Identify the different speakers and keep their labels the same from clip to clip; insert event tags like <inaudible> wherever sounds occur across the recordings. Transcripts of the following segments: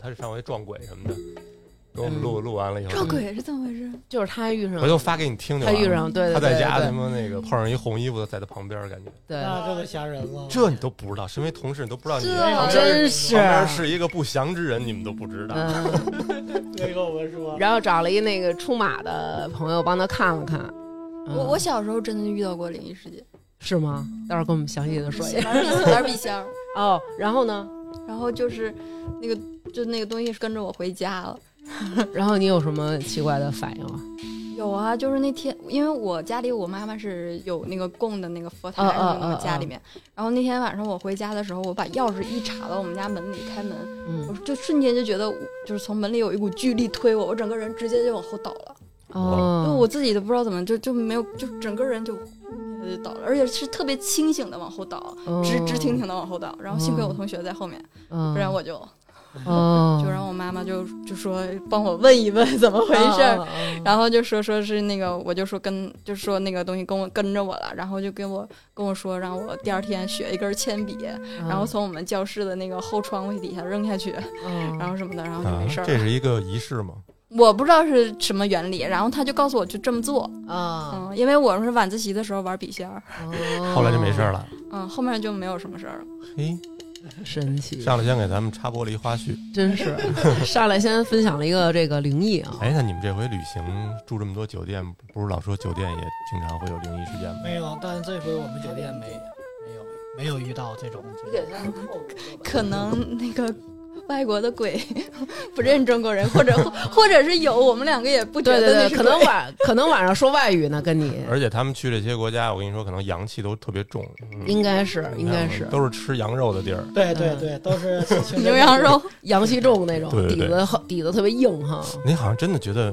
Speaker 1: 他是上回撞鬼什么的，
Speaker 2: 嗯
Speaker 1: 给我们录录完了以后，
Speaker 3: 撞鬼是怎么回事？
Speaker 2: 就是他遇上
Speaker 1: 回头发给你听就
Speaker 2: 他
Speaker 1: 完
Speaker 2: 遇
Speaker 1: 了。
Speaker 3: 嗯
Speaker 2: 上，对对
Speaker 1: 他在
Speaker 2: 对
Speaker 1: 家他
Speaker 2: 对嗯
Speaker 1: 妈那个碰上一红衣服的在他旁边儿，感觉
Speaker 2: 对，
Speaker 3: 啊
Speaker 4: 那这个吓人了。
Speaker 1: 这你都不知道，身为同事你都不知道你
Speaker 3: 这
Speaker 1: 旁边
Speaker 2: 啊真
Speaker 1: 旁边
Speaker 2: 是，
Speaker 1: 是一个不祥之人，你们都不知道。
Speaker 2: 嗯，
Speaker 4: 那个我说，
Speaker 2: 然后找了一那个出马的朋友帮他看了看，嗯
Speaker 3: 我我小时候真的遇到过灵异事件，是
Speaker 2: 是吗？待会儿跟我们详细的 <laughs> 说一下
Speaker 3: 玩笔玩笔仙，
Speaker 2: 哦。然后呢？
Speaker 3: 然后就是那个就那个东西是跟着我回家了。
Speaker 2: 然后你有什么奇怪的反应吗？
Speaker 3: 有啊，就是那天，因为我家里我妈妈是有那个供的那个佛台
Speaker 2: 嗯
Speaker 3: 什么
Speaker 2: 嗯
Speaker 3: 的
Speaker 2: 嗯
Speaker 3: 家里面，然后那天晚上我回家的时候，我把钥匙一插到我们家门里开门，我
Speaker 2: 嗯，
Speaker 3: 就瞬间就觉得我就是从门里有一股巨力推我，我整个人直接就往后倒了，因为
Speaker 2: 哦，
Speaker 3: 我自己都不知道怎么就就没有就整个人就我就倒了，而且是特别清醒的往后倒，直直挺挺的往后倒，然后幸亏我同学在后面，
Speaker 2: 哦嗯，
Speaker 3: 不
Speaker 2: 不
Speaker 3: 然我就
Speaker 2: 哦，
Speaker 3: <laughs> 就让我妈妈就就说帮我问一问怎么回事儿，
Speaker 2: 哦，哦
Speaker 3: 然后就说说是那个，我就说跟就说那个东西跟我跟着我了，然后就跟我跟我说让我第二天学一根铅笔，然
Speaker 2: 嗯哦
Speaker 3: 后，从我们教室的那个后窗户底下扔下去，然
Speaker 2: 后
Speaker 3: 后什么的，然后就
Speaker 1: 啊
Speaker 3: 没事，儿了。
Speaker 1: 这是一个仪式吗？
Speaker 3: 我不知道是什么原理，然后他就告诉我就这么做，
Speaker 2: 啊，
Speaker 3: 嗯，因为我是晚自习的时候玩笔仙儿，
Speaker 2: 哦
Speaker 1: 后来就没事儿，了。
Speaker 3: 嗯，后面就没有什么事儿了。
Speaker 2: 嗯
Speaker 1: 嘿，
Speaker 2: 神奇，
Speaker 1: 上来先给咱们插播了一花絮。
Speaker 2: 真是
Speaker 1: <laughs>
Speaker 2: 上来先分享了一个这个灵异啊，
Speaker 1: 哎，那你们这回旅行住这么多酒店，不是老说酒店也经常会有灵异事件吗？
Speaker 4: 没有，但是这回我们酒店没没有没有遇到这种。
Speaker 3: 可能那个外国的鬼 <laughs> 不认中国人，或者 <laughs> 或者是有，我们两个也不觉
Speaker 2: <laughs> 对
Speaker 3: 得
Speaker 2: 对
Speaker 3: 那
Speaker 2: 对，
Speaker 3: 是鬼
Speaker 2: 可能晚可能晚上说外语呢，跟你
Speaker 1: 而且他们去这些国家，我跟你说，可能阳气都特别重。嗯
Speaker 2: 应该是应该是
Speaker 1: 都是吃羊肉的地儿。
Speaker 4: 对对对，都是
Speaker 3: 牛羊肉。
Speaker 2: <laughs> 阳气重那种，
Speaker 1: 对对
Speaker 2: 底
Speaker 1: 对
Speaker 2: 子好底子特别硬哈，
Speaker 1: 你好像真的觉得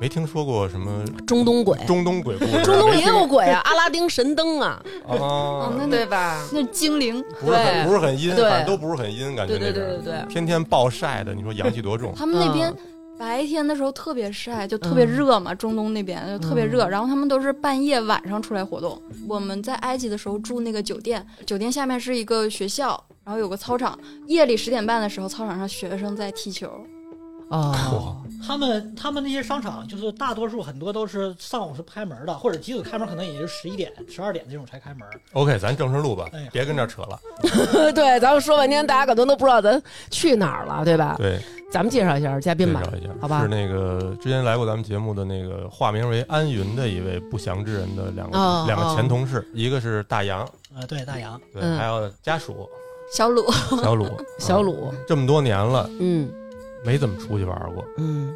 Speaker 1: 没听说过什么
Speaker 2: 中东鬼，
Speaker 1: 中东鬼故事，
Speaker 2: 哎 <laughs> 中东也有鬼啊，阿拉丁神灯啊，
Speaker 1: 啊
Speaker 3: 哦，那
Speaker 2: 对吧？
Speaker 3: 那精灵，？
Speaker 1: 不是很
Speaker 2: 对
Speaker 1: 不是很阴，
Speaker 2: 对
Speaker 1: 反正都不是很阴，感觉
Speaker 2: 对
Speaker 1: 那
Speaker 2: 对
Speaker 1: 边
Speaker 2: 对对对，
Speaker 1: 天天暴晒的，你说阳气多
Speaker 2: <laughs>
Speaker 1: 重
Speaker 3: 他们那边
Speaker 2: 嗯
Speaker 3: 白天的时候特别晒，就特别热嘛，中东那边就特别热。
Speaker 2: 嗯
Speaker 3: 然后他们都是半夜晚上出来活动。我们在埃及的时候住那个酒店，酒店下面是一个学校，然后有个操场。夜里十点半的时候，操场上学生在踢球。
Speaker 2: 哦，
Speaker 4: 他们他们那些商场就是大多数很多都是上午是不开门的，或者即使开门可能也就十一点、十二点这种才开门。
Speaker 1: OK，咱正式录吧
Speaker 4: 哎呀，
Speaker 1: 别跟这儿扯了。
Speaker 2: 呃对，咱们说半天，大家可能都不知道咱去哪儿了，对吧？
Speaker 1: 对，
Speaker 2: 咱们介绍一下嘉
Speaker 1: 介
Speaker 2: 宾吧，
Speaker 1: 绍一下，
Speaker 2: 好吧
Speaker 1: 是那个之前来过咱们节目的那个化名为安云的一位不祥之人的两个、
Speaker 2: 哦
Speaker 1: 两
Speaker 2: 哦
Speaker 1: 个前同事，一个是大洋，
Speaker 4: 呃，对，大洋，
Speaker 1: 对，
Speaker 2: 嗯，
Speaker 1: 还有家属
Speaker 3: 小鲁， <laughs>
Speaker 1: 小鲁
Speaker 2: <laughs> 小
Speaker 1: 啊
Speaker 2: 鲁，
Speaker 1: 这么多年了
Speaker 2: 嗯
Speaker 1: 没怎么出去玩过，
Speaker 2: 嗯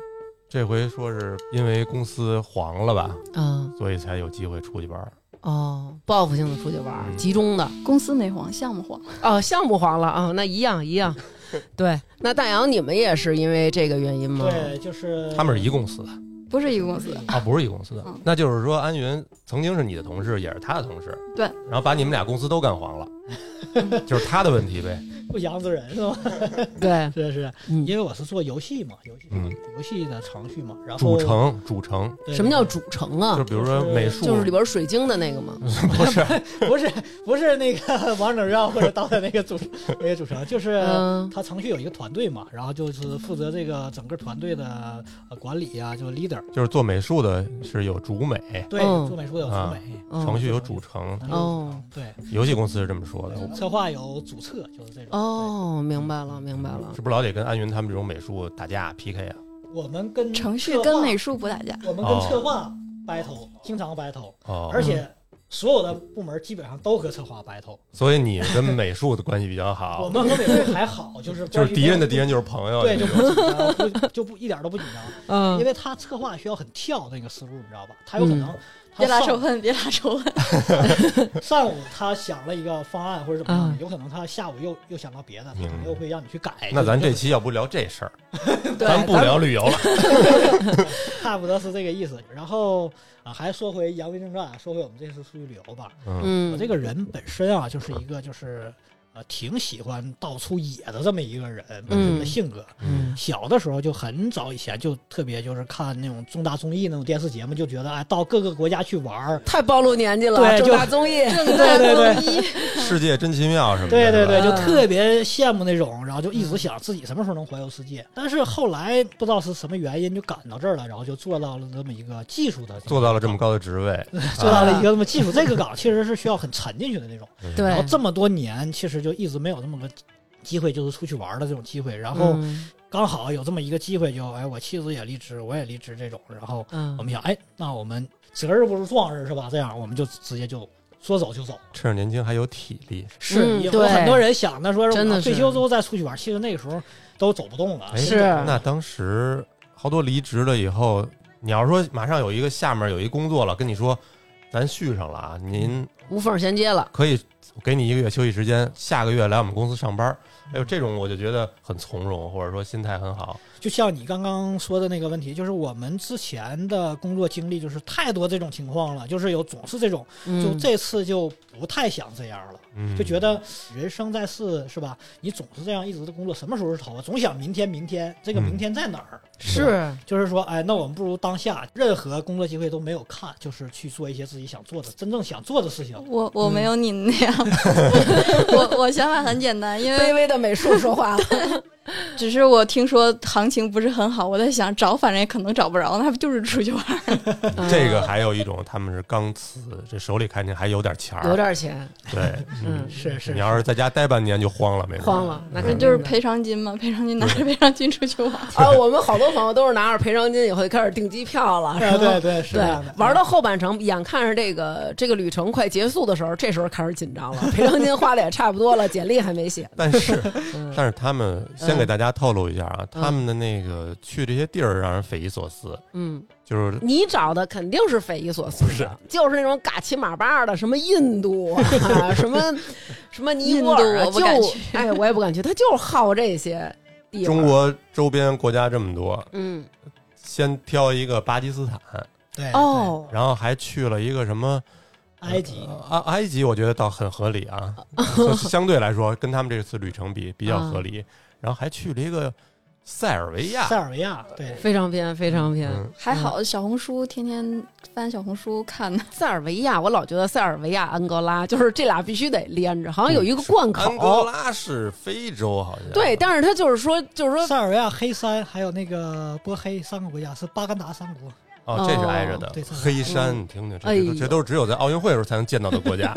Speaker 1: 这回说是因为公司黄了吧，
Speaker 2: 啊
Speaker 1: 所以才有机会出去玩。
Speaker 2: 哦，报复性的出去玩儿，
Speaker 1: 嗯
Speaker 2: 集中的，
Speaker 3: 公司没黄，项目黄。
Speaker 2: 哦，项目黄了啊，那一样一
Speaker 1: <laughs>
Speaker 2: 样。对，那大洋，你们也是因为这个原因吗？
Speaker 4: 对，就是
Speaker 1: 他们是一公司的
Speaker 3: 不是一个公司，
Speaker 1: 啊，不是一公司的
Speaker 3: 嗯，
Speaker 1: 那就是说安云曾经是你的同事，也是他的同事，
Speaker 3: 对，
Speaker 1: 然后把你们俩公司都干黄了，就是他的问题呗。
Speaker 4: <laughs> 不祥之人是吧？ <laughs>
Speaker 2: 对，
Speaker 4: 是是，
Speaker 2: 嗯，
Speaker 4: 因为我是做游戏嘛，游戏
Speaker 1: 嗯
Speaker 4: 游戏的程序嘛，然后
Speaker 1: 主城，主城，
Speaker 4: 对
Speaker 2: 什么叫主城
Speaker 1: 就
Speaker 2: 啊？
Speaker 1: 比如说美术，
Speaker 2: 就是里边水晶的那个吗？
Speaker 1: 不是 <laughs>
Speaker 4: 不是不是那个王者荣耀或者刀的那个组那个组成，就是
Speaker 2: 嗯
Speaker 4: 他程序有一个团队嘛，然后就是负责这个整个团队的呃管理啊，就是 leader，
Speaker 1: 就是做美术的是有主美，
Speaker 4: 对，
Speaker 2: 嗯
Speaker 4: 做美术有主美，
Speaker 2: 哦
Speaker 1: 程序有主程，
Speaker 4: 然后
Speaker 2: 哦
Speaker 4: 对，
Speaker 1: 游戏公司是这么说的。
Speaker 4: 策划有主策，就是这种。
Speaker 2: 哦，明白了，明白了。
Speaker 1: 是不是老得跟安云他们这种美术打架 PK 啊？
Speaker 4: 对，我们跟
Speaker 3: 程序
Speaker 4: 策划
Speaker 3: 跟美，术不打架。
Speaker 4: 我们跟策划 battle，经常 battle，
Speaker 1: 哦，
Speaker 4: 而且所有的部门基本上都和策划 battle，
Speaker 1: 所以你跟美术的关系比较
Speaker 4: <laughs> 我
Speaker 1: 好，
Speaker 4: 们和美术还好，就是
Speaker 1: 哦 <laughs> 就
Speaker 4: 关于
Speaker 1: 是敌人的敌人就是朋友。
Speaker 4: 对，就不紧张，不就不一点都不紧张。
Speaker 2: 嗯，
Speaker 4: 因为他策划需要很跳那个思路，你知道吧？他有可能他
Speaker 3: 别拉仇
Speaker 4: 上
Speaker 3: 恨， <laughs> 别拉仇恨。
Speaker 4: 上午他想了一个方案或者怎么样
Speaker 2: 嗯
Speaker 4: 的，有可能他下午又又想到别的，他
Speaker 1: 明
Speaker 4: 可
Speaker 1: 白
Speaker 4: 能又会让你去改。
Speaker 1: 嗯那咱
Speaker 4: 就
Speaker 1: 这
Speaker 4: 是
Speaker 1: 期要不聊这事儿，
Speaker 2: 对，
Speaker 1: 咱不聊旅游了。
Speaker 4: 差不多是这个意思。然后啊，还说回言归正传，说回我们这次出去旅游吧。
Speaker 2: 咱
Speaker 1: 嗯
Speaker 4: 我
Speaker 2: 嗯，
Speaker 4: 这个人本身啊，就是一个就是。呃挺喜欢到处野的这么一个人，
Speaker 2: 嗯
Speaker 4: 的性格。
Speaker 2: 嗯
Speaker 4: 小的时候就很早以前就特别就是看那种重大综艺那种电视节目，就觉得哎到各个国家去玩儿，
Speaker 2: 太暴露年纪了，
Speaker 4: 对
Speaker 2: 重
Speaker 4: 就
Speaker 2: 大综艺，
Speaker 3: 正在更衣，
Speaker 1: 世界真奇妙什么的，
Speaker 4: 嗯对对
Speaker 1: 是吧
Speaker 4: 对，就
Speaker 2: 嗯
Speaker 4: 特别羡慕那种，然后就一直想自己什么时候能环游世界。但是后来不知道是什么原因，就赶到这儿了，然后就做到了这么一个技术的，
Speaker 1: 做到了这么高的职位，
Speaker 4: 做到了
Speaker 2: 嗯
Speaker 4: 一个这么技术。这个岗其实是需要很沉进去的
Speaker 2: <laughs>
Speaker 4: 那种。
Speaker 2: 对
Speaker 1: 嗯
Speaker 4: 然后这么多年，其实就一直没有这么个机会，就是出去玩的这种机会。然后
Speaker 2: 嗯
Speaker 4: 刚好有这么一个机会就，哎，我妻子也离职，我也离职这种。然后我
Speaker 2: 嗯
Speaker 4: 们想，哎，那我们择日不如撞日是吧？这样我们就直接就说走就走。
Speaker 1: 趁着年轻还有体力，
Speaker 4: 是
Speaker 2: 嗯
Speaker 4: 有
Speaker 2: 对
Speaker 4: 很多人想的说，
Speaker 2: 真的
Speaker 4: 我退
Speaker 2: 是
Speaker 4: 休之后再出去玩，其实那个时候都走不动了
Speaker 1: 哎。
Speaker 2: 是
Speaker 1: 那当时好多离职了以后，你要是说马上有一个下面有一工作了，跟你说咱续上了啊，您
Speaker 2: 无缝衔接了，
Speaker 1: 可以给你一个月休息时间，下个月来我们公司上班。
Speaker 4: 嗯
Speaker 1: 哎呦，这种我就觉得很从容，或者说心态很好。
Speaker 4: 就像你刚刚说的那个问题，就是我们之前的工作经历，就是太多这种情况了，就是有总是这种，就
Speaker 2: 嗯
Speaker 4: 这次就不太想这样了，
Speaker 1: 嗯，
Speaker 4: 就觉得人生在世是吧？你总是这样一直的工作，什么时候是头啊？总想明天，明天这个
Speaker 1: 嗯
Speaker 4: 明天在哪儿？
Speaker 2: 是
Speaker 4: 就是说，哎，那我们不如当下，任何工作机会都没有看，就是去做一些自己想做的、真正想做的事情。
Speaker 3: 我我没有你那 <laughs> 样，我我想法很简单，因为
Speaker 2: 卑微的美术说话了，
Speaker 3: <laughs> 只是我听说行情不是很好，我在想找，反正也可能找不着，那不就是出去玩儿？
Speaker 1: 这个还有一种，他们是刚辞，这手里看见还有点钱
Speaker 2: 有
Speaker 1: 儿，
Speaker 2: 点钱，
Speaker 1: 对，
Speaker 2: 嗯，
Speaker 4: 是是
Speaker 1: 你，要是在家待半年就慌了，没准
Speaker 2: 慌。了，那肯定的
Speaker 3: 就是赔偿金嘛，赔偿金拿着赔偿金出去玩儿。
Speaker 2: 啊，我们好多朋友都是拿着赔偿金以后就开始订机票了，然
Speaker 4: 对
Speaker 2: 后
Speaker 4: 啊对对，是这
Speaker 2: 对
Speaker 4: 样的，。
Speaker 2: 玩到后半程，眼看着这个这个旅程快结束的时候，这时候开始紧张了，赔偿金花的也差不多了，简历还没写，
Speaker 1: <laughs> 但是，
Speaker 2: 嗯
Speaker 1: 但是他们先给大家透露一下啊，他们的那个去这些地儿让人匪夷所思，
Speaker 2: 嗯，
Speaker 1: 就是
Speaker 2: 你找的肯定是匪夷所思
Speaker 1: 不是
Speaker 2: 的，就是那种嘎七马八的，什么印度啊，什么什么尼泊尔啊，
Speaker 3: 印度我不敢
Speaker 2: 就
Speaker 3: 去
Speaker 2: 哎，我也不敢去，他就是好这些地方
Speaker 1: 中，国周边国家这么多，
Speaker 2: 嗯，
Speaker 1: 先挑一个巴基斯坦，
Speaker 4: 哎对，
Speaker 2: 哦，
Speaker 1: 然后还去了一个什么
Speaker 4: 对，埃及
Speaker 1: 呃埃埃及，我觉得倒很合理啊，就相对来说跟他们这次旅程比比较合理。然后还去了一个塞尔维亚
Speaker 4: 塞，尔维亚，对，
Speaker 2: 非常偏，非常偏。
Speaker 1: 嗯，
Speaker 3: 还好小红书天天翻小红书看呢，
Speaker 2: 塞尔维亚，我老觉得塞尔维亚、安哥拉，就是这俩必须得连着，好像有一个贯口。
Speaker 1: 安哥拉是非洲好像
Speaker 2: 对，但是他就是说，就是说
Speaker 4: 塞尔维亚、黑山还有那个波黑三个国家是巴干达三国，
Speaker 1: 哦，这是挨着的
Speaker 4: 哦对这是
Speaker 1: 黑山，你听听，这这
Speaker 2: 哎呦
Speaker 1: 都这都是只有在奥运会的时候才能见到的国家。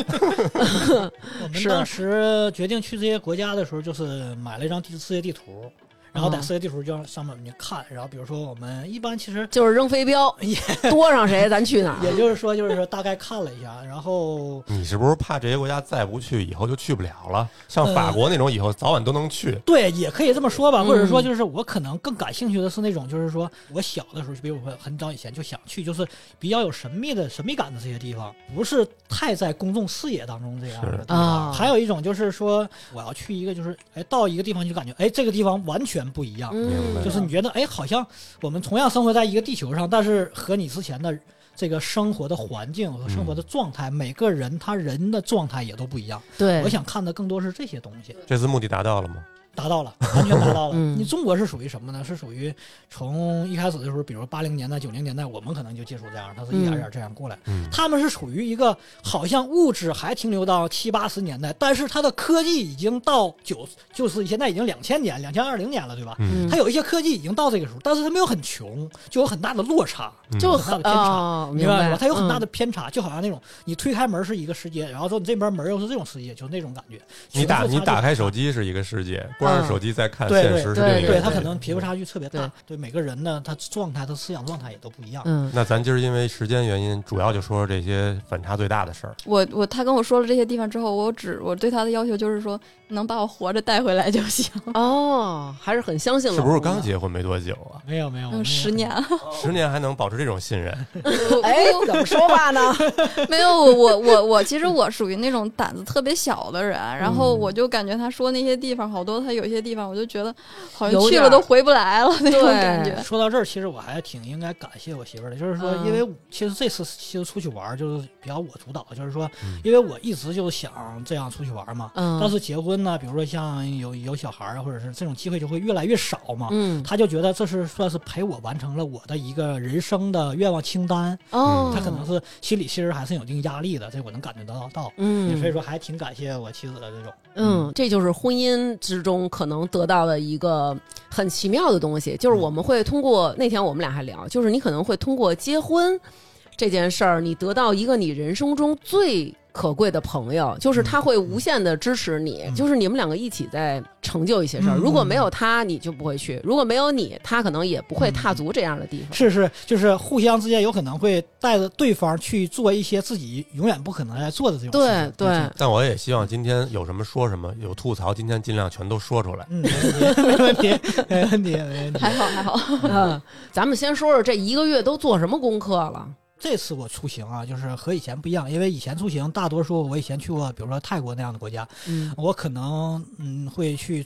Speaker 4: 我们
Speaker 2: 是
Speaker 4: 当时决定去这些国家的时候，就是买了一张地世界地图，然后在
Speaker 2: 嗯
Speaker 4: 世界地图就让上面你看，然后比如说我们一般其实
Speaker 2: 就是扔飞镖
Speaker 4: 也，
Speaker 2: 多上谁咱去哪
Speaker 4: <laughs> 也
Speaker 2: 儿。
Speaker 4: 就是说就是说大概看了一下，然后
Speaker 1: 你是不是怕这些国家再不去，以后就去不了了？像法
Speaker 4: 呃
Speaker 1: 国那种，以后早晚都能去。
Speaker 4: 对也可以这么说吧，
Speaker 2: 嗯
Speaker 4: 或者说就是我可能更感兴趣的是那种就是说我小的时候，就比如我很早以前就想去，就是比较有神秘的神秘感的这些地方，不是太在公众视野当中这样的地方。
Speaker 2: 啊
Speaker 4: 还有一种就是说我要去一个就是哎到一个地方就感觉哎这个地方完全不一样。
Speaker 1: 明白
Speaker 2: 嗯，
Speaker 4: 就是你觉得，哎，好像我们同样生活在一个地球上，但是和你之前的这个生活的环境和生活的状态，每个人他人的状态也都不一样。
Speaker 2: 对，
Speaker 4: 我想看的更多是这些东西，
Speaker 1: 这次目的达到了吗？
Speaker 4: 达到了，完全达到了。
Speaker 2: 嗯
Speaker 4: 你中国是属于什么呢？是属于从一开始的时候，比如八零年代、九零年代，我们可能就接触这样，他是一点点这样过来。
Speaker 1: 嗯，
Speaker 4: 他们是属于一个好像物质还停留到七八十年代，但是它的科技已经到九，就是现在已经两千年、两千二零年了，对吧？
Speaker 1: 嗯
Speaker 4: 它有一些科技已经到这个时候，但是它没有很穷，就有很大的落差，
Speaker 1: 嗯
Speaker 2: 就
Speaker 4: 很大的偏差
Speaker 2: 哦，
Speaker 4: 明
Speaker 2: 明
Speaker 4: 白
Speaker 2: 白
Speaker 4: 吗？它有很大的
Speaker 2: 嗯
Speaker 4: 偏差，就好像那种你推开门是一个世界，然后说你这边门又是这种世界，就是那种感觉。
Speaker 1: 你打
Speaker 4: 贫
Speaker 1: 你
Speaker 4: 富差距
Speaker 1: 打开
Speaker 4: 很大
Speaker 1: 手，机是一个世界，关上手机再看
Speaker 4: 对
Speaker 1: 现实是另一
Speaker 2: 对
Speaker 1: 个
Speaker 4: 对
Speaker 1: 世
Speaker 4: 它
Speaker 1: 界。
Speaker 4: 可能贫富差距特别大，对每个人呢，他状态、他思想状态也都不一样。
Speaker 2: 嗯，
Speaker 1: 那咱今儿因为时间原因，主要就说说这些反差最大的事儿。
Speaker 3: <laughs> 我我他跟我说了这些地方之后，我只我对他的要求就是说，能把我活着带回来就行。
Speaker 2: 哦，还是很相信了。
Speaker 1: 是不是刚结婚没多久啊？
Speaker 4: 没有没有，没有
Speaker 3: 嗯，十年了，
Speaker 1: 十年还能保持这种信任？
Speaker 2: 哎，怎么说话呢？
Speaker 3: <laughs> 没有我我
Speaker 2: 嗯
Speaker 3: 我我，其实我属于那种胆子特别小的人，然后我就感觉他说那些地方好多他它有些地方，我就觉得好像
Speaker 2: 有
Speaker 3: 去
Speaker 2: 点
Speaker 3: 了都
Speaker 2: 儿
Speaker 3: 回不来了那种
Speaker 2: 对
Speaker 3: 感觉。
Speaker 4: 说到这儿，其实我还挺应该感谢我媳妇儿的，就是说，
Speaker 2: 嗯
Speaker 4: 因为其实这次其实出去玩儿就是比较我主导，就是说
Speaker 1: 嗯，
Speaker 4: 因为我一直就想这样出去玩儿嘛。
Speaker 2: <laughs> 嗯，
Speaker 4: 但是结婚呢，比如说像有有小孩儿啊，或者是这种机会就会越来越少嘛。
Speaker 2: 嗯
Speaker 4: 他就觉得这是算是陪我完成了我的一个人生的愿望清单，
Speaker 2: 哦，
Speaker 4: 他可能是心里其实还是有一定压力的，这我能感觉得到到。
Speaker 2: 嗯，
Speaker 4: 所以说还挺感谢我妻子的这种。
Speaker 2: 嗯，这就是婚姻之中可能得到的一个很奇妙的东西，就是我们会通过那天我们俩还聊，就是你可能会通过结婚这件事儿，你得到一个你人生中最可贵的朋友，就是他会无限的支持你，
Speaker 4: 嗯
Speaker 2: 就是你们两个一起在成就一些事儿。
Speaker 4: 嗯
Speaker 2: 如果没有他，你就不会去；如果没有你，他可能也不会踏足这样的地方。
Speaker 4: 嗯是是，就是互相之间有可能会带着对方去做一些自己永远不可能来做的这种事
Speaker 2: 对
Speaker 4: 情。
Speaker 2: 对，
Speaker 1: 但我也希望今天有什么说什么，有吐槽今天尽量全都说出来。
Speaker 4: 嗯，没问题，没问题，没问题。
Speaker 3: 还好还好，
Speaker 2: 嗯，咱们先说说这一个月都做什么功课了。
Speaker 4: 这次我出行啊，就是和以前不一样，因为以前出行大多数我以前去过，比如说泰国那样的国家，
Speaker 2: 嗯
Speaker 4: 我可能嗯会去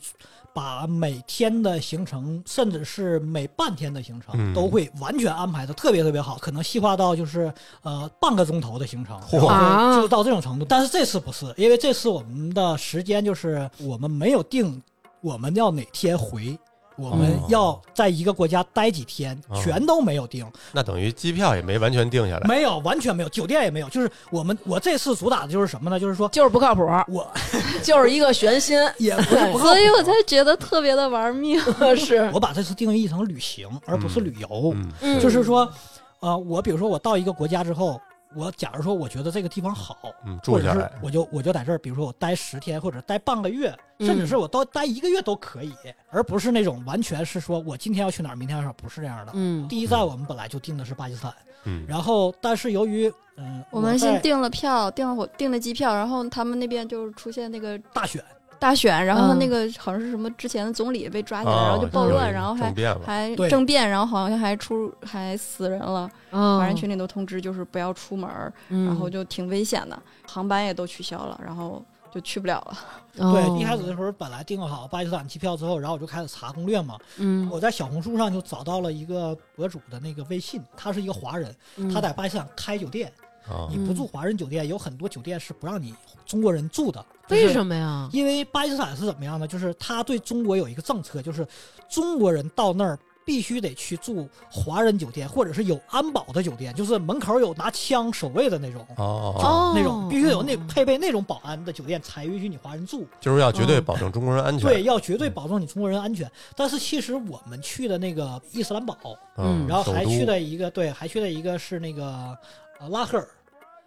Speaker 4: 把每天的行程，甚至是每半天的行程
Speaker 1: 嗯
Speaker 4: 都会完全安排的特别特别好，可能细化到就是呃半个钟头的行程，
Speaker 1: 嚯
Speaker 2: 啊
Speaker 4: 就是到这种程度。但是这次不是，因为这次我们的时间就是我们没有定我们要哪天回。我们
Speaker 1: 哦
Speaker 4: 要在一个国家待几天，
Speaker 1: 哦
Speaker 4: 全都没有定，
Speaker 1: 那等于机票也没完全定下来。
Speaker 4: 没有，完全没有，酒店也没有。就是我们，我这次主打的就是什么呢？就是说
Speaker 2: 就是不靠谱，
Speaker 4: 我
Speaker 2: <laughs> 就是一个悬心，
Speaker 4: 也不是不靠
Speaker 3: <laughs>
Speaker 4: 谱
Speaker 3: 所以我才觉得特别的玩命。
Speaker 2: <laughs> 是
Speaker 4: 我把这次定义成旅行，而不是旅游。
Speaker 1: 嗯，
Speaker 2: 嗯
Speaker 4: 就是说，呃，我比如说我到一个国家之后，我假如说我觉得这个地方好，
Speaker 1: 嗯，
Speaker 4: 或
Speaker 1: 住
Speaker 4: 者
Speaker 1: 下
Speaker 4: 是
Speaker 1: 来。
Speaker 4: 我就我就在这儿，比如说我待十天或者待半个月，
Speaker 2: 嗯
Speaker 4: 甚至是我到待一个月都可以，而不是那种完全是说我今天要去哪儿，明天要去哪儿，不是这样的。
Speaker 2: 嗯
Speaker 4: 第一站我们本来就定的是巴基斯坦，
Speaker 1: 嗯，
Speaker 4: 然后但是由于嗯，
Speaker 3: 我们先
Speaker 2: 哎
Speaker 4: 在
Speaker 3: 订了票，订了火，订了机票，然后他们那边就是出现那个
Speaker 4: 大选，
Speaker 3: 大选，然后
Speaker 2: 嗯
Speaker 3: 那个好像是什么之前的总理被抓起来，
Speaker 1: 哦
Speaker 3: 然后就暴
Speaker 1: 有
Speaker 3: 乱，
Speaker 1: 一
Speaker 3: 然后还
Speaker 1: 政变了。
Speaker 3: 还
Speaker 4: 对
Speaker 3: 政变，然后好像还出还死人了，
Speaker 2: 啊
Speaker 3: 华人
Speaker 4: 哦
Speaker 3: 群里都通知就是不要出门儿，
Speaker 2: 嗯
Speaker 3: 然后就挺危险的，航班也都取消了，然后就去不了了。
Speaker 2: 哦
Speaker 4: 对，一开始的时候本来订好巴基斯坦机票之后，然后我就开始查攻略嘛，
Speaker 2: 嗯，
Speaker 4: 我在小红书上就找到了一个博主的那个微信，他是一个华人，
Speaker 2: 嗯
Speaker 4: 他在巴基斯坦开酒店，
Speaker 1: 啊
Speaker 4: 你不住华人酒店，有很多酒店是不让你中国人住的。
Speaker 2: 为
Speaker 4: 么？
Speaker 2: 什么呀？
Speaker 4: 因为巴基斯坦是怎么样呢？就是他对中国有一个政策，就是中国人到那儿必须得去住华人酒店，或者是有安保的酒店，就是门口有拿枪守卫的那种。
Speaker 1: 哦，
Speaker 2: 哦
Speaker 4: 那种必须有那配备那种保安的酒店才允许你华人住，
Speaker 1: 就是要绝对保证中国人安全。
Speaker 4: 对，要绝
Speaker 2: 嗯
Speaker 4: 对保证你中国人安全。但是其实我们去的那个伊斯兰堡，
Speaker 1: 嗯，
Speaker 4: 然后
Speaker 1: 首
Speaker 4: 还
Speaker 1: 都
Speaker 4: 去了一个，对，还去了一个是那个呃拉赫尔，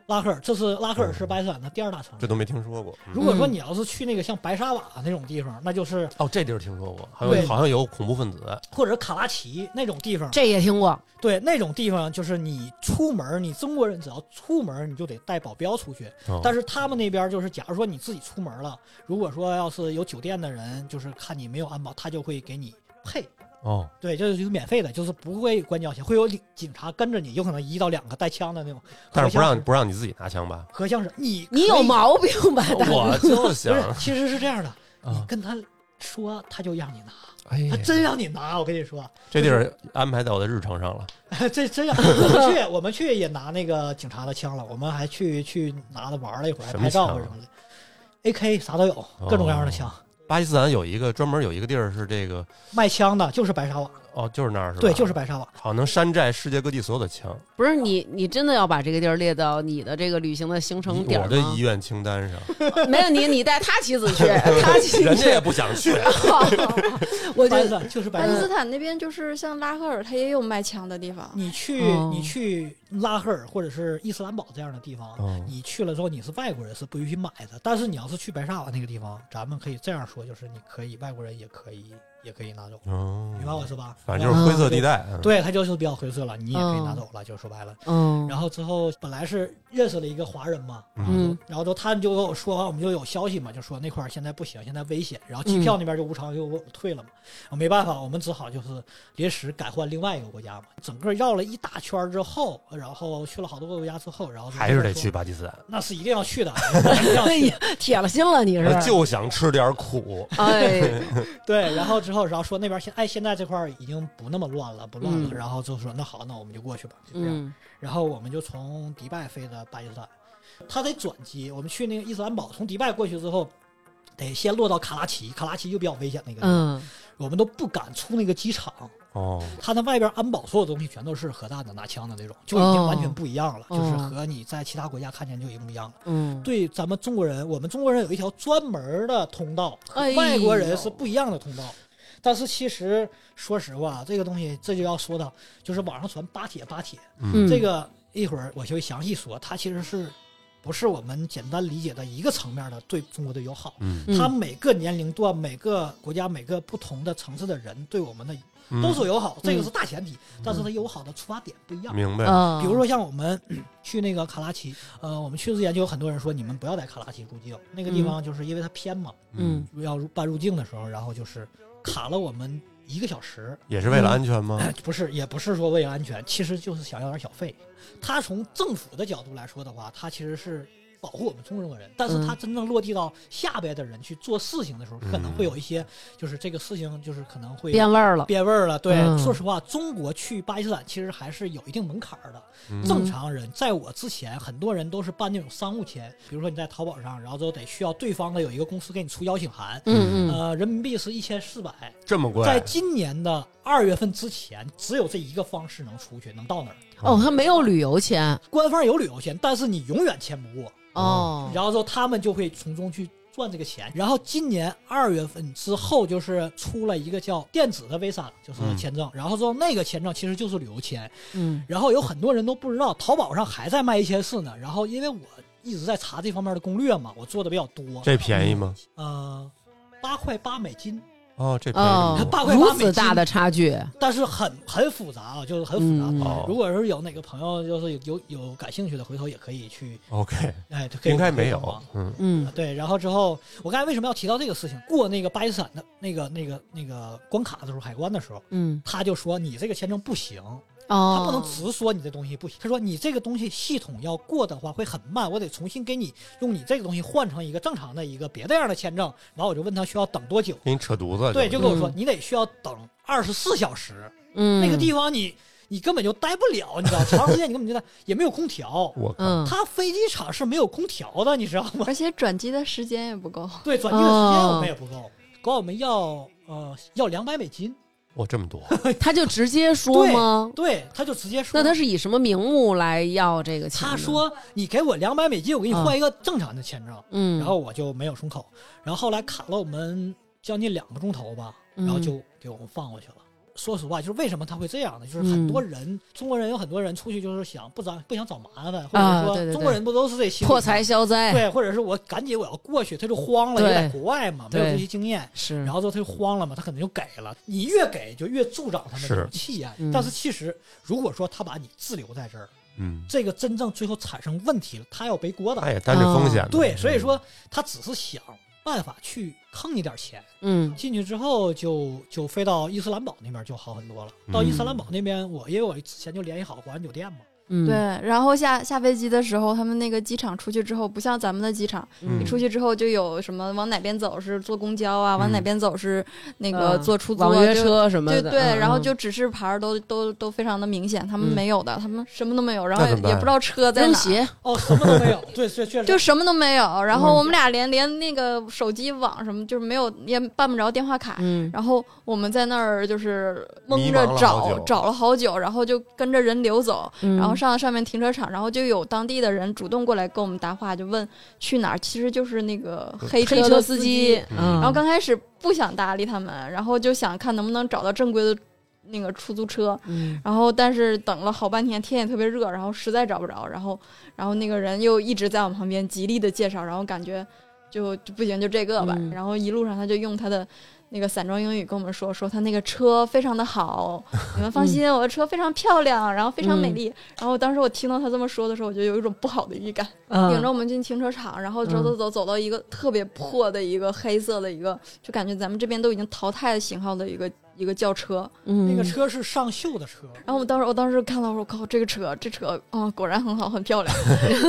Speaker 4: 拉赫尔，这是拉赫尔是巴基斯坦的第二大城
Speaker 1: 哦这
Speaker 4: 市。
Speaker 1: 都没听说过。嗯
Speaker 4: 如果说你要是去那个像白沙瓦那种地方，那就是
Speaker 1: 哦，这地儿听说过，好
Speaker 4: 对
Speaker 1: 像好像有恐怖分子。
Speaker 4: 或者是卡拉奇那种地方，
Speaker 2: 这也听过，
Speaker 4: 对，那种地方就是你出门，你中国人只要出门你就得带保镖出去。
Speaker 1: 哦
Speaker 4: 但是他们那边就是，假如说你自己出门了，如果说要是有酒店的人，就是看你没有安保，他就会给你配。
Speaker 1: 哦，
Speaker 4: 对，这就是免费的，就是不会关交钱，会有警察跟着你，有可能一到两个带枪的那种。
Speaker 1: 但是不
Speaker 4: 好
Speaker 1: 让
Speaker 4: 像
Speaker 1: 不让你自己拿枪吧？
Speaker 4: <laughs> 何相是你
Speaker 2: 你
Speaker 4: 可
Speaker 2: 有
Speaker 4: 以
Speaker 2: 毛病吧？大哥
Speaker 1: 我就
Speaker 4: 不 <laughs>
Speaker 1: 想
Speaker 4: 是，其实是这样的，你
Speaker 1: 啊，
Speaker 4: 跟他说，他就让你拿，
Speaker 1: 哎呀
Speaker 4: 他真让你拿，我跟你说， <laughs>
Speaker 1: 这地儿安排在我的日程上了。
Speaker 4: 这
Speaker 1: <laughs>
Speaker 4: 真让我们去，我们去也拿那个警察的枪了，我们还去去拿着玩了一会儿，还
Speaker 1: 什么
Speaker 4: 拍照
Speaker 1: 枪啊哦
Speaker 4: 或者什么的。A K 啥都有，各种各样的枪，
Speaker 1: 巴基斯坦有一个专门有一个地儿是这个，
Speaker 4: 卖枪的就是白沙瓦，
Speaker 1: 哦，就是那儿是吧？
Speaker 4: 对，就是白沙瓦。
Speaker 1: 好能山寨世界各地所有的枪。
Speaker 2: 不是你，你真的要把这个地儿列到你的这个旅行的行程点
Speaker 1: 我
Speaker 2: 儿
Speaker 1: 的
Speaker 2: 吗
Speaker 1: 遗？愿清单
Speaker 4: <laughs>
Speaker 1: 上，
Speaker 2: <laughs> 没问题，你带他妻子去，
Speaker 1: <laughs>
Speaker 4: 哎
Speaker 2: 他妻
Speaker 1: 人家
Speaker 2: 子
Speaker 1: 也，不想去。
Speaker 2: <laughs> 我
Speaker 4: 白
Speaker 2: 觉
Speaker 4: 色
Speaker 2: 得
Speaker 4: 就是白
Speaker 3: 巴基斯
Speaker 4: 色。
Speaker 3: 坦那边就是像拉赫尔，它也有卖枪的地方。
Speaker 4: 你去
Speaker 2: 哦
Speaker 4: 你去拉赫尔或者是伊斯兰堡这样的地方，
Speaker 1: <laughs> 哦
Speaker 4: 你去了之后你是外国人是不允许买的，但是你要是去白沙瓦那个地方，咱们可以这样说，就是你可以外国人也可以也可以拿走，明白
Speaker 1: 哦，
Speaker 4: 我说吧？
Speaker 1: 反正就是灰色地带。嗯，
Speaker 4: 对他就是比较灰色了，你也可以拿走了，就是说白了。
Speaker 2: 嗯
Speaker 4: 然后之后本来是认识了一个华人嘛，
Speaker 2: 嗯
Speaker 4: 然后之后他们就跟我说完，我们就有消息嘛，就说那块儿现在不行，现在危险，然后
Speaker 2: 嗯
Speaker 4: 机票那边就无偿就给我退了嘛，啊没办法，我们只好就是临时改换另外一个国家嘛，整个绕了一大圈儿之后，呃然后去了好多个国家之后，然后就
Speaker 1: 还是得
Speaker 4: 说
Speaker 1: 去，巴基斯坦，
Speaker 4: 那是一定要
Speaker 2: <laughs>
Speaker 4: 去的，啊一定要
Speaker 2: 哎
Speaker 4: 去
Speaker 2: 呀，铁了心了，你
Speaker 1: 我
Speaker 2: 是？
Speaker 1: 就想吃点苦。 <laughs>
Speaker 2: 哎，
Speaker 4: 对，然后之后，然后说那边现哎，现在这块儿已经不那么乱了，不乱了。
Speaker 2: 嗯
Speaker 4: 然后就说那好，那我们就过去吧，就这样。
Speaker 2: 嗯
Speaker 4: 然后我们就从迪拜飞的巴基斯坦，他得转机，我们去那个伊斯兰堡，从迪拜过去之后，得先落到卡拉奇，卡拉奇就比较危险那个地方，
Speaker 2: 嗯，
Speaker 4: 我们都不敢出那个机场，
Speaker 1: 哦，
Speaker 4: 他那外边安保所有东西全都是核弹的、拿枪的那种，就已经完全不一样了，
Speaker 2: 哦
Speaker 4: 就是
Speaker 2: 哦
Speaker 4: 和你在其他国家看见就已经不一样了。
Speaker 2: 嗯，
Speaker 4: 对咱们中国人，我们中国人有一条专门的通道，和
Speaker 2: 哎呦
Speaker 4: 外国人是不一样的通道。但是其实说实话，这个东西这就要说到，就是网上传巴铁巴铁，
Speaker 2: 嗯
Speaker 4: 这个一会儿我就会详细说，它其实是不是我们简单理解的一个层面的对中国的友好？
Speaker 1: 嗯
Speaker 4: 它每个年龄段、每个国家、每个不同的层次的人对我们的
Speaker 1: 嗯，
Speaker 4: 都是友好，这个是大前提，但是它友好的出发点不一样。嗯
Speaker 1: 明白。
Speaker 2: 啊，
Speaker 4: 比如说像我们 <clears throat> 嗯去那个卡拉奇，呃，我们去之前就有很多人说你们不要在卡拉奇入境，那个地方就是因为它偏嘛，
Speaker 2: 嗯，
Speaker 4: 要入办入境的时候，然后就是卡了我们一个小时，
Speaker 1: 也是为了安全吗？
Speaker 4: <clears throat> 不是，也不是说为了安全，其实就是想要点小费。他从政府的角度来说的话，他其实是保护我们中国人，但是他真正落地到下边的人去做事情的时候，可能会有一些，就是这个事情就是可能会
Speaker 2: 变味儿了，
Speaker 4: 变味儿了。对，
Speaker 2: 嗯
Speaker 4: 说实话，中国去巴基斯坦其实还是有一定门槛儿的。
Speaker 1: 嗯
Speaker 4: 正常人在我之前，很多人都是办那种商务签，比如说你在淘宝上，然后都得需要对方的有一个公司给你出邀请函，
Speaker 2: 嗯嗯，
Speaker 4: 呃，人民币是一千四百。
Speaker 1: 这么贵？
Speaker 4: 在今年的二月份之前，只有这一个方式能出去，能到那儿。
Speaker 2: 哦，他没有旅游签
Speaker 4: 官方有旅游签，但是你永远签不过。
Speaker 2: 哦，
Speaker 4: 然后之后他们就会从中去赚这个钱。然后今年二月份之后，就是出了一个叫电子的 Visa，就是
Speaker 1: 嗯
Speaker 4: 签证。然后之后那个签证其实就是旅游签。
Speaker 2: 嗯
Speaker 4: 然后有很多人都不知道，淘宝上还在卖一千四呢。然后因为我一直在查这方面的攻略嘛，我做的比较多。
Speaker 1: 这便宜吗？
Speaker 4: 呃，八块八美金，
Speaker 1: 哦，这便宜
Speaker 2: 哦
Speaker 1: 这么，
Speaker 4: 八块八
Speaker 2: 如
Speaker 4: 美
Speaker 2: 此
Speaker 4: 金
Speaker 2: 大的差距，
Speaker 4: 但是很很复杂啊，就是很复杂。
Speaker 2: 嗯，
Speaker 1: 哦
Speaker 4: 如果是有哪个朋友就是有有有感兴趣的，回头也可以去，
Speaker 1: 贵。OK，
Speaker 4: <laughs> 哎，就可以
Speaker 1: 应该
Speaker 4: 可以
Speaker 1: 没
Speaker 4: 帮忙
Speaker 1: 有。嗯
Speaker 2: 嗯
Speaker 4: 啊对，然后之后，我刚才为什么要提到这个事情？过那个巴基斯坦的那个、那个、那个关卡的时候，海关的时候，
Speaker 2: 嗯，
Speaker 4: 他就说你这个签证不行，
Speaker 2: 哦，
Speaker 4: 他不能直说你这东西不行。他说你这个东西系统要过的话会很慢，我得重新给你用你这个东西换成一个正常的一个别的样的签证。然后我就问他需要等多久，
Speaker 1: 给你扯犊子。
Speaker 4: 对，就跟我说
Speaker 2: 嗯
Speaker 4: 你得需要等二十四小时。
Speaker 2: 嗯
Speaker 4: 那个地方你你根本就待不了，你知道，长时间你根本就待，也没有空调，
Speaker 1: 我靠，
Speaker 2: 嗯
Speaker 4: 它飞机场是没有空调的，你知道吗？
Speaker 3: 而且转机的时间也不够。
Speaker 4: 对，转机的时间
Speaker 2: 哦
Speaker 4: 我们也不够，管我们要呃要两百美金，
Speaker 1: 哇，这么
Speaker 4: <laughs>
Speaker 1: 多，
Speaker 2: 他就直接说吗？
Speaker 4: 对，他就直接说，
Speaker 2: 那他是以什么名目来要这个钱呢？
Speaker 4: 他说你给我两百美金，我给你
Speaker 2: 嗯
Speaker 4: 换一个正常的签证，
Speaker 2: 嗯，
Speaker 4: 然后我就没有松口，然后后来卡了我们将近两个钟头吧，然后
Speaker 2: 嗯
Speaker 4: 就给我们放过去了。说实话，就是为什么他会这样呢？就是很多人，中国人有很多人出去就是想不找不想找麻烦，或者
Speaker 2: 啊
Speaker 4: 是说、
Speaker 2: 对对对
Speaker 4: 中国人不都是这心理
Speaker 2: 破
Speaker 4: 吗
Speaker 2: 财消灾
Speaker 4: 对，或者是我赶紧我要过去，他就慌了，因
Speaker 2: 对
Speaker 4: 为在国外嘛，没有
Speaker 2: 对
Speaker 4: 这些经验，
Speaker 1: 嗯
Speaker 2: 是，
Speaker 4: 然后之后他就慌了嘛，他可能就给了。你越给就越助长他们这种
Speaker 1: 是
Speaker 4: 气焰。
Speaker 2: 嗯
Speaker 4: 但是其实，如果说他把你滞留在这儿，
Speaker 1: 嗯，
Speaker 4: 这个真正最后产生问题了，他要背锅
Speaker 1: 那
Speaker 4: 的。
Speaker 1: 也担着风险的。
Speaker 4: 哦对，
Speaker 1: 哎嗯
Speaker 4: 所以说他只是想办法去坑你点钱。
Speaker 2: 嗯
Speaker 4: 进去之后就就飞到伊斯兰堡那边就好很多了。
Speaker 1: 嗯
Speaker 4: 到伊斯兰堡那边，我因为我之前就联系好国安酒店嘛，
Speaker 2: 嗯，
Speaker 3: <laughs> 对，然后下下飞机的时候，他们那个机场出去之后，不像咱们的机场，
Speaker 1: 嗯
Speaker 3: 你出去之后就有什么往哪边走是坐公交啊，往
Speaker 1: 嗯
Speaker 3: 哪边走是那
Speaker 2: 那
Speaker 3: 个坐出租、啊
Speaker 2: 网约
Speaker 3: 就
Speaker 2: 车什么
Speaker 3: 对
Speaker 2: 的，
Speaker 3: 对，
Speaker 2: 嗯
Speaker 3: 然后
Speaker 2: 嗯
Speaker 3: 就指示牌儿都都都非常的明显，他们
Speaker 2: 嗯
Speaker 3: 没有的，他们什么都没有，然后
Speaker 1: 那
Speaker 3: 也
Speaker 1: 怎么办
Speaker 3: 也不知道车在
Speaker 2: 扔
Speaker 3: 哪儿，
Speaker 2: 鞋，
Speaker 4: 哦，什么都没有。对，确确实
Speaker 3: 就什么都没有。然后
Speaker 2: 嗯
Speaker 3: 我们俩连连那个手机网什么就是没有，也办不着电话卡。
Speaker 2: 嗯，
Speaker 3: 然后我们在那儿就是蒙
Speaker 1: 迷
Speaker 3: 着
Speaker 1: 茫了好
Speaker 3: 找，
Speaker 1: 久
Speaker 3: 找了好久，然后就跟着人流走，
Speaker 2: 然
Speaker 3: 然后上上面停车场，然后就有当地的人主动过来跟我们搭话，就问去哪儿，其实就是那个黑
Speaker 2: 黑
Speaker 3: 的
Speaker 2: 车
Speaker 3: 司
Speaker 2: 司机，嗯，
Speaker 3: 然后刚开始不想搭理他们，然后就想看能不能找到正规的那个出租车。
Speaker 2: 嗯
Speaker 3: 然后，但是等了好半天，天也特别热，然后实在找不着，然后，然后那个人又一直在我们旁边极力的介绍，然后感觉就就不行，就这个吧。
Speaker 2: 嗯
Speaker 3: 然后一路上他就用他的那个散装英语跟我们说，说他那个车非常的好，你们放心，我的车非常漂亮，然后非常美
Speaker 2: 嗯
Speaker 3: 丽。然后当时我听到他这么说的时候，我就有一种不好的预
Speaker 2: <laughs>
Speaker 3: 感。
Speaker 2: 嗯
Speaker 3: 领着我们进停车场，然后走走走走到一个特别破的一个黑色的一个，就感觉咱们这边都已经淘汰的型号的一个一个轿车，
Speaker 2: 嗯
Speaker 4: 那个车是上锈的车，
Speaker 3: 然后我当时我当时看到我说靠这个车这车啊、哦、果然很好很漂亮，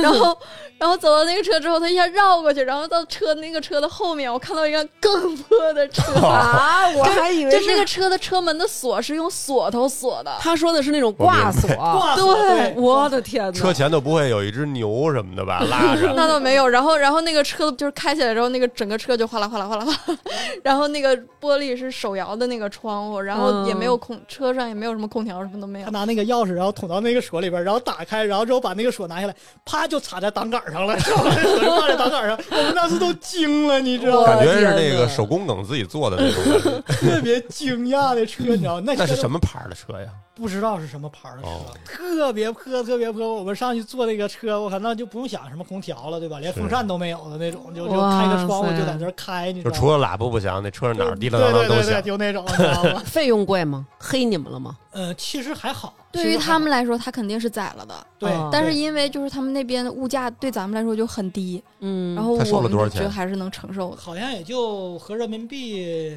Speaker 3: 然后然后走到那个车之后，他一下绕过去，然后到车那个车的后面，我看到一个更破的车，
Speaker 2: 啊，我还 <laughs> 以为
Speaker 3: 就是那个车的车门的锁是用锁头锁的，
Speaker 2: 他说的是那种挂锁，
Speaker 4: <laughs> 挂锁对
Speaker 2: 我的天哪，
Speaker 1: 车前头不会有一只牛什么的
Speaker 4: <laughs>
Speaker 1: 吧？拉着，
Speaker 3: 那倒没有。然后，然后那个车就是开起来之后，那个整个车就哗啦哗啦哗啦 <laughs> 哗啦，然后那个玻璃是手摇的那个窗户，然后也没有空，车上也没有什么空调，什么都没有
Speaker 4: 他。拿那个钥匙，然后捅到那个锁里边，然后打开，然后之后把那个锁拿下来，啪就插在挡杆上了， <laughs> 然后那锁就挂在挡杆上，我们当时都惊了，你知道吗？
Speaker 1: 感觉是
Speaker 2: 天
Speaker 1: 那
Speaker 2: 哪
Speaker 1: 个手工梗自己做的那种感
Speaker 4: <laughs>
Speaker 1: 觉。
Speaker 4: 特别惊讶的车，你知道吗？那
Speaker 1: 那
Speaker 4: 车
Speaker 1: 是什么牌儿的车呀？
Speaker 4: 不知道是什么牌儿的车，
Speaker 1: 哦
Speaker 4: 特别破，特别破。我们上去坐那个车，我靠，那就不用想什么空调了，对吧？连风扇都没有的那种，就就
Speaker 2: 哇
Speaker 4: 开个
Speaker 2: 塞
Speaker 4: 窗户就在那儿开，你知
Speaker 1: 就
Speaker 4: 道
Speaker 1: 除
Speaker 4: 吗？
Speaker 1: 了喇叭不响，那车上哪儿滴
Speaker 4: 对
Speaker 1: 啦啦
Speaker 4: 对
Speaker 1: 啷都
Speaker 4: 对对，
Speaker 1: 响。
Speaker 4: 就那种，你知道吗？ <laughs>
Speaker 2: 费用贵吗？黑你们了吗？
Speaker 4: 呃，其实还好，
Speaker 3: 对
Speaker 4: 其
Speaker 3: 于
Speaker 4: 实还
Speaker 3: 他
Speaker 4: 好
Speaker 3: 们来说，他肯定是宰了的。
Speaker 4: 对
Speaker 2: 哦，
Speaker 3: 但是
Speaker 4: 对
Speaker 3: 因为就是他们那边的物价对咱们来说就很低，
Speaker 2: 嗯，
Speaker 3: 然后
Speaker 1: 他收
Speaker 3: 我
Speaker 1: 了
Speaker 3: 们
Speaker 1: 多少
Speaker 3: 就
Speaker 1: 钱
Speaker 3: 觉得还是能承受的，
Speaker 4: 好像也就合人民币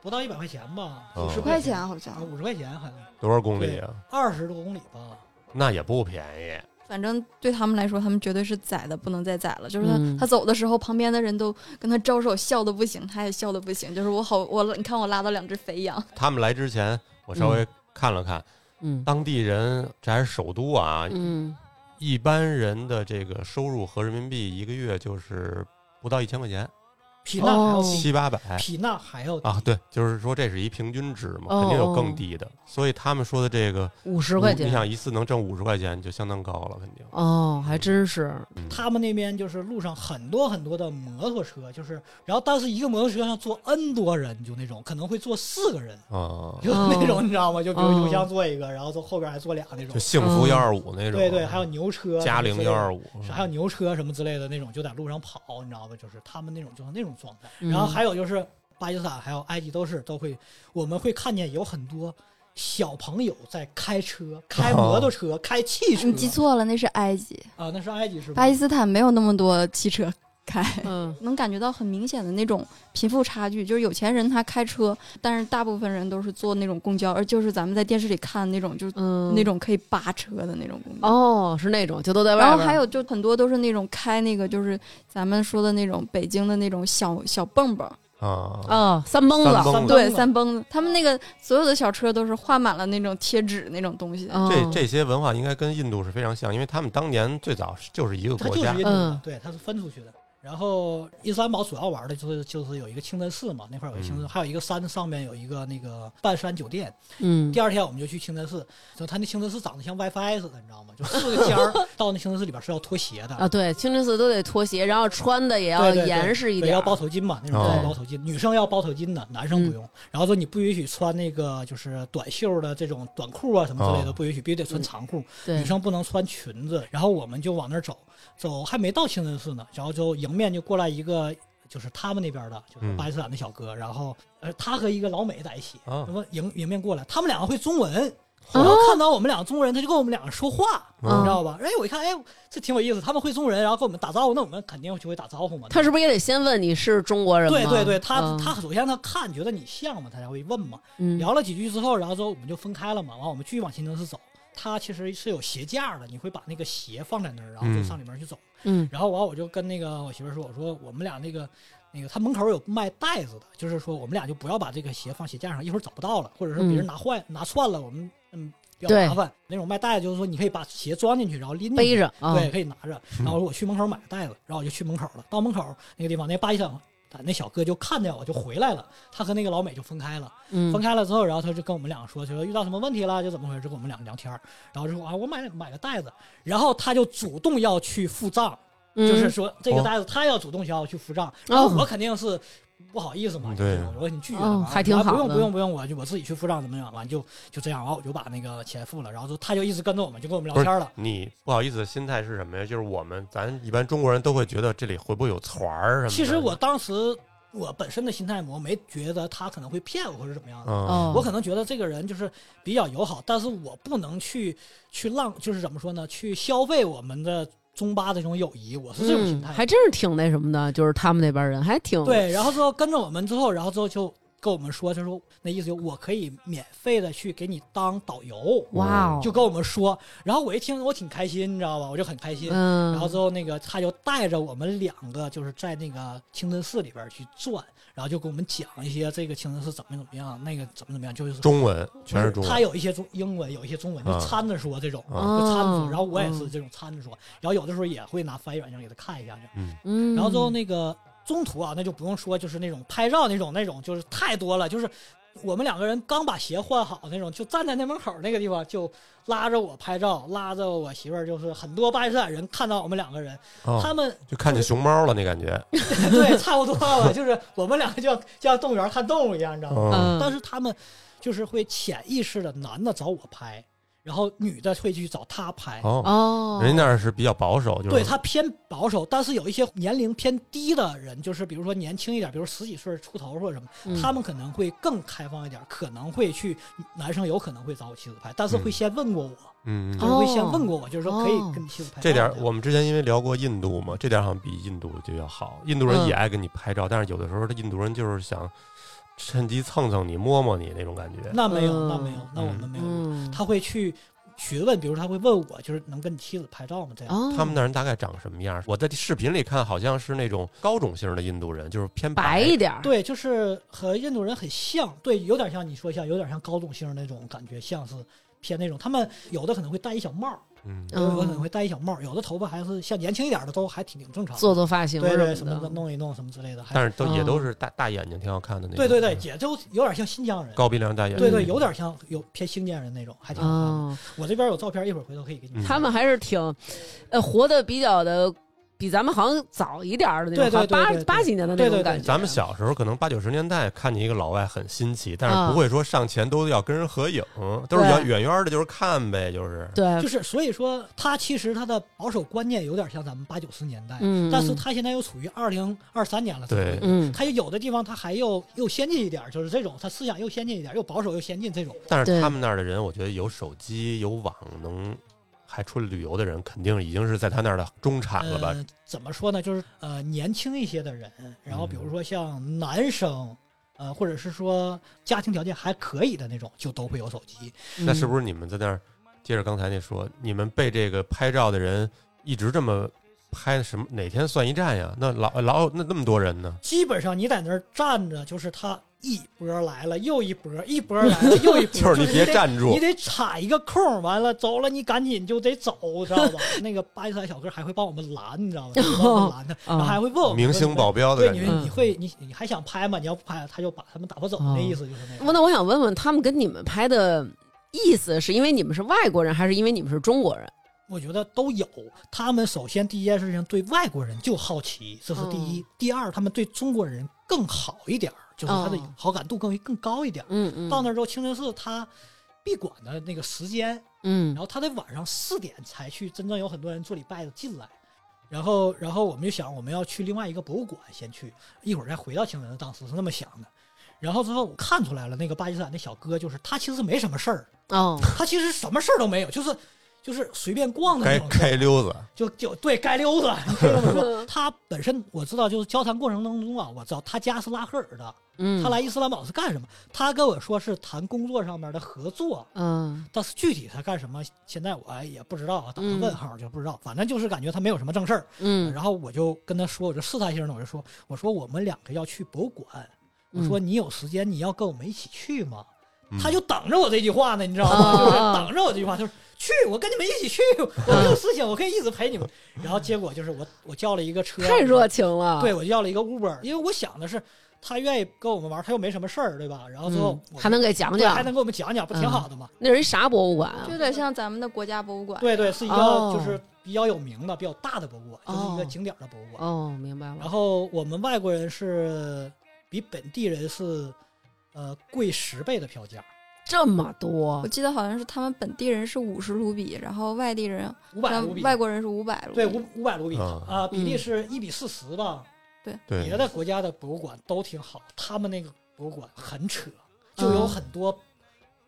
Speaker 4: 不到一百块钱吧，
Speaker 1: 哦
Speaker 4: 50
Speaker 3: 十块钱好像
Speaker 4: 啊，，五十块钱好像
Speaker 1: 多少公里啊？
Speaker 4: 二十多公里吧。
Speaker 1: 那也不便宜。
Speaker 3: 反正对他们来说，他们绝对是宰的，不能再宰了。就是他、
Speaker 2: 嗯
Speaker 3: 他走的时候，旁边的人都跟他招手，笑的不行，他也笑的不行。就是我好，我你看我拉到两只肥羊，
Speaker 1: 他们来之前，我稍微看了看
Speaker 2: 嗯
Speaker 1: 当地人，这还是首都啊，
Speaker 2: 嗯，
Speaker 1: 一般人的这个收入合人民币一个月就是不到一千块钱，
Speaker 4: 比那还要
Speaker 2: 哦
Speaker 4: 低，
Speaker 1: 七八百
Speaker 4: 比那还要低
Speaker 1: 啊。对，就是说这是一平均值嘛，
Speaker 2: 哦
Speaker 1: 肯定有更低的。所以他们说的这个
Speaker 2: 五十块
Speaker 1: 你
Speaker 2: 钱
Speaker 1: 想一次能挣五十块钱，就相当高了，肯定。
Speaker 2: 哦，还真是
Speaker 1: 嗯
Speaker 4: 他们那边就是路上很多很多的摩托车，就是然后但是一个摩托车上坐 N 多人，就那种可能会坐四个人，
Speaker 1: 啊，
Speaker 4: 就是
Speaker 2: 哦
Speaker 4: 那种你知道吗？就比如
Speaker 2: 哦
Speaker 4: 油箱坐一个，然后坐后边还坐俩那种
Speaker 1: 就。幸福幺二五那种。
Speaker 4: 对对，还有牛车，
Speaker 1: 嘉陵啊幺二
Speaker 4: 五，
Speaker 1: 五，
Speaker 4: 还有牛车什么之类的那种，就在路上跑，你知道吧？就是他们那种就是那种状态。
Speaker 2: 嗯
Speaker 4: 然后还有就是巴基斯坦还有埃及都是都会，我们会看见有很多小朋友在开车、开摩托车、开汽车。
Speaker 3: 你记错了，那是埃及，
Speaker 4: 啊？那是埃及是
Speaker 3: 嗯
Speaker 4: 吧
Speaker 3: 巴？基斯坦没有那么多汽车开。
Speaker 2: 嗯
Speaker 3: 能感觉到很明显的那种贫富差距，就是有钱人他开车，但是大部分人都是坐那种公交，而就是咱们在电视里看那种，就是
Speaker 2: 嗯
Speaker 3: 那种可以扒车的那种公交。
Speaker 2: 哦，是那种就都在外
Speaker 3: 然
Speaker 2: 边儿，
Speaker 3: 后还有就很多都是那种开那个就是咱们说的那种北京的那种小小蹦蹦，
Speaker 1: 啊，
Speaker 2: 啊三蹦子
Speaker 1: 三蹦
Speaker 4: 三
Speaker 1: 子
Speaker 3: 对，
Speaker 4: 蹦
Speaker 3: 三蹦子，他们那个所有的小车都是画满了那种贴纸那种东西。<laughs>
Speaker 4: 啊
Speaker 2: 哦
Speaker 1: 这这些文化应该跟印度是非常像，因为他们当年最早是就是一个
Speaker 4: 它
Speaker 1: 国
Speaker 4: 就是
Speaker 1: 家
Speaker 4: 印度的
Speaker 2: 嗯，
Speaker 4: 对，它是分出去的。然后伊斯兰堡主要玩的就是就是有一个清真寺嘛，那块儿有一个清真，
Speaker 1: 嗯
Speaker 4: 还有一个山上面有一个那个半山酒店。
Speaker 2: 嗯
Speaker 4: 第二天我们就去清真寺，就它那清真寺长得像 WiFi 似的，你知道吗？就四个
Speaker 3: <laughs>
Speaker 4: 尖儿到那清真寺里边是要脱鞋的，
Speaker 2: 啊对，清真寺都得脱鞋，然后穿的也要
Speaker 4: 对对对
Speaker 2: 严实一
Speaker 4: 对
Speaker 2: 点
Speaker 4: 要
Speaker 2: 儿，
Speaker 4: 包头巾嘛，那种
Speaker 1: 哦
Speaker 4: 要包头巾，女生要包头巾的，男生不用。然后说你不允许穿那个就是短袖的这种短裤啊什么之类的，
Speaker 1: 哦
Speaker 4: 不允许，必须得穿长裤。
Speaker 2: 嗯对
Speaker 4: 女，生不能穿裙子。然后我们就往那儿走，走还没到清真寺呢，然后就迎面就过来一个。就是他们那边的，就是
Speaker 1: 嗯
Speaker 4: 巴基斯坦的小哥，然后呃，他和一个老美在一起，
Speaker 1: 啊
Speaker 4: 什么迎迎面过来，他们两个会中文，
Speaker 2: 哦
Speaker 4: 然后看到我们两个中国人，他就跟我们两个说话，
Speaker 1: 嗯
Speaker 4: 你知道吧？哎，我一看，哎，这挺有意思，他们会中文，然后跟我们打招呼，那我们肯定就会打招呼嘛。
Speaker 2: 他是不是也得先问你是中国人吗？
Speaker 4: 对对对，他、
Speaker 2: 嗯
Speaker 4: 他首先他看觉得你像嘛，他才会问嘛。
Speaker 2: 嗯
Speaker 4: 聊了几句之后，然后之后我们就分开了嘛，完我们继续往清真寺走。他其实是有鞋架的，你会把那个鞋放在那儿，然后就
Speaker 1: 嗯
Speaker 4: 上里面去走。
Speaker 2: 嗯
Speaker 4: 然后完我就跟那个我媳妇儿说，我说我们俩那个那个他门口有卖袋子的，就是说我们俩就不要把这个鞋放鞋架上，一会儿找不到了，或者是别人拿坏、拿串了，我们嗯比较
Speaker 2: 嗯对
Speaker 4: 麻烦。那种卖袋子就是说你可以把鞋装进去，然后拎进去
Speaker 2: 背着啊，
Speaker 4: 对，可以拿着。然后我去门口买个袋子，然后我就去门口了。到门口那个地方，那巴基斯坦那小哥就看见我就回来了，他和那个老美就分开了。
Speaker 2: 嗯
Speaker 4: 分开了之后，然后他就跟我们俩说，就说遇到什么问题了，就怎么回事，就跟我们俩聊天儿。然后就说啊，我买买个袋子，然后他就主动要去付账，
Speaker 2: 嗯
Speaker 4: 就是说这个
Speaker 1: 哦
Speaker 4: 袋子他要主动想要去付账，然后我肯定是。不好意思嘛，
Speaker 1: 嗯对
Speaker 4: 就是我说你拒绝
Speaker 2: 哦
Speaker 4: 吧，
Speaker 2: 还挺好
Speaker 4: 不用
Speaker 2: 的
Speaker 4: 不用不用，我就我自己去付账怎么样，完就就这样，完我就把那个钱付了，然后就他就一直跟着我们，就跟我们聊天了。
Speaker 1: 你不好意思的心态是什么呀？就是我们咱一般中国人都会觉得这里会不会有团儿啊什么的。
Speaker 4: 其实我当时我本身的心态，我没觉得他可能会骗我或者怎么样的。
Speaker 1: 嗯
Speaker 2: 哦，
Speaker 4: 我可能觉得这个人就是比较友好，但是我不能去去浪，就是怎么说呢？去消费我们的中巴的这种友谊，我是这种心
Speaker 2: 嗯，
Speaker 4: 态。
Speaker 2: 还真是挺那什么的，就是他们那边人还挺
Speaker 4: 对，然后之后跟着我们之后，然后之后就跟我们说，他说那意思就我可以免费的去给你当导游，
Speaker 2: 哇哦，
Speaker 4: 就跟我们说。然后我一听，我挺开心，你知道吧？我就很开心。
Speaker 2: 嗯，
Speaker 4: 然后之后那个他就带着我们两个就是在那个清真寺里边去转，然后就给我们讲一些这个清真寺怎么怎么样，那个怎么怎么样，就是
Speaker 1: 中文全是中
Speaker 4: 他
Speaker 1: 文，
Speaker 4: 有一些中英文，有一些中文，就
Speaker 1: 啊
Speaker 4: 掺着说这种，
Speaker 1: 啊
Speaker 4: 就掺着
Speaker 2: 哦
Speaker 4: 说。然后我也是这种掺着说，然后有的时候也会拿翻译软件给他看一下。
Speaker 1: 嗯，
Speaker 2: 嗯，
Speaker 4: 然后之后那个中途啊，那就不用说，就是那种拍照那种那种，就是太多了，就是。我们两个人刚把鞋换好那种，就站在那门口那个地方，就拉着我拍照，拉着我媳妇儿，就是很多巴基斯坦人看到我们两个人，他
Speaker 1: 哦，
Speaker 4: 们
Speaker 1: 就看见熊猫了那感觉，
Speaker 4: 对差不多了，就是我们两个就像像动物园看动物一样，你知道吗？
Speaker 1: 嗯，
Speaker 4: 但是他们就是会潜意识的，男的找我拍，然后女的会去找他拍。
Speaker 1: 哦，
Speaker 2: 哦，
Speaker 1: 人家那儿是比较保守，就是
Speaker 4: 嗯
Speaker 2: 嗯
Speaker 4: 对他偏保守，但是有一些年龄偏低的人，就是比如说年轻一点，比如十几岁出头或者什么，
Speaker 2: 嗯
Speaker 4: 他们可能会更开放一点，可能会去男生有可能会找我妻子拍，但是会
Speaker 1: 嗯
Speaker 4: 先问过我，
Speaker 1: 嗯，
Speaker 4: 就
Speaker 1: 嗯
Speaker 4: 是会
Speaker 2: 哦
Speaker 4: 先问过我，就是说可以
Speaker 2: 哦
Speaker 4: 跟你妻子拍照
Speaker 1: 这
Speaker 4: 这
Speaker 1: 点
Speaker 4: 样。
Speaker 1: 儿我们之前因为聊过印度嘛，这点儿好像比印度就要好。印度
Speaker 4: 嗯
Speaker 1: 人也爱跟你拍照，但是有的时候他印度人就是想趁机蹭蹭你、摸摸你那种感觉。
Speaker 4: 那没有，
Speaker 2: 嗯
Speaker 4: 那没有，那我们没有，
Speaker 2: 嗯，
Speaker 4: 他会去询问，比如他会问我，就是能跟你妻子拍照吗？这样。
Speaker 2: 哦
Speaker 1: 他们那人大概长什么样？我在视频里看，好像是那种高种姓的印度人，就是偏
Speaker 2: 白一点儿，
Speaker 4: 对，就是和印度人很像，对，有点像你说像，有点像高种姓那种感觉，像是偏那种。他们有的可能会戴一小帽儿，
Speaker 1: 嗯，
Speaker 4: 有的可能
Speaker 2: 嗯
Speaker 4: 会戴一小帽儿，有的头发还是像年轻一点儿的都还挺挺正常的，
Speaker 2: 做做发型
Speaker 4: 对对什
Speaker 2: 么
Speaker 4: 么的弄一弄什么之类的，还
Speaker 1: 但是都也
Speaker 2: 嗯
Speaker 1: 都是大大眼睛，挺好看的那种。
Speaker 4: 哦
Speaker 1: 嗯
Speaker 4: 对对对，，也就有点像新疆人，
Speaker 1: 高鼻梁大眼睛。
Speaker 4: 对对，有点像有偏新疆人那种，还挺好看的。
Speaker 2: 哦，
Speaker 4: 我这边有照片，一会儿回头可以给你
Speaker 1: 嗯
Speaker 4: 们。
Speaker 2: 他们还是挺，呃，活得比较的，比咱们好像早一点儿的那种，
Speaker 4: 对对对
Speaker 2: 好像
Speaker 4: 对对
Speaker 2: 八八几年的那
Speaker 4: 对
Speaker 2: 种
Speaker 4: 对对
Speaker 2: 感觉。
Speaker 1: 咱们小时候可能八九十年代看见一个老外很新奇，但
Speaker 2: 啊
Speaker 4: 嗯
Speaker 1: 是不会说上前都要跟人合影，都是
Speaker 2: 对
Speaker 1: 远远远的，就是看呗，就是。
Speaker 2: 对
Speaker 4: 就，是所以说，他其实他的保守观念有点像咱们八九十年代，
Speaker 2: 嗯
Speaker 4: 但是他现在又处于二零二三年了，
Speaker 1: 对
Speaker 2: 嗯，
Speaker 4: 他有的地方他还又又先进一点儿，就是这种，他思想又先进一点儿，又保守又先进这种。
Speaker 1: 但
Speaker 2: 对
Speaker 1: 是他们那儿的人，我觉得有手机有网能还出来旅游的人，肯定已经是在他那儿的中产了吧？
Speaker 4: 呃，怎么说呢？就是呃，年轻一些的人，然后比如
Speaker 1: 嗯
Speaker 4: 说像男生，呃，或者是说家庭条件还可以的那种，就都会有手机。
Speaker 2: 嗯
Speaker 1: 那
Speaker 4: 嗯
Speaker 1: 是不是你们在那儿接着刚才那说，你们被这个拍照的人一直这么拍，什么哪天算一站呀？那老老那那么多人呢？
Speaker 4: 基本上你在那儿站着，就是他一波来了又一波，一波来了又一
Speaker 1: <laughs>
Speaker 4: 波，
Speaker 1: 就是你别
Speaker 4: 得
Speaker 1: 站住
Speaker 4: 你得踩一个空，完了走了，你赶紧就得走，知道吧？那个巴基斯坦小哥还会帮我们拦，你知道吧？帮我们
Speaker 2: <laughs>
Speaker 4: 拦
Speaker 2: 哦嗯
Speaker 4: 他，然后还会问我们
Speaker 1: 明星保镖的
Speaker 4: 哦对，
Speaker 1: 感
Speaker 4: 你
Speaker 1: 觉，
Speaker 4: 你会你你还想拍吗？你要不拍，他就把他们打发走，
Speaker 2: 哦
Speaker 4: 那意思就是那
Speaker 2: 我
Speaker 4: 个。
Speaker 2: 那我想问问，他们跟你们拍的意思，是因为你们是外国人，还是因为你们是中国人？
Speaker 4: 我觉得都有。他们首先第一件事情对外国人就好奇，这是第一；
Speaker 2: 哦
Speaker 4: 第二，他们对中国人更好一点儿，就是他的
Speaker 2: 哦
Speaker 4: 好感度更更高一点儿。
Speaker 2: 嗯嗯，
Speaker 4: 到那儿之后，清真寺他闭馆的那个时间，
Speaker 2: 嗯
Speaker 4: 然后他得晚上四点才去，真正有很多人做礼拜的进来。然后，然后我们就想，我们要去另外一个博物馆先去，一会儿再回到清真寺。当时是那么想的。然后之后我看出来了，那个巴基斯坦那小哥就是他其实没什么事儿，
Speaker 2: 哦，
Speaker 4: 他其实什么事儿都没有，就是就是随便逛的那
Speaker 1: 该
Speaker 4: 种
Speaker 1: 该
Speaker 4: 地儿，
Speaker 1: 溜子，
Speaker 4: 就就对该溜达。你可以这么说，他本身我知道，就是交谈过程当中啊，我知道他家是拉合尔的，
Speaker 2: 嗯，
Speaker 4: 他来伊斯兰堡是干什么？他跟我说是谈工作上面的合作，
Speaker 2: 嗯
Speaker 4: 但是具体他干什么，现在我哎也不知道啊，打个
Speaker 2: 嗯
Speaker 4: 问号就不知道。反正就是感觉他没有什么正事儿。
Speaker 2: 嗯
Speaker 4: 然后我就跟他说，我就试探性的我就说，我说我们两个要去博物馆，我
Speaker 2: 嗯
Speaker 4: 说你有时间你要跟我们一起去吗？
Speaker 1: 嗯
Speaker 4: 他就等着我这句话呢，你知道吗？
Speaker 2: 哦
Speaker 4: 就是等着我这句话，他说去，我跟你们一
Speaker 2: <laughs>
Speaker 4: 起去，我没有事情，我可以一直陪你们。然后结果就是我我叫了一个车，
Speaker 2: 太热情了，
Speaker 4: 对我要了一个 Uber，因为我想的是他愿意跟我们玩，他又没什么事儿，对吧？然后
Speaker 2: 嗯，
Speaker 4: 最后我
Speaker 2: 还能给讲
Speaker 4: 对还
Speaker 2: 讲嗯
Speaker 4: 能，给我们讲讲，不挺好的吗？
Speaker 2: 那是一啥博物馆啊
Speaker 3: 就？有点像咱们的国家博物馆。
Speaker 4: 对对，是一
Speaker 2: 哦
Speaker 4: 个就是比较有名的、比较大的博物馆，就是一
Speaker 2: 哦
Speaker 4: 个景点儿的博物馆。
Speaker 2: 哦，明白
Speaker 4: 然
Speaker 2: 了，
Speaker 4: 后我们外国人是比本地人是呃贵十倍的票价，
Speaker 2: 这么多
Speaker 3: 我，记得好像是他们本地人是五十卢比，然后外地人
Speaker 4: 五百卢比，
Speaker 3: 外国人是五百卢比。
Speaker 4: 对五五百卢比
Speaker 1: 啊
Speaker 4: 啊，比例
Speaker 2: 嗯
Speaker 4: 是一比四十吧。
Speaker 1: 对
Speaker 4: 别，的国家的博物馆都挺好，他们那个博物馆很扯，就有
Speaker 2: 嗯
Speaker 4: 很多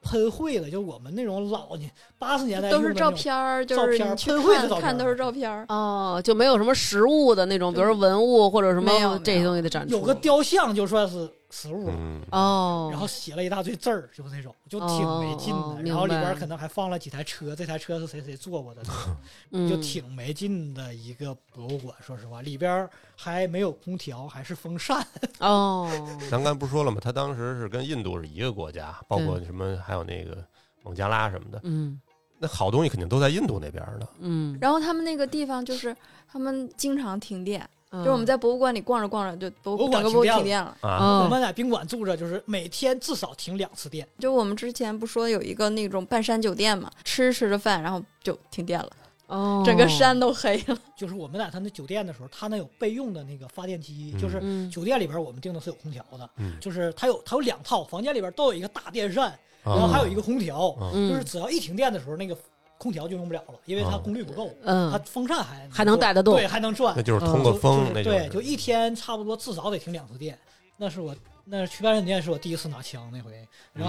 Speaker 4: 喷绘的，就我们那种老年八十年代
Speaker 3: 都
Speaker 4: 用
Speaker 3: 是
Speaker 4: 的
Speaker 3: 照
Speaker 4: 那种
Speaker 3: 片儿，就
Speaker 4: 照
Speaker 3: 是
Speaker 4: 片
Speaker 3: 你
Speaker 4: 儿
Speaker 3: 去
Speaker 4: 喷绘的
Speaker 3: 看
Speaker 4: 照片
Speaker 3: 看
Speaker 4: 儿啊
Speaker 3: 都是照片儿。
Speaker 2: 哦，就没有什么实物的那种，比如说文物或者什
Speaker 3: 没有
Speaker 2: 么这些东西的展出，
Speaker 4: 有个雕像就算是食物了，
Speaker 1: 嗯，
Speaker 2: 哦，
Speaker 4: 然后写了一大堆字儿，就是那种，就挺没劲
Speaker 2: 哦哦
Speaker 4: 的。
Speaker 2: 明白
Speaker 4: 然后里边可能还放了几台车，这台车是谁谁坐过的，
Speaker 2: 嗯
Speaker 4: 就挺没劲的一个博物馆。说实话，里边还没有空调，还是风扇。
Speaker 2: 哦，
Speaker 1: 咱刚才不是说了吗？他当时是跟印度是一个国家，包括什么还有那个孟加拉什么的，
Speaker 2: 嗯
Speaker 1: 那好东西肯定都在印度那边儿呢。
Speaker 2: 嗯，
Speaker 3: 然后他们那个地方就是他们经常停电，
Speaker 2: 就
Speaker 3: 就是我们在博物馆里逛着逛着，就博
Speaker 4: 嗯博
Speaker 3: 物整
Speaker 4: 物馆
Speaker 3: 个博物
Speaker 4: 停电
Speaker 3: 停电了。
Speaker 1: 啊，
Speaker 4: 我
Speaker 2: 哦
Speaker 4: 们在宾馆住着，就是每天至少停两次电。
Speaker 3: 就我们之前不说有一个那种半山酒店嘛，吃吃着饭，然后就停电了，
Speaker 2: 哦，
Speaker 3: 整个山都黑了。
Speaker 4: 就是我们在他那酒店的时候，他那有备用的那个发电机，
Speaker 1: 嗯
Speaker 4: 就是
Speaker 2: 嗯
Speaker 4: 酒店里边我们订的是有空调的，
Speaker 1: 嗯
Speaker 4: 就是它有它有两套，房间里边都有一个大电扇，
Speaker 1: 然
Speaker 4: 然后还有一个空调，
Speaker 1: 啊
Speaker 2: 嗯
Speaker 4: 就是只要一停电的时候，那个空调就用不了了，因为它
Speaker 1: 哦
Speaker 4: 功率不够，它
Speaker 2: 嗯
Speaker 4: 风扇还
Speaker 2: 还能带得动
Speaker 4: 对，还能转
Speaker 1: 啊那，就是通过风，
Speaker 4: 嗯就
Speaker 1: 那
Speaker 4: 是
Speaker 1: 就是
Speaker 4: 对，就一天差不多至少得停两次电。那是我那去半山店是我第一次拿枪那回，然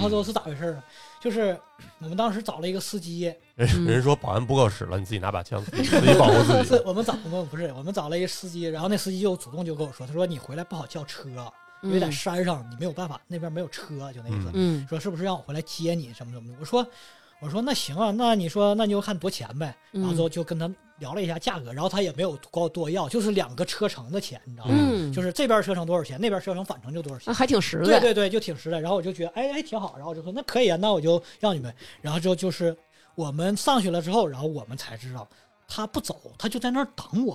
Speaker 1: 嗯
Speaker 4: 后之后是咋回事呢？就是我们当时找了一个司机，
Speaker 1: 人
Speaker 2: 嗯
Speaker 1: 人说保安不够使了，你自己拿把
Speaker 4: <laughs>
Speaker 1: 枪自己自己保护自己
Speaker 4: 是我们找我们不是我们找了一个司机，然后那司机就主动就跟我说，他说你回来不好叫车，因为在山上你没有办法，那边没有车，就那意思。
Speaker 2: 嗯
Speaker 4: 说是不是让我回来接你什么什么的？我说我说那行啊，那你说那你就看多钱呗。
Speaker 2: 嗯
Speaker 4: 然后就就跟他聊了一下价格，然后他也没有管我多要，就是两个车程的钱，你知道吗？
Speaker 2: 嗯，
Speaker 4: 就是这边车程多少钱，那边车程返程就多少钱
Speaker 2: 啊。还挺实
Speaker 4: 对
Speaker 2: 在，
Speaker 4: 对对，就挺实在。然后我就觉得，哎哎，挺好。然后我就说，那可以啊，那我就让你们。然后之后就是我们上去了之后，然后我们才知道他不走，他就在那儿等我，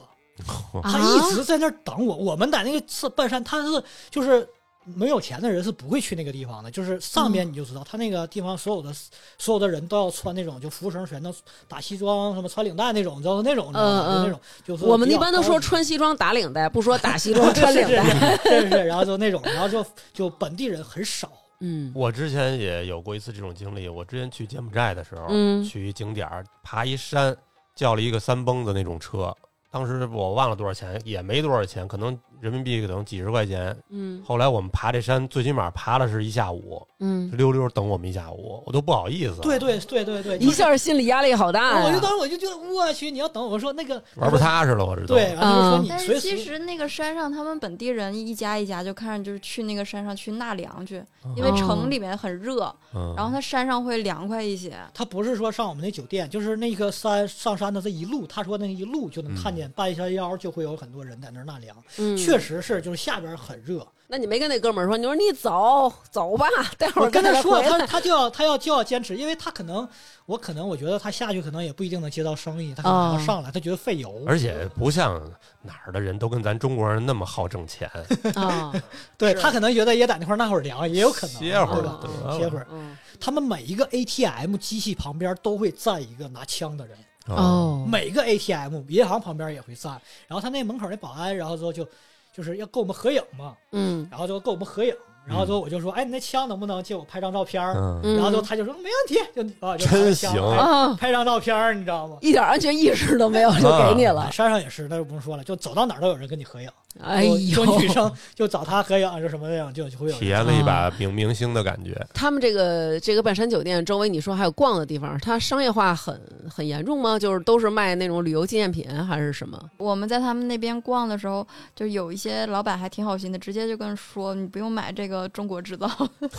Speaker 2: 啊
Speaker 4: 他一直在那儿等我。我们在那个是半山，他是就是没有钱的人是不会去那个地方的。就是上
Speaker 2: 嗯
Speaker 4: 边你就知道，他那个地方所有的所有的人都要穿那种，就服务生全都打西装，什么穿领带那种，你知道那种，你知道
Speaker 2: 嗯
Speaker 4: 吗？
Speaker 2: 嗯
Speaker 4: 就那种，就是
Speaker 2: 我们
Speaker 4: 比
Speaker 2: 一
Speaker 4: 较
Speaker 2: 般都
Speaker 4: 高
Speaker 2: 说
Speaker 4: 级
Speaker 2: 穿西装打领带，不说打西
Speaker 4: <laughs>
Speaker 2: 装穿领带。
Speaker 4: 是是是，是然后就那种，然后就就本地人很少。
Speaker 2: 嗯
Speaker 1: 我之前也有过一次这种经历，我之前去柬埔寨的时候，
Speaker 2: 嗯
Speaker 1: 去一景点儿爬一山，叫了一个三蹦子那种车，当时我忘了多少钱，也没多少钱，可能人民币可能几十块钱。
Speaker 2: 嗯
Speaker 1: 后来我们爬这山，最起码爬了是一下午，
Speaker 2: 嗯，
Speaker 1: 溜溜等我们一下午，我都不好意思。
Speaker 4: 对，对对对对，
Speaker 2: 一下啊心理压力好大
Speaker 4: 我就
Speaker 2: 呀。
Speaker 4: 当时我就觉得我去，你要等我说那个
Speaker 1: 玩不，踏实了，我知道。
Speaker 4: 对，然后就说
Speaker 2: 嗯
Speaker 3: 但
Speaker 4: 你
Speaker 3: 是
Speaker 4: 随
Speaker 3: 其
Speaker 4: 时
Speaker 3: 实那个山上，他们本地人一家一家就看着就是去那个山上去纳凉去，
Speaker 1: 嗯，
Speaker 3: 因为
Speaker 2: 哦
Speaker 3: 城里面很
Speaker 4: 哦
Speaker 3: 热，
Speaker 1: 嗯
Speaker 3: 然后它山上会凉快一些。
Speaker 4: 他不是说上我们那酒店，就是那个山上山的这一路，他说那一路就能看
Speaker 1: 嗯
Speaker 4: 见半山腰就会有很多人在那儿纳凉，
Speaker 2: 嗯，
Speaker 4: 确实是就是下边很热，
Speaker 2: 那你没跟那哥们儿说，你说你走走吧，待会
Speaker 4: 我
Speaker 2: 儿
Speaker 4: 跟
Speaker 2: 他
Speaker 4: 他说，
Speaker 2: 他
Speaker 4: 他他就要他要就要坚持，因为他可能我可能我觉得他下去可能也不一定能接到生意，他可能
Speaker 2: 嗯
Speaker 4: 还要上来，他觉得费油，
Speaker 1: 而且不像哪儿的人都跟咱中国人那么好挣钱，
Speaker 2: 啊，
Speaker 4: <laughs> 对
Speaker 2: 是
Speaker 4: 他可能觉得也在那块儿纳会儿凉，也有可能
Speaker 1: 歇会儿
Speaker 4: 对吧
Speaker 1: 得了
Speaker 4: 歇会儿。
Speaker 2: 嗯
Speaker 4: 他们每一个 ATM 机器旁边都会站一个拿枪的人，
Speaker 1: 嗯
Speaker 2: 哦，
Speaker 4: 每个 ATM 银行旁边也会站。然后他那门口那保安，然后之后就就是要跟我们合影嘛，
Speaker 2: 嗯
Speaker 4: 然后就跟我们合影，然后之后我就说，哎，你那枪能不能借我拍张照片儿？
Speaker 1: 嗯，
Speaker 2: 嗯
Speaker 4: 然后之后他就说没问题，就啊就拿
Speaker 1: 真
Speaker 4: 着枪
Speaker 1: 行
Speaker 4: 拍
Speaker 2: 啊，
Speaker 4: 拍张照片儿，你知道吗？
Speaker 2: 一点安全意识都没有就给你了。
Speaker 4: 山上也是，那就不用说了，就走到哪儿都有人跟你合影。
Speaker 2: 哎
Speaker 4: 就
Speaker 2: 呦，
Speaker 4: 就女生就找他合影，就什么那样，就就会有人
Speaker 1: 体验了一把明明星的感觉。
Speaker 2: 他们这个这个半山酒店周围，你说还有逛的地方，它商业化很很严重吗？就是都是卖那种旅游纪念品还是什么？
Speaker 3: 我们在他们那边逛的时候，就有一些老板还挺好心的，直接就跟说你不用买这个中国制造。 <laughs>
Speaker 4: 对，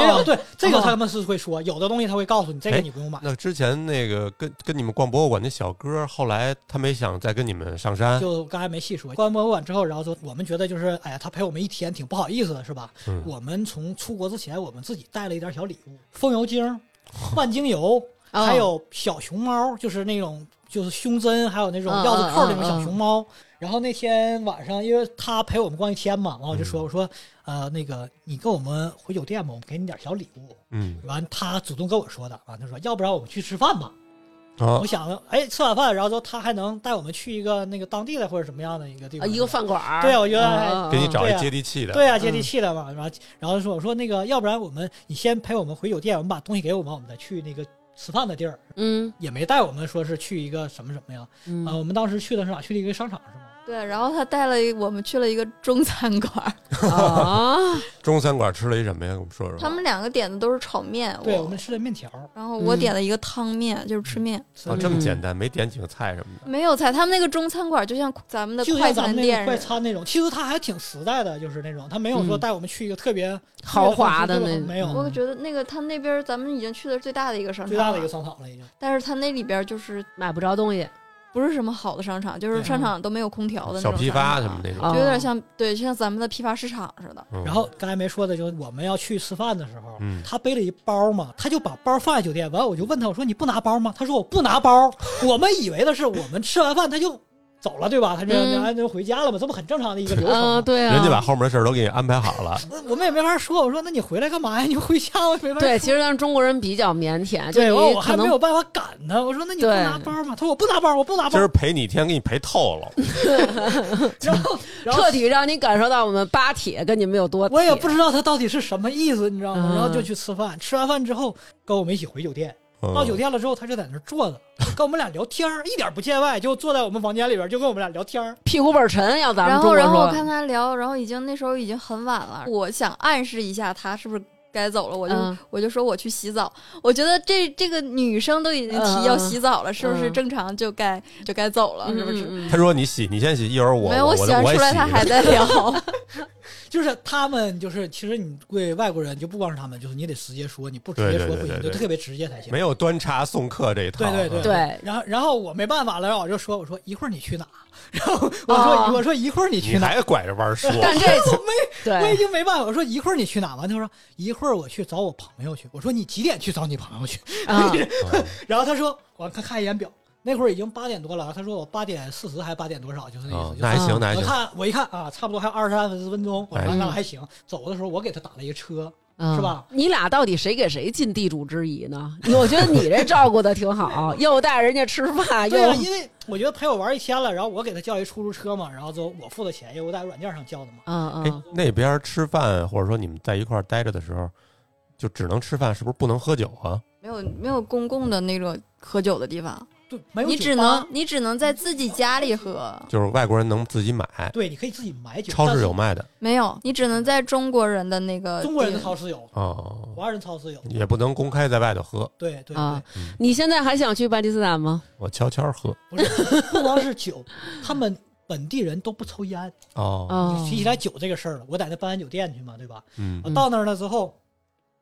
Speaker 4: 也有
Speaker 2: 哦，
Speaker 4: 对这个他们是会说，有的东西他会告诉你，这个你不用买，
Speaker 1: 那之前那个跟跟你们逛博物馆那小哥，后来他没想再跟你们上山，
Speaker 4: 就刚才没细说。逛博物馆之后，然后说我们觉得就是，哎呀，他陪我们一天挺不好意思的，是吧？
Speaker 1: 嗯
Speaker 4: 我们从出国之前，我们自己带了一点小礼物，风油精、万精油，
Speaker 2: <laughs> 哦
Speaker 4: 还有小熊猫，就是那种就是胸针，还有那种
Speaker 2: 嗯
Speaker 4: 钥匙扣
Speaker 2: 嗯
Speaker 4: 那种小
Speaker 2: 嗯
Speaker 4: 熊猫。然后那天晚上，因为他陪我们逛一天嘛，完我就说，我说，呃，那个你跟我们回酒店吧，我们给你点小礼物。
Speaker 1: 嗯
Speaker 4: 完，他主动跟我说的，完他说，要不然我们去吃饭吧。
Speaker 1: 啊
Speaker 4: 我，想着，哎，吃晚饭，然后之后他还能带我们去一个那个当地的或者什么样的一个地
Speaker 2: 啊
Speaker 4: 方，
Speaker 2: 一个饭馆儿
Speaker 4: 对我觉得
Speaker 2: 啊
Speaker 1: 给你找
Speaker 4: 对
Speaker 1: 一
Speaker 4: 啊
Speaker 1: 接地气的，
Speaker 4: 对啊，
Speaker 2: 嗯
Speaker 4: 接地气的嘛。然后然后说我说那个，要不然我们你先陪我们回酒店，我们把东西给我们，我们再去那个吃饭的地儿。
Speaker 2: 嗯
Speaker 4: 也没带我们说是去一个什么什么呀？啊、
Speaker 2: 嗯
Speaker 4: 我们当时去的是哪？去了一个商场是吗？
Speaker 3: 对，然后他带了一我们去了一个中餐馆，
Speaker 4: <laughs>
Speaker 2: 啊，
Speaker 1: 中餐馆吃了一什么呀？跟我们说说。
Speaker 3: 他们两个点的都是炒面，哦
Speaker 4: 对，我们吃的面条，
Speaker 3: 然后我
Speaker 2: 嗯
Speaker 3: 点了一个汤面，就是吃面，
Speaker 4: 吃
Speaker 1: 啊，
Speaker 4: 的
Speaker 1: 这么
Speaker 2: 嗯
Speaker 1: 简单，没点几个菜什么的。
Speaker 3: 没有菜。他们那个中餐馆就像咱们的
Speaker 4: 就
Speaker 3: 快
Speaker 4: 像咱
Speaker 3: 餐
Speaker 4: 们那
Speaker 3: 店
Speaker 4: 个快
Speaker 3: 似的，
Speaker 4: 餐那种，其实他还挺实在的，就是那种他没有说
Speaker 2: 嗯
Speaker 4: 带我们去一个特别
Speaker 2: 豪华的那
Speaker 4: 没有
Speaker 3: 我觉得那个他那边咱们已经去的是最大的一个商场，
Speaker 4: 最大的一个商场了，已经。
Speaker 3: 但是他那里边就是
Speaker 2: 买不着东西，
Speaker 3: 不是什么好的商场，就是
Speaker 4: 对
Speaker 3: 商场都没有空调的那
Speaker 1: 小
Speaker 3: 种啊
Speaker 1: 批发
Speaker 3: 商
Speaker 1: 什
Speaker 3: 场
Speaker 1: 么那种。
Speaker 2: 哦
Speaker 3: 就有点像对，就像咱们的批发市场似的。
Speaker 1: 嗯
Speaker 4: 然后刚才没说的就是我们要去吃饭的时候，
Speaker 1: 嗯
Speaker 4: 他背了一包嘛，他就把包放在酒店。完，我就问他，我说你不拿包吗？他说我不拿包。我们以为的是我们吃完饭他就走了，对吧？他就
Speaker 3: 嗯
Speaker 4: 然后就回家了嘛，这不很正常的一个流程
Speaker 2: 嗯，
Speaker 4: 吗？
Speaker 2: 对啊，
Speaker 1: 人
Speaker 4: 哎
Speaker 1: 家把后面的事儿都给你安排好
Speaker 3: 啊
Speaker 1: 了，
Speaker 4: 那我们也没法说，我说那你回来干嘛呀？你回家我也没法
Speaker 2: 对，
Speaker 4: 说
Speaker 2: 其实咱中国人比较腼�腆，就
Speaker 4: 对，我
Speaker 2: 你
Speaker 4: 我
Speaker 2: 可
Speaker 4: 还没
Speaker 2: 能
Speaker 4: 有办法赶他。我说那你不
Speaker 2: 对
Speaker 4: 拿包吗？他说我不拿包，我不拿包
Speaker 1: 今。儿陪你一天，给你陪透了。
Speaker 4: 然后然
Speaker 2: <laughs>
Speaker 4: 后
Speaker 2: 彻底让你感受到我们巴铁跟你们有多铁。
Speaker 4: 我也不知道他到底是什么意思，你知道吗？
Speaker 2: 嗯
Speaker 4: 然后就去吃饭，吃完饭之后跟我们一起回酒店。
Speaker 3: 哦
Speaker 1: 嗯
Speaker 4: 到酒店了之后，他就在那儿坐着，跟我们俩聊天儿，一点不见外，就坐在我们房间里边儿，就跟我们俩聊天儿。
Speaker 2: 屁股倍儿沉，要咱们
Speaker 3: 然
Speaker 2: 中
Speaker 3: 后，
Speaker 2: 国
Speaker 3: 然后我
Speaker 2: 说，
Speaker 3: 看他聊，然后已经那时候已经很晚了，我想暗示一下他是不是该走了，我就、
Speaker 2: 嗯
Speaker 3: 我就说我去洗澡。我觉得这这个女生都已经提要洗澡了，是不是
Speaker 2: 嗯
Speaker 3: 正常就该就该走了？是不是？
Speaker 2: 嗯？嗯嗯
Speaker 1: 他说你洗，你先洗，一会儿我
Speaker 3: 没有，
Speaker 1: 我
Speaker 3: 洗完
Speaker 1: 我也
Speaker 3: 出来
Speaker 1: 洗 <laughs>
Speaker 3: 他还在聊，
Speaker 4: 就是他们，就是其实你对外国人就不光是他们，就是你得直接说，你不直接
Speaker 1: 对对
Speaker 4: 说
Speaker 1: 对
Speaker 4: 不行，
Speaker 1: 对
Speaker 4: 就
Speaker 1: 对
Speaker 4: 特别直接才行
Speaker 1: 没。有端茶送客这一套。
Speaker 4: 对
Speaker 1: 嗯
Speaker 4: 对对
Speaker 2: 对
Speaker 4: 然后然后我没办法了，然后我就说我说一会儿你 <laughs> 去哪？然后我说、
Speaker 2: 哦
Speaker 4: 我说一会儿你去
Speaker 1: 你
Speaker 4: 哪？
Speaker 1: 还拐着弯儿
Speaker 3: <laughs>
Speaker 1: 说，
Speaker 2: 但这
Speaker 4: 我
Speaker 2: 嗯
Speaker 4: 已
Speaker 2: 对
Speaker 4: 经没办法，我说一会儿你去哪？完他说一会儿我去找我朋友去。我说你几点去找你朋友去？ <laughs>
Speaker 2: 啊，
Speaker 1: 嗯
Speaker 4: 然后他说我看看一眼表，那会儿已经八点多了。啊他说我八点四十还八点多少，就是那意思。
Speaker 1: 哦
Speaker 4: 就是
Speaker 1: 那还行，
Speaker 2: 嗯
Speaker 1: 那还
Speaker 4: 我
Speaker 1: 行。
Speaker 4: 看我一看啊，差不多还有二十三分钟，我说
Speaker 1: 哎
Speaker 4: 那还行。走的时候我给他打了一个车，
Speaker 2: 嗯
Speaker 4: 是吧？
Speaker 2: 你俩到底谁给谁尽地主之谊呢？我觉得你这照顾的挺好，又带人家吃
Speaker 1: 哎
Speaker 2: 饭，
Speaker 4: 对啊，
Speaker 2: 又
Speaker 4: 因为我觉得陪我玩一天了，然后我给他叫一出租车嘛，然后之后我付的钱，因为我在软件上叫的嘛。
Speaker 2: 嗯
Speaker 1: 哎
Speaker 2: 嗯，，
Speaker 1: 那边吃饭或者说你们在一块儿待着的时候，就只能吃饭，是不是不能喝酒啊？
Speaker 3: 没有没有公共的那种喝酒的地方，
Speaker 4: 对，没有
Speaker 3: 你
Speaker 4: 酒
Speaker 3: 只
Speaker 4: 吧
Speaker 3: 能你只能在自己家里喝，
Speaker 1: 就是外国人能自己买，
Speaker 4: 对，你可以自己买酒，
Speaker 1: 超
Speaker 4: 但
Speaker 1: 市
Speaker 4: 是
Speaker 1: 有卖的
Speaker 3: 没有，你只能在中国人的那个
Speaker 4: 中国人的
Speaker 3: 地
Speaker 4: 超市有，
Speaker 1: 哦，
Speaker 4: 华人超市有。
Speaker 1: 也不能公开在外头喝，
Speaker 4: 对对对，
Speaker 2: 啊，你现在还想去巴基斯坦吗？
Speaker 1: 我悄悄喝
Speaker 4: 不是不光是酒，他们本地人都不抽烟。
Speaker 1: 哦，
Speaker 2: 哦
Speaker 4: 你提起来酒这个事儿了，我在那搬完酒店去嘛，对吧？
Speaker 1: 嗯
Speaker 4: 我到那儿了之后，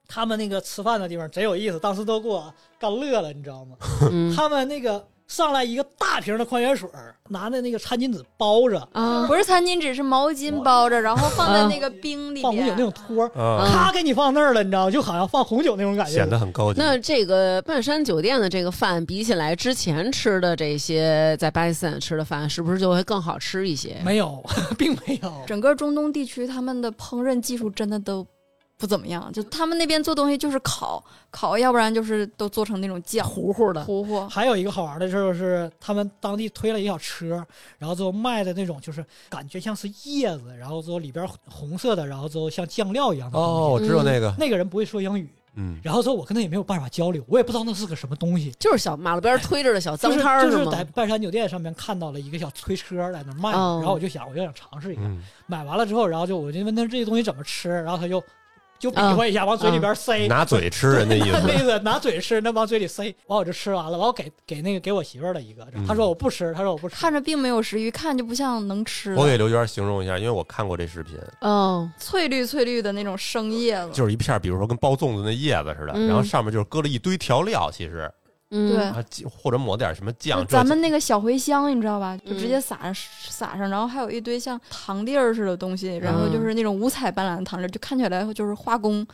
Speaker 4: 他们那个吃饭的地方贼有意思，当时都给我干乐了，你知道吗？ <laughs>
Speaker 2: 嗯
Speaker 4: 他们那个上来一个大瓶的矿泉水儿，拿的那个餐巾纸包着，
Speaker 2: 啊
Speaker 3: 不是餐巾纸，是毛巾包着，然后放在那个冰里
Speaker 4: 啊放红酒那
Speaker 3: 面。
Speaker 4: 种托儿，
Speaker 2: 嗯
Speaker 1: 啊，
Speaker 4: 他给你放那儿了，你知道吗，就好像放红酒那种感觉。
Speaker 1: 显得很高级。
Speaker 2: 那这个半山酒店的这个饭，比起来之前吃的这些在巴基斯坦吃的饭，是不是就会更好吃一些？
Speaker 4: 没有， <laughs> 并没有。
Speaker 3: 整个中东地区，他们的烹饪技术真的都不怎么样，就他们那边做东西就是烤烤，要不然就是都做成那种酱
Speaker 2: 糊糊的，
Speaker 3: 糊糊。
Speaker 4: 还有一个好玩的事儿就是，他们当地推了一小车，然后之后卖的那种就是感觉像是叶子，然后之后里边红色的，然后之后像酱料一样的东西。
Speaker 1: 哦，我知道那个，
Speaker 4: 那个人不会说英语，
Speaker 1: 嗯，
Speaker 4: 然后之后我跟他也没有办法交流，我也不知道那是个什么东西。
Speaker 2: 就是小马路边推着的小
Speaker 4: 就
Speaker 2: 脏
Speaker 4: 是
Speaker 2: 摊儿
Speaker 4: 就是是
Speaker 2: 吗
Speaker 4: 在？半山酒店上面看到了一个小推车在那儿卖，
Speaker 2: 哦
Speaker 4: 然后我就想我就想尝试一下，
Speaker 1: 嗯，
Speaker 4: 买完了之后，然后就我就问他这东西怎么吃，然后他就就比
Speaker 3: 嗯
Speaker 4: 划一下，往嘴里边塞，
Speaker 1: 嗯拿嘴吃人的意思。
Speaker 4: <laughs> 那个拿嘴吃，那往嘴里塞，完我就吃完了，完我给给那个给我媳妇儿了一个，
Speaker 1: 嗯
Speaker 4: 他说我不吃，他说我不吃，
Speaker 3: 看着并没有食欲，看就不像能吃的
Speaker 1: 我给刘娟形容一下，因为我看过这视频，
Speaker 2: 哦，
Speaker 3: 翠绿翠绿的那种生叶子，
Speaker 1: 就是一片儿，比如说跟包粽子那叶子似的，
Speaker 2: 嗯
Speaker 1: 然后上面就是搁了一堆调料，其实
Speaker 2: 嗯，
Speaker 3: 对
Speaker 1: 啊，几或者抹点什么
Speaker 3: 就
Speaker 1: 酱。这
Speaker 3: 咱们那个小茴香，你知道吧？就
Speaker 2: 嗯
Speaker 3: 直接撒上、撒上，然后还有一堆像糖粒儿似的东西，然后
Speaker 2: 嗯
Speaker 3: 就是那种五彩斑斓的糖粒儿，就看起来就是化工，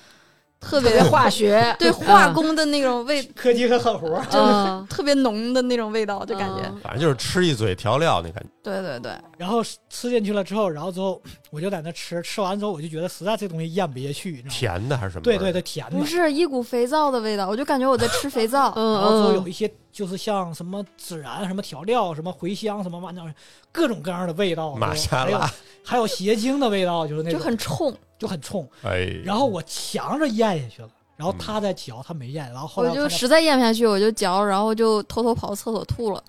Speaker 2: 特
Speaker 3: 特别嗯
Speaker 2: 别化学，
Speaker 3: 对化工的那种味，
Speaker 4: 科技很狠活儿。
Speaker 2: 嗯，
Speaker 3: 特别浓的那种味道，就感觉。
Speaker 2: 嗯。
Speaker 1: 反正就是吃一嘴调料，那感觉。
Speaker 3: 对对对，
Speaker 4: 然后吃进去了之后，然后之后我就在那吃，吃完之后我就觉得实在这东西咽不下去，你知道吗？
Speaker 1: 甜的还是什么味
Speaker 4: 对
Speaker 1: 儿？
Speaker 4: 对对，甜的
Speaker 3: 不。是一股肥皂的味道，我就感觉我在吃肥皂 <laughs>
Speaker 4: 然后之后有
Speaker 2: 嗯
Speaker 4: 一些就是像什么孜然、什么调料、什么茴香、什么玩意儿，各种各样的味道，
Speaker 1: 玛莎拉
Speaker 4: 还有还有鞋精的味道，就是那
Speaker 3: 就
Speaker 4: 种
Speaker 3: 很冲，
Speaker 4: 就很冲。
Speaker 1: 哎，
Speaker 4: 然后我强着咽下去了，
Speaker 1: 嗯
Speaker 4: 然后他在嚼，他没咽，然后后
Speaker 3: 我
Speaker 4: 来
Speaker 3: 就
Speaker 4: 看他
Speaker 3: 实在咽不下去，我就嚼，然后就偷偷跑厕所吐了。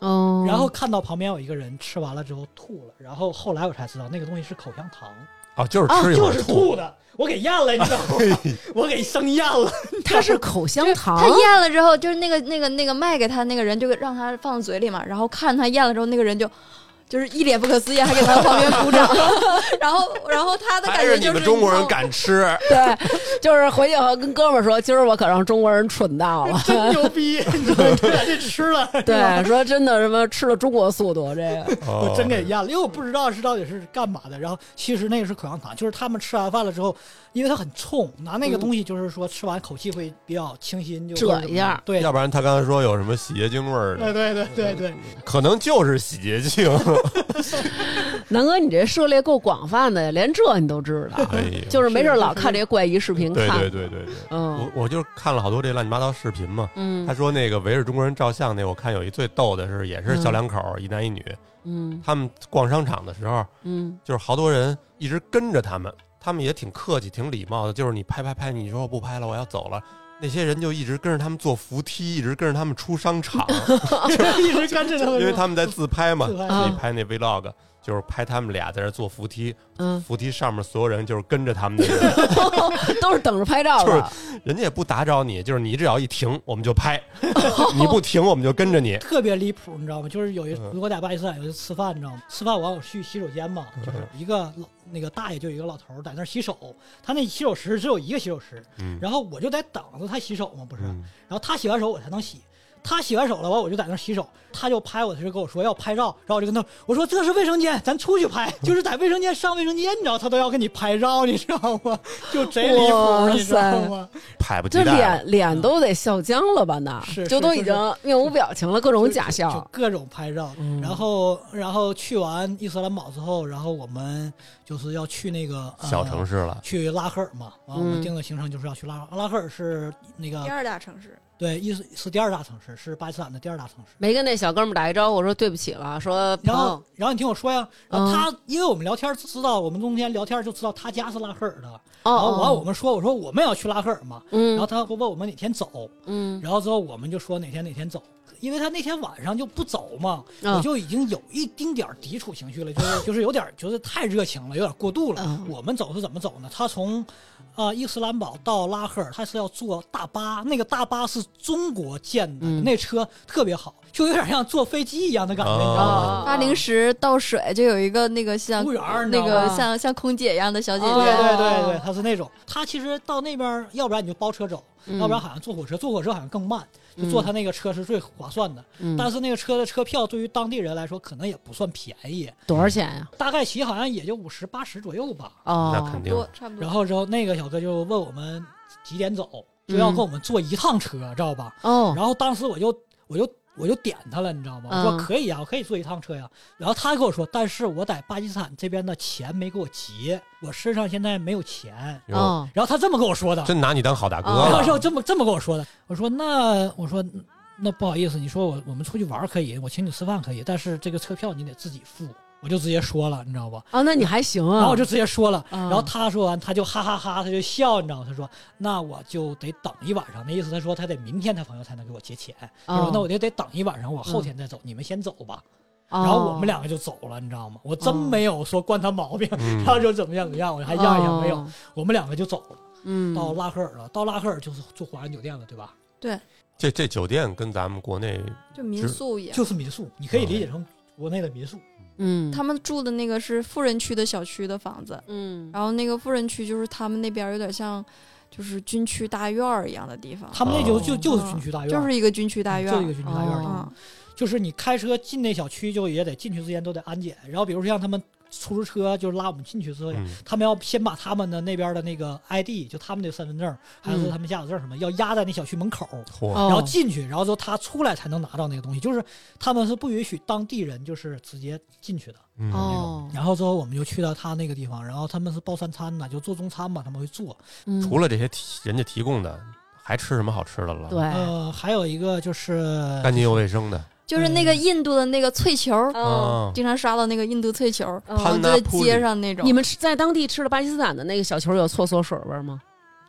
Speaker 2: 哦，
Speaker 4: 然后看到旁边有一个人吃完了之后吐了，然后后来我才知道那个东西是口香糖，
Speaker 1: 哦，就是 <laughs>
Speaker 2: 啊
Speaker 1: 吃一会
Speaker 4: 就
Speaker 1: 儿
Speaker 4: 是
Speaker 1: 吐，哎
Speaker 4: 吐的，我给咽了，你知道吗？ <laughs> 我给生
Speaker 1: <laughs>
Speaker 4: 咽了。
Speaker 2: 嗯它是口香糖
Speaker 3: 他，咽了之后，就是那个那个那个卖给他那个人，就让他放嘴里嘛，然后看他咽了之后，那个人就。就是一脸不可思议，还给他旁边鼓 <laughs> 掌，然后，然后他的感
Speaker 1: 还
Speaker 3: 觉
Speaker 1: 是
Speaker 3: 就是
Speaker 1: 你们中国人
Speaker 3: 感
Speaker 1: 敢吃？
Speaker 2: <laughs> 对，就是回去以后跟哥们儿说，今儿我可让中国人蠢到
Speaker 4: <laughs>
Speaker 2: 了。
Speaker 4: 真牛逼！你知道吗 <laughs> 他俩这吃了，
Speaker 2: 对，说真的，什么吃了中国速度，这个
Speaker 1: 哦
Speaker 4: 我真给咽了，因为我不知道是到底是干嘛的。然后其实那个是口香糖，就是他们吃完饭了之后，因为它很冲，拿那个东西就是说吃完口气会比较清新，就
Speaker 2: 遮一下儿。
Speaker 4: 对，
Speaker 1: 要不然他刚才说有什么洗洁精味儿的，
Speaker 4: 对对对对
Speaker 1: <laughs>
Speaker 4: 对，
Speaker 1: 可能就是洗洁
Speaker 2: <laughs>
Speaker 1: 精。
Speaker 2: 南哥，你这涉猎够广泛的，连这你都知道，
Speaker 1: 哎呦，
Speaker 2: 就是没事儿老看这些怪异视频
Speaker 1: 对
Speaker 2: 看。
Speaker 1: 对对对对，
Speaker 2: 嗯
Speaker 1: 我我就是看了好多这乱七八糟视频嘛。
Speaker 2: 嗯
Speaker 1: 他说那个围着中国人照相那，我看有一最逗的是，也是小两口儿一男一女，
Speaker 2: 嗯
Speaker 1: 他们逛商场的时候，
Speaker 2: 嗯
Speaker 1: 就是好多人一直跟着他们，他们也挺客气、挺礼貌的。就是你拍拍拍，你说我不拍了，我要走了，那些人就一直跟着他们坐扶梯，一直跟着他们出商
Speaker 2: <laughs>
Speaker 1: 场，
Speaker 4: 一直跟着他们，
Speaker 1: 因为他们在自拍嘛，
Speaker 4: 自拍
Speaker 1: 所以拍那 vlog 就是拍他们俩在那坐扶梯，
Speaker 2: 嗯，
Speaker 1: 扶梯上面所有人就是跟着他们的人，
Speaker 2: <laughs> 都是等着拍照的。
Speaker 1: 人家也不打扰你，就是你只要一停我们就
Speaker 2: <laughs>
Speaker 1: 拍，你不停我们就跟着你。
Speaker 4: 特别离谱，你知道吗？就是有一
Speaker 1: 嗯
Speaker 4: 我在巴基斯坦有一次吃饭，你知道吗？吃饭完我去洗手间嘛，就是一个老那个大爷就有一个老头儿在那儿洗手，他那洗手池只有一个洗手池，
Speaker 1: 嗯
Speaker 4: 然后我就在等着他洗手嘛，不是？
Speaker 1: 嗯
Speaker 4: 然后他洗完手我才能洗。他洗完手了，完我就在那儿洗手，他就拍我，他就跟我说要拍照，然后我就跟他我说这是卫生间，咱出
Speaker 1: <laughs>
Speaker 4: 去拍，就是在卫生间上卫生间，你知道他都要跟你拍照，你知道吗？就贼离谱，
Speaker 2: 哇
Speaker 4: 你知道
Speaker 2: 塞
Speaker 4: 吗？
Speaker 1: 迫不及
Speaker 2: 这
Speaker 1: 待了。嗯
Speaker 2: 脸脸都得笑僵了吧？那
Speaker 4: 是
Speaker 2: 就是都
Speaker 4: 是
Speaker 2: 已
Speaker 4: 是
Speaker 2: 经面无表情了，各种假
Speaker 4: 就
Speaker 2: 笑。
Speaker 4: 各种拍照。
Speaker 2: 嗯
Speaker 4: 然后，然后去完伊斯兰堡之后，然后我们就是要去那个、呃、
Speaker 1: 小城市了，
Speaker 4: 去拉赫尔嘛。完、我
Speaker 2: 嗯
Speaker 4: 们定的行程就是要去拉赫尔拉赫尔是那
Speaker 3: 第
Speaker 4: 个
Speaker 3: 二大城市，
Speaker 4: 对，伊斯是第二大城市，是巴基斯坦的第二大城市。
Speaker 2: 没跟那小哥们儿打一招呼，说对不起了，说朋
Speaker 4: 然
Speaker 2: 友
Speaker 4: 后，然后你听我说呀，然
Speaker 2: 哦嗯
Speaker 4: 后他、因为我们聊天知道，我们中间聊天就知道他家是拉赫尔的。
Speaker 2: 哦
Speaker 4: 然后完我
Speaker 2: 哦，
Speaker 4: 们说，我说我们也要去拉赫尔嘛。然后
Speaker 2: 嗯
Speaker 4: 他问我们哪天走，
Speaker 2: 嗯
Speaker 4: 然后之后我们就说哪天哪天走，因为他那天晚上就不走嘛，
Speaker 2: 嗯
Speaker 4: 我就已经有一丁点儿抵触情绪了，就是 <laughs> 就是有点儿觉得太热情了，有点儿过度了。
Speaker 2: 嗯
Speaker 4: 我们走是怎么走呢？他从呃伊斯兰堡到拉赫尔，他是要坐大巴，那个大巴是中国建的，
Speaker 2: 嗯
Speaker 4: 那车特别好，就有点像坐飞机一样的感觉，你知道
Speaker 2: 哦
Speaker 4: 吗？
Speaker 3: 八零十倒水就有一个那个像
Speaker 4: 服务员儿你知
Speaker 3: 那
Speaker 4: 道吗
Speaker 3: 个像像空姐一样的小姐
Speaker 4: 对
Speaker 3: 姐，
Speaker 4: 对对对，哦他是那种，他其实到那边儿，要不然你就包车走，
Speaker 2: 嗯
Speaker 4: 要不然好像坐火车，坐火车好像更慢，就坐他那个车是最划算的。
Speaker 2: 嗯
Speaker 4: 但是那个车的车票对于当地人来说可能也不算便宜，
Speaker 2: 多少钱呀？
Speaker 4: 大概其好像也就五十八十左右吧。
Speaker 1: 那
Speaker 2: 哦
Speaker 1: 肯，定
Speaker 3: 多差不多。
Speaker 4: 然后之后那个小哥就问我们几点走，就要
Speaker 2: 嗯
Speaker 4: 跟我们坐一趟车，知道吧？
Speaker 2: 哦，
Speaker 4: 然后当时我就我就我就点他了，你知道吗？我说
Speaker 2: 嗯
Speaker 4: 可以啊呀、我可以坐一趟车呀、然后他跟我说，但是我在巴基斯坦这边的钱没给我结，我身上现在没有钱。
Speaker 1: 哟
Speaker 2: 哦，
Speaker 4: 然后他这么跟我说的，
Speaker 1: 真拿你当好大哥
Speaker 3: 啊
Speaker 4: 然后
Speaker 1: 了。
Speaker 4: 就这么这么跟我说的。我说那我说那不好意思，你说我我们出去玩可以，我请你吃饭可以，但是这个车票你得自己付。我就直接说了，你知道吧？
Speaker 2: 啊，那你还行啊。
Speaker 4: 然后我就直接说了，
Speaker 2: 嗯
Speaker 4: 然后他说完，他就哈哈哈他就笑，你知道吗？他说：“那我就得等一晚上。”那意思，他说他得明天他朋友才能给我结钱。
Speaker 2: 哦
Speaker 4: 他
Speaker 2: 嗯
Speaker 4: 说：“那我就得等一晚上，我后天再走，你们先走吧。”
Speaker 2: 然
Speaker 4: 然后我们两个就走了，你知道吗？我真
Speaker 2: 嗯
Speaker 4: 没有说惯他毛病，
Speaker 1: 嗯
Speaker 4: 然后就怎么样怎么样，我还让一下没有，
Speaker 2: 哦
Speaker 4: 我们两个就走了，
Speaker 2: 嗯，
Speaker 4: 到拉赫尔了。到拉赫尔就是住华人酒店了，对吧？
Speaker 1: 这这酒店跟咱们国内
Speaker 3: 就民宿一样，
Speaker 4: 就是民宿，你可以理解成国内的民宿。
Speaker 2: 嗯，
Speaker 3: 他们住的那个是富人区的小区的房子，
Speaker 2: 嗯
Speaker 3: 然后那个富人区就是他们那边儿有点像，就是军区大院儿一样的地方，
Speaker 4: 他们那就就
Speaker 2: 哦
Speaker 4: 就是军区大院，
Speaker 3: 就是一个军区大院
Speaker 4: 就是一
Speaker 3: 儿
Speaker 4: 个。军区大院儿
Speaker 2: 哦。
Speaker 3: 嗯，
Speaker 4: 就是你开车进那小区，就也得进去之前都得安检。然后比如像他们出租车，就是拉我们进去之后，
Speaker 1: 嗯
Speaker 4: 他们要先把他们的那边的那个 ID，就他们的身份证，还有
Speaker 2: 嗯
Speaker 4: 他们驾驶证什么，要压在那小区门口。
Speaker 1: 嚯、
Speaker 2: 哦
Speaker 4: 然后进去，然后之后他出来才能拿到那个东西，就是他们是不允许当地人就是直接进去的。
Speaker 1: 嗯
Speaker 2: 哦，
Speaker 4: 然后之后我们就去到他那个地方，然后他们是包三餐的，就做中餐嘛，他们会做。
Speaker 2: 嗯
Speaker 1: 除了这些提人家提供的，还吃什么好吃的了？
Speaker 2: 对，
Speaker 4: 呃，还有一个就是
Speaker 1: 干净又卫生的。
Speaker 3: 就是那个印度的那个脆球儿，
Speaker 2: 哦，
Speaker 1: 啊
Speaker 3: 经常刷到那个印度脆球儿，
Speaker 2: 嗯
Speaker 3: 然后就在街上那种。
Speaker 2: 你们吃在当地吃了巴基斯坦的那个小球有搓搓水味儿吗？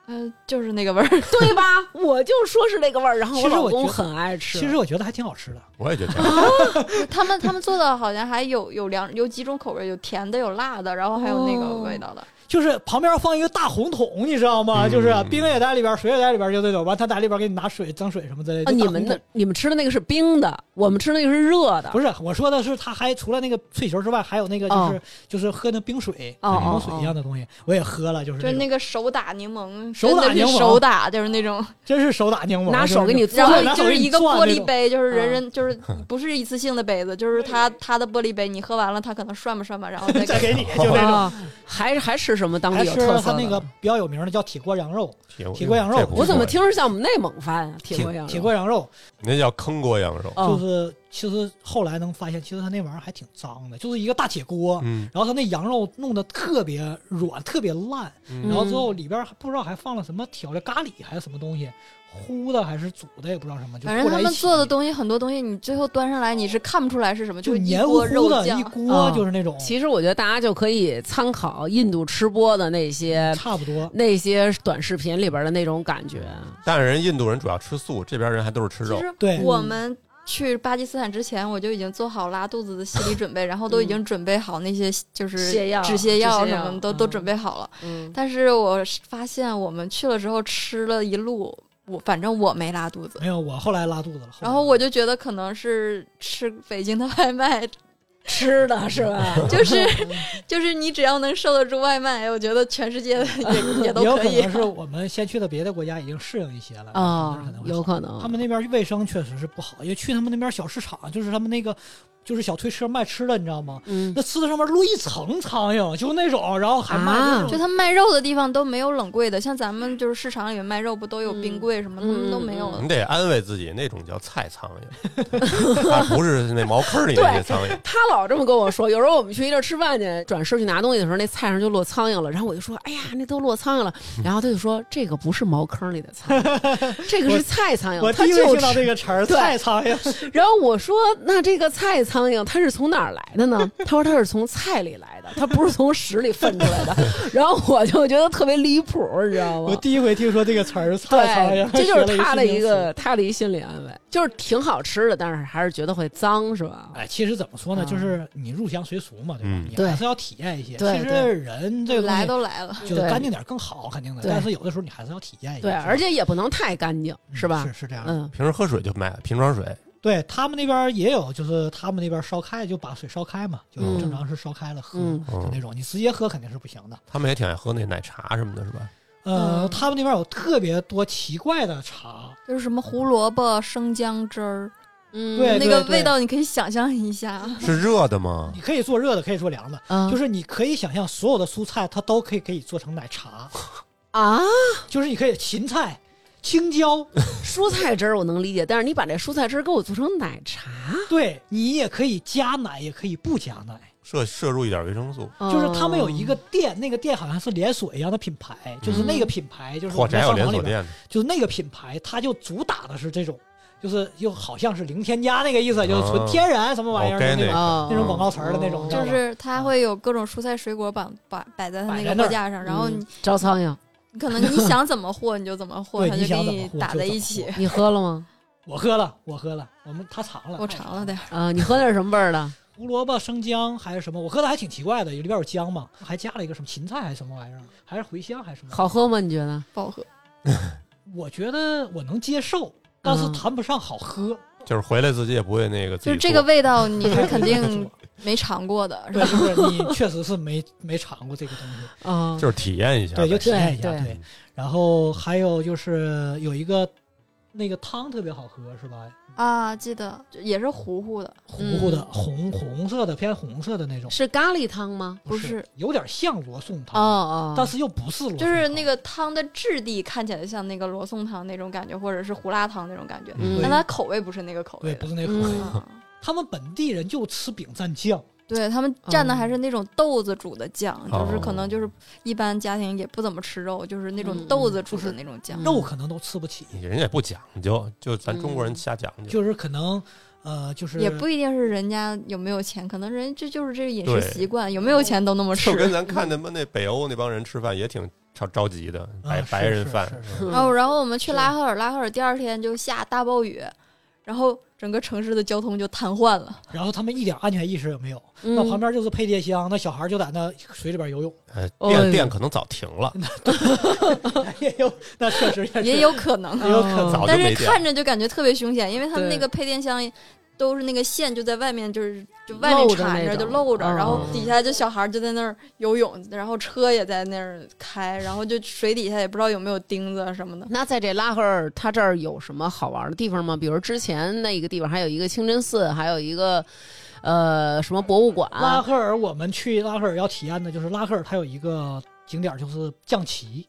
Speaker 3: 呃，就是那个味儿，
Speaker 2: 对吧？我就说是那个味儿，然后
Speaker 4: 其实
Speaker 2: 老
Speaker 4: 我觉
Speaker 2: 公
Speaker 4: 得
Speaker 2: 很爱吃。
Speaker 4: 其实我觉得还挺好吃的。
Speaker 1: 我也觉得这样，
Speaker 3: <laughs> 他们他们做的好像还有有两有几种口味，有甜的，有辣的，然后还有那个
Speaker 2: 哦
Speaker 3: 味道的。
Speaker 4: 就是旁边放一个大红桶，你知道吗？
Speaker 1: 嗯
Speaker 4: 就是冰也在里边，水也在里边，就那种。完，他在里边给你拿水装水什么之类的。
Speaker 2: 啊，
Speaker 4: 就
Speaker 2: 你
Speaker 4: 大红
Speaker 2: 们
Speaker 4: 桶
Speaker 2: 的你们吃的那个是冰的，我们吃的那个是热的。
Speaker 4: 不是我说的是，他还除了那个脆球之外，还有那个就是、
Speaker 2: 哦
Speaker 4: 就是喝那冰水、
Speaker 2: 哦
Speaker 4: 柠
Speaker 2: 哦
Speaker 4: 檬水一样
Speaker 2: 哦，
Speaker 4: 的东西，我也喝了，就是
Speaker 3: 就是
Speaker 4: 那
Speaker 3: 那
Speaker 4: 种
Speaker 3: 个手打柠檬，
Speaker 4: 手
Speaker 3: 真的
Speaker 4: 打柠
Speaker 3: 是
Speaker 4: 檬
Speaker 3: 手打，就是那种，
Speaker 4: 真是手打柠檬，
Speaker 2: 拿
Speaker 4: 就是
Speaker 2: 手给你
Speaker 4: 那
Speaker 2: 然后
Speaker 3: 然后
Speaker 4: 种对拿
Speaker 3: 就
Speaker 4: 手
Speaker 3: 是
Speaker 4: 给你
Speaker 3: 一个
Speaker 4: 攥
Speaker 3: 玻
Speaker 4: 那
Speaker 3: 璃
Speaker 4: 种
Speaker 3: 杯，就是人
Speaker 2: 嗯
Speaker 3: 人
Speaker 4: <laughs>
Speaker 3: 就是不是一次性的杯子，就是他他的玻璃杯，你喝完了，他可能涮吧涮吧，
Speaker 4: <laughs>
Speaker 3: 然后再
Speaker 4: 嗯再
Speaker 3: 给
Speaker 4: 给你，就那种。
Speaker 2: 啊还还吃什么当
Speaker 4: 哦还
Speaker 2: 地有
Speaker 4: 吃
Speaker 2: 特
Speaker 4: 了
Speaker 2: 色
Speaker 4: 他
Speaker 2: 的？
Speaker 4: 那个比较有名的叫铁锅羊肉，
Speaker 1: 铁
Speaker 4: 铁锅羊肉
Speaker 1: 这不
Speaker 2: 我怎么
Speaker 1: 错
Speaker 2: 听着像我们内蒙饭啊？铁锅羊肉，
Speaker 4: 铁锅羊肉
Speaker 1: 那叫坑锅羊肉？
Speaker 4: 就
Speaker 2: 哦
Speaker 4: 是其实后来能发现，其实他那玩意儿还挺脏的，就是一个大铁锅，
Speaker 1: 嗯，
Speaker 4: 然后他那羊肉弄得特别软，特别烂，
Speaker 2: 嗯
Speaker 4: 然后之后里边还不知道还放了什么调料，咖喱还是什么东西，糊的还是煮的也不知道什么，就
Speaker 3: 反正
Speaker 4: 和
Speaker 3: 他
Speaker 4: 在一
Speaker 3: 们
Speaker 4: 起
Speaker 3: 做的东西很多东西，你最后端上来你是看不出来是什么，
Speaker 4: 就是
Speaker 3: 一
Speaker 4: 黏糊
Speaker 3: 锅
Speaker 4: 糊
Speaker 3: 肉
Speaker 4: 的
Speaker 3: 酱啊
Speaker 4: 一。锅，就是那种
Speaker 2: 其实我觉得大家就可以参考印度吃播的那些
Speaker 4: 差不多。
Speaker 2: 那些短视频里边的那种感觉。
Speaker 1: 但是人印度人主要吃素，这边人还都是吃
Speaker 3: 其
Speaker 1: 肉。
Speaker 3: 实
Speaker 4: 对
Speaker 3: 我们去巴基斯坦之前，我就已经做好拉肚子的心理准备，然 <laughs> 后都已经准备好那些就是
Speaker 2: 泻药
Speaker 3: 止泻
Speaker 2: 止
Speaker 3: 药
Speaker 2: 泻
Speaker 3: 什
Speaker 2: 药
Speaker 3: 么的都都
Speaker 2: 嗯
Speaker 3: 准备好了。
Speaker 2: 嗯，
Speaker 3: 但是我是发现我们去了之后吃了一路，我反正我没拉肚子，
Speaker 4: 没有，我后来拉肚子了。
Speaker 3: 然后我就觉得可能是吃北京的外卖，
Speaker 2: 吃的是吧？
Speaker 3: 就是 <laughs> 就是你只要能受得住外卖，我觉得全世界的也也都
Speaker 4: 也有可
Speaker 3: 可以啊
Speaker 4: 能。是我们先去的别的国家已经适应一些了
Speaker 2: 啊
Speaker 4: 可能，会
Speaker 2: 有
Speaker 4: 好
Speaker 2: 可
Speaker 4: 他
Speaker 2: 能。
Speaker 4: 们那边卫生确实是不好，因为去他们那边小市场，就是他们那个就是小推车卖吃的，你知道吗？
Speaker 2: 嗯，
Speaker 4: 那吃的上面摞一层苍蝇，就那种，然后还卖那
Speaker 3: 就
Speaker 4: 种
Speaker 3: 他们卖肉的地方都没有冷柜的，像咱们就是市场里面卖肉不都有冰柜什么，
Speaker 2: 嗯
Speaker 3: 他们都没有
Speaker 1: 你得安慰自己，那种叫菜苍蝇，它不是那茅坑里那些苍蝇。
Speaker 2: 他老这么跟我说，有时候我们去一地儿吃饭去，转身去拿东西的时候，那菜上就落苍蝇了。然后我就说：“哎呀，那都落苍蝇
Speaker 4: <laughs>
Speaker 2: 了。”然后他就说：“这个不是茅坑里的苍蝇，
Speaker 4: <laughs>
Speaker 2: 这个是菜苍蝇。”
Speaker 4: 我第
Speaker 2: 他
Speaker 4: 一次
Speaker 2: 就
Speaker 4: 听到
Speaker 2: 吃。
Speaker 4: 这个词
Speaker 2: <laughs>
Speaker 4: 儿“
Speaker 2: 对
Speaker 4: 菜苍蝇
Speaker 2: 然后我说：“那这个菜苍蝇它是从哪儿来的呢？”他说：“它是从菜里来的，它不是从屎里粪出来
Speaker 4: <laughs>
Speaker 2: 的。”然后我就觉得特别离谱，你知”，道
Speaker 4: 我
Speaker 2: 吗？
Speaker 4: 第一回听说这个词儿“菜苍
Speaker 2: 对
Speaker 4: 蝇”，，
Speaker 2: 这就是
Speaker 4: 学
Speaker 2: 他
Speaker 4: 了
Speaker 2: 的
Speaker 4: 新
Speaker 2: 一
Speaker 4: 名词
Speaker 2: 个他的一心理安慰，就是挺好吃的，但是还是觉得会脏，是吧？
Speaker 4: 哎，其实怎么说呢，
Speaker 2: 啊
Speaker 4: 就是你入乡随俗嘛，对吧
Speaker 1: 嗯？
Speaker 4: 你
Speaker 2: 对
Speaker 4: 还是要体验一些。
Speaker 2: 对
Speaker 4: 其实
Speaker 2: 对
Speaker 4: 人这个东
Speaker 3: 来
Speaker 4: 西
Speaker 3: 都来了，
Speaker 4: 就是干净点更好，肯定的。
Speaker 2: 对
Speaker 4: 但是有的时候你还是要体验一下。
Speaker 2: 对，
Speaker 4: 是吧
Speaker 2: 而且也不能太干净，
Speaker 4: 嗯
Speaker 2: 是吧？
Speaker 4: 是是这样的。
Speaker 2: 嗯，
Speaker 1: 平时喝水就买瓶装水，
Speaker 4: 对他们那边也有，就是他们那边烧开就把水烧开嘛，就
Speaker 2: 嗯
Speaker 4: 正常是烧开了喝，
Speaker 2: 嗯
Speaker 4: 就那种你直接喝肯定是不行的。
Speaker 1: 他们也挺爱喝那奶茶什么的，是吧？
Speaker 4: 呃，
Speaker 3: 嗯
Speaker 4: 他们那边有特别多奇怪的茶，
Speaker 3: 就是什么胡萝卜生姜汁儿，
Speaker 2: 嗯
Speaker 4: 对
Speaker 3: 那个味道你可以想象一下。啊
Speaker 1: 是热的吗？
Speaker 4: 你可以做热的，可以做凉的，
Speaker 2: 嗯
Speaker 4: 就是你可以想象所有的蔬菜它都可以给你做成奶茶，
Speaker 2: 啊，
Speaker 4: 就是你可以芹菜、青椒，
Speaker 2: 蔬菜汁儿我能理解，但是你把这蔬菜汁儿给我做成奶茶，
Speaker 4: 对你也可以加奶，也可以不加奶。
Speaker 1: 摄摄入一点维生素，
Speaker 4: 就是他们有一个
Speaker 2: 哦
Speaker 4: 店，那个店好像是连锁一样的品牌，就是
Speaker 3: 嗯
Speaker 4: 那个品牌，就是
Speaker 1: 火
Speaker 4: 我
Speaker 1: 柴
Speaker 4: 在
Speaker 1: 有
Speaker 4: 商
Speaker 1: 连
Speaker 4: 场
Speaker 1: 锁
Speaker 4: 里边，
Speaker 1: 店的，
Speaker 4: 就是那个品牌，它就主打的是这种，就是又好像是零添加那个意思，就是
Speaker 1: 哦
Speaker 4: 纯天然什么玩意儿的那
Speaker 1: Organic
Speaker 4: 种，
Speaker 2: 哦
Speaker 4: 那种广告词儿的那
Speaker 3: 就
Speaker 4: 种知道
Speaker 3: 是它会有各种蔬菜水果摆摆摆在它那个货架上，然后你
Speaker 2: 嗯招苍
Speaker 4: <laughs>
Speaker 2: 蝇，
Speaker 3: 可能你想怎么和你就怎么和，
Speaker 4: 对
Speaker 3: 它
Speaker 4: 你
Speaker 3: 就
Speaker 4: 想
Speaker 3: 给
Speaker 4: 怎么
Speaker 3: 你
Speaker 4: 和
Speaker 3: 打
Speaker 4: 就
Speaker 3: 在
Speaker 4: 怎
Speaker 3: 一
Speaker 4: 么
Speaker 3: 起。
Speaker 2: 你喝了吗？
Speaker 4: 我喝了，我喝了，我们他尝了，
Speaker 3: 我
Speaker 4: 太
Speaker 3: 尝了点儿，
Speaker 2: 啊，你喝的是什么味儿的？
Speaker 4: 胡萝卜生姜还是什么，我喝的还挺奇怪的，里边有姜嘛，还加了一个什么芹菜还是什么玩意儿，还是茴香还是什么，
Speaker 2: 好，喝吗？你觉得？
Speaker 3: 不好喝。
Speaker 4: 我觉得我能接受，但是谈不上好喝，
Speaker 1: 就是回来自己也不会那个自己做。
Speaker 3: 就是这个味道，你
Speaker 4: 对
Speaker 3: 是肯
Speaker 4: 没
Speaker 3: 定
Speaker 4: 错
Speaker 3: 没尝过的。然
Speaker 4: <laughs> 对，就是你确实是没没尝过这个东西。
Speaker 2: 啊，
Speaker 1: 就是体验一下呗，
Speaker 4: 对，就体验一下。
Speaker 2: 对
Speaker 1: 对
Speaker 4: 然后还有就是有一个那个汤特别好喝，是吧？
Speaker 3: 后啊，记得也是糊糊的，
Speaker 4: 糊糊的、红红色的，偏红色的那种，
Speaker 2: 是咖喱汤吗？
Speaker 3: 不
Speaker 4: 是
Speaker 3: 是，
Speaker 4: 有点像罗宋
Speaker 2: 哦
Speaker 4: 汤，
Speaker 2: 哦，
Speaker 4: 但是又不是罗宋汤，
Speaker 3: 就是那个汤的质地看起来像那个罗宋汤那种感觉，或者是胡辣汤那种感觉，
Speaker 1: 嗯
Speaker 2: 嗯
Speaker 3: 但它口味不是那个口
Speaker 4: 对，
Speaker 3: 味
Speaker 4: 不
Speaker 3: 的。
Speaker 4: 是那口味。
Speaker 2: 嗯
Speaker 3: 啊
Speaker 4: 他们本地人就吃饼蘸酱，
Speaker 3: 对他们蘸的还是那种豆子煮的酱，
Speaker 1: 哦
Speaker 3: 就是可能就是一般家庭也不怎么吃肉，就是那
Speaker 2: 嗯
Speaker 3: 种豆子煮的那种酱。
Speaker 2: 嗯
Speaker 4: 肉可能都吃不起，
Speaker 1: 人家也不讲究，就咱中国
Speaker 3: 嗯
Speaker 1: 人瞎讲究。
Speaker 4: 就是可能呃，
Speaker 1: 嗯
Speaker 4: 就是
Speaker 3: 也不一定是人家有没有钱，可能人这就是这个饮
Speaker 1: 对
Speaker 3: 食习惯，有没有钱都那么吃
Speaker 1: 就。跟咱看他妈那北欧那帮人吃饭也挺着着急的
Speaker 4: 啊
Speaker 1: 白
Speaker 4: 是
Speaker 1: 白人
Speaker 4: 是
Speaker 1: 饭，
Speaker 4: 是是
Speaker 2: 嗯
Speaker 3: 哦然后，然后我们去
Speaker 4: 是
Speaker 3: 拉赫尔，拉赫尔第二天就下大暴雨，然后整个城市的交通就瘫痪了。
Speaker 4: 然后他们一点安全意识也没有，
Speaker 2: 嗯
Speaker 4: 那旁边就是配电箱，那小孩就在那水里边
Speaker 3: <laughs>
Speaker 4: 游泳，
Speaker 1: 呃，
Speaker 2: 哦
Speaker 1: 店店可能早停了，
Speaker 3: 嗯
Speaker 4: 也有那确实也
Speaker 3: 也
Speaker 4: <laughs> 是
Speaker 3: 有哦可
Speaker 4: <laughs>
Speaker 3: 能，
Speaker 4: 也有可能
Speaker 1: 早就
Speaker 3: 但
Speaker 1: 没
Speaker 3: 是
Speaker 1: 电
Speaker 3: 看着就感觉特别凶险，因为他们
Speaker 2: 对
Speaker 3: 那个配电箱都是那个线就在外面，就是就外面
Speaker 2: 露着
Speaker 3: 缠
Speaker 2: 那
Speaker 3: 着就
Speaker 2: 种嗯
Speaker 3: 露着，然后
Speaker 1: 哦
Speaker 3: 底下就小孩就在那儿游泳，然后车也在那儿开，然后就水底下也不知道有没有钉子啊什么的。
Speaker 2: 那在这拉赫尔，它这儿有什么好玩的地方吗？比如之前那个地方还有一个清真寺，还有一个呃什么博物馆，
Speaker 4: 拉赫尔。我们去拉赫尔要体验的就是拉赫尔，它有一个景点就是降旗，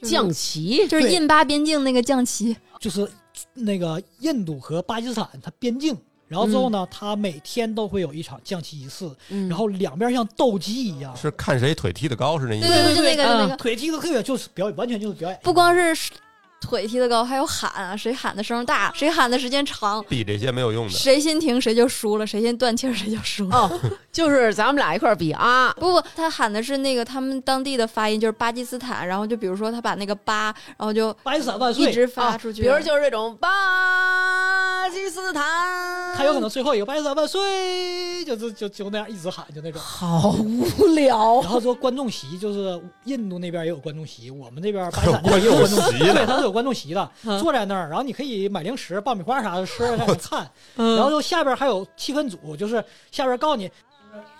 Speaker 3: 就是
Speaker 2: 降旗，
Speaker 3: 就是
Speaker 4: 对
Speaker 3: 印巴边境那个降旗，
Speaker 4: 就是那个印度和巴基斯坦它边境。然后之
Speaker 3: 嗯
Speaker 4: 后呢，它每天都会有一场降旗仪式，
Speaker 2: 嗯
Speaker 4: 然后两边像斗鸡一样，
Speaker 1: 是看谁腿踢得高是那意
Speaker 3: 对
Speaker 1: 思吗。
Speaker 3: 对，就那个就那
Speaker 2: 嗯
Speaker 3: 个，
Speaker 4: 腿踢得特别就是表演，完全就是表演。
Speaker 3: 不光是腿踢得高，还有喊啊，谁喊的声儿大，谁喊的时间长，
Speaker 1: 比这些没有用的，
Speaker 3: 谁先停谁就输了，谁先断气儿谁就输了。
Speaker 2: <laughs> 哦，就是咱们俩一块儿比
Speaker 4: <laughs>
Speaker 2: 啊，
Speaker 3: 不不，他喊的是那个他们当地的发音，就是巴基斯坦。然后就比如说他把那个巴，然后就
Speaker 4: 巴基斯坦万
Speaker 3: 一
Speaker 4: 岁！
Speaker 3: 直发出
Speaker 2: 哦
Speaker 3: 去。
Speaker 2: 比如就是这种巴基斯坦，
Speaker 4: 他有可能最后一个巴基斯坦万岁，就是就就那样一直喊，就那种。
Speaker 2: 好无聊
Speaker 3: 哦
Speaker 4: 然，后说观众席就是印度那边也有观众席，我们这边巴基斯坦那
Speaker 1: 观
Speaker 4: 边也 <laughs> 有观众
Speaker 1: 众席呢
Speaker 4: <laughs> 对，它是有观众席的
Speaker 2: 嗯，
Speaker 4: 坐在那儿，然后你可以买零食、爆米花啥的
Speaker 3: 哦
Speaker 4: 吃，在那
Speaker 3: <laughs>
Speaker 4: 看。
Speaker 3: 嗯
Speaker 4: 然后就下边还有气氛组，就是下边告诉你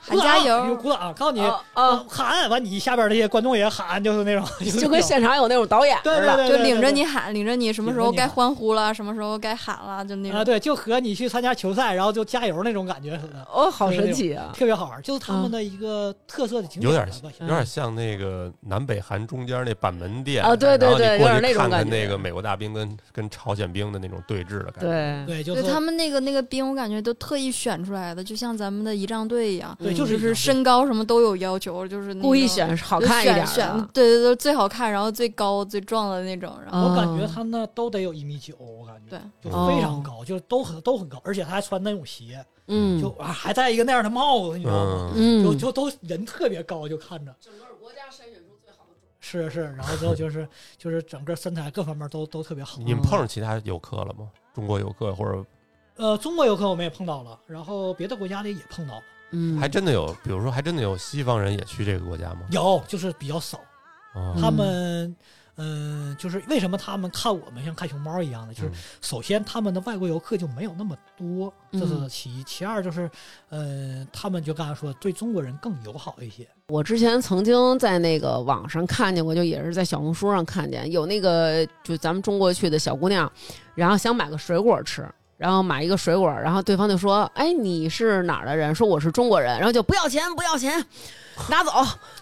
Speaker 3: 喊加
Speaker 4: 鼓掌就
Speaker 3: 油，哦
Speaker 4: 鼓掌，告诉你嗯
Speaker 2: 啊啊，
Speaker 4: 喊完，你下边这些观众也喊，就是
Speaker 3: <laughs>
Speaker 4: 那种，
Speaker 2: 就跟现场有那种导演似
Speaker 4: 对对
Speaker 2: 的，
Speaker 4: 对，
Speaker 3: 就
Speaker 4: 对
Speaker 3: 领着。
Speaker 4: 对
Speaker 3: 你喊，领着你什么时候该欢呼了，什么时候该喊了，就那
Speaker 4: 啊，
Speaker 3: 种。
Speaker 4: 对，就和你去参加球赛，然后就加油那种感觉似的，
Speaker 2: 哦，好神奇啊！
Speaker 4: 特别好玩，就是他
Speaker 3: 嗯
Speaker 4: 们的一个特色的景
Speaker 1: 有
Speaker 4: 点
Speaker 1: 点
Speaker 4: 吧。吧
Speaker 1: 有点像那个南北韩中间那板门店
Speaker 2: 啊对对
Speaker 1: 然后你
Speaker 2: 对
Speaker 1: 过去
Speaker 2: 有点那种
Speaker 1: 看
Speaker 2: 感
Speaker 1: 看
Speaker 2: 觉
Speaker 1: 那个美国大兵跟跟朝鲜兵的那种对峙的感觉。
Speaker 2: 对，
Speaker 4: 对，就
Speaker 3: 对
Speaker 4: 是
Speaker 3: 他们那个那个兵，我感觉都特意选出来的，就像咱们的仪仗队一样，
Speaker 2: 嗯
Speaker 4: 对，就是
Speaker 3: 就
Speaker 4: 一
Speaker 3: 是
Speaker 4: 种
Speaker 3: 身高什么都有要求，就是那
Speaker 2: 故意
Speaker 3: 种
Speaker 2: 选好
Speaker 3: 就
Speaker 2: 看一点
Speaker 3: 选选
Speaker 2: 的，
Speaker 3: 对对对，最好看，然后最高最壮的那种，然后
Speaker 2: 啊
Speaker 4: 我感觉他那都得有一米九，我感觉
Speaker 3: 嗯对，
Speaker 4: 就非常高，就是都很都很高，而且他还穿那种鞋，
Speaker 2: 哦嗯，
Speaker 4: 就啊还戴一个那样的帽子，你知道吗？
Speaker 1: 嗯，
Speaker 2: 嗯
Speaker 4: 就就都人特别高，就看着。是是，然后之后就是就是整个身材各方面都都特别
Speaker 2: 嗯
Speaker 4: 好。
Speaker 1: 你们碰上其他游客了吗？中国游客或者
Speaker 4: 呃，中国游客我们也碰到了，然后别的国家的也碰到了，
Speaker 2: 嗯
Speaker 1: 还真的有，比如说还真的有西方人也去这个国家吗？
Speaker 4: 有就是比较少。
Speaker 1: 啊，
Speaker 4: 他们，嗯、就是为什么他们看我们像看熊猫一样的，就是
Speaker 1: 嗯
Speaker 4: 首先他们的外国游客就没有那么多，这
Speaker 2: 嗯
Speaker 4: 是其一；其二就是，嗯，他们就刚才说对中国人更友好一些。
Speaker 2: 我之前曾经在那个网上看见过，就也是在小红书上看见有那个就咱们中国去的小姑娘，然后想买个水果吃，然后买一个水果，然后对方就说：“哎，你是哪儿的人？”说我是中国人，然后就不要钱，不要钱，拿走，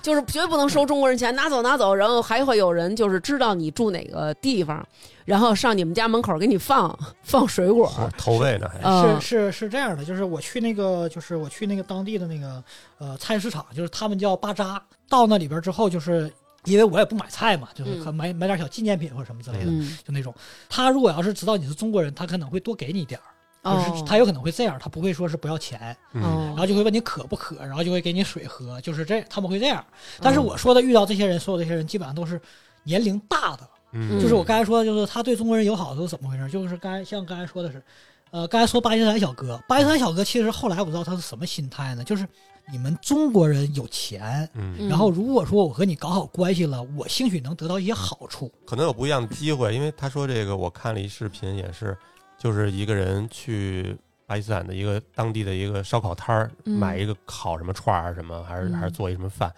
Speaker 2: 就是绝不能收中国人钱，拿走拿走。然后还会有人就是知道你住哪个地方，然后上你们家门口给你放放水果，
Speaker 1: 哦投喂呢还
Speaker 2: 嗯
Speaker 4: 是是是这样的，就是我去那个，就是我去那个当地的那个呃菜市场，就是他们叫巴扎，到那里边之后，就是因为我也不买菜嘛，就是
Speaker 2: 嗯
Speaker 4: 可买买点小纪念品或者什么之类的，
Speaker 2: 嗯，
Speaker 4: 就那种。他如果要是知道你是中国人，他可能会多给你点儿，就是他有可能会这样，他不会说是不要钱。
Speaker 1: 嗯，
Speaker 4: 然
Speaker 2: 哦
Speaker 4: 后就会问你渴不渴，然后就会给你水喝，就是这他们会这样。但是我说的遇到这些人，所有这些人基本上都是年龄大的，
Speaker 1: 嗯
Speaker 4: 就是我刚才说的，就是他对中国人友好是怎么回事？就是刚才像刚才说的是，呃，刚才说巴基斯坦小哥，巴基斯坦小哥其实后来我知道他是什么心态呢？就是你们中国人有钱，
Speaker 1: 嗯，
Speaker 2: 嗯
Speaker 4: 然后如果说我和你搞好关系了，我兴许能得到一些好处。
Speaker 1: 可能有不一样的机会，因为他说这个，我看了一视频，也是，就是一个人去巴基斯坦的一个当地的一个烧烤摊儿，
Speaker 2: 嗯
Speaker 1: 买一个烤什么串儿什么，还是
Speaker 2: 嗯
Speaker 1: 还是做一什么饭，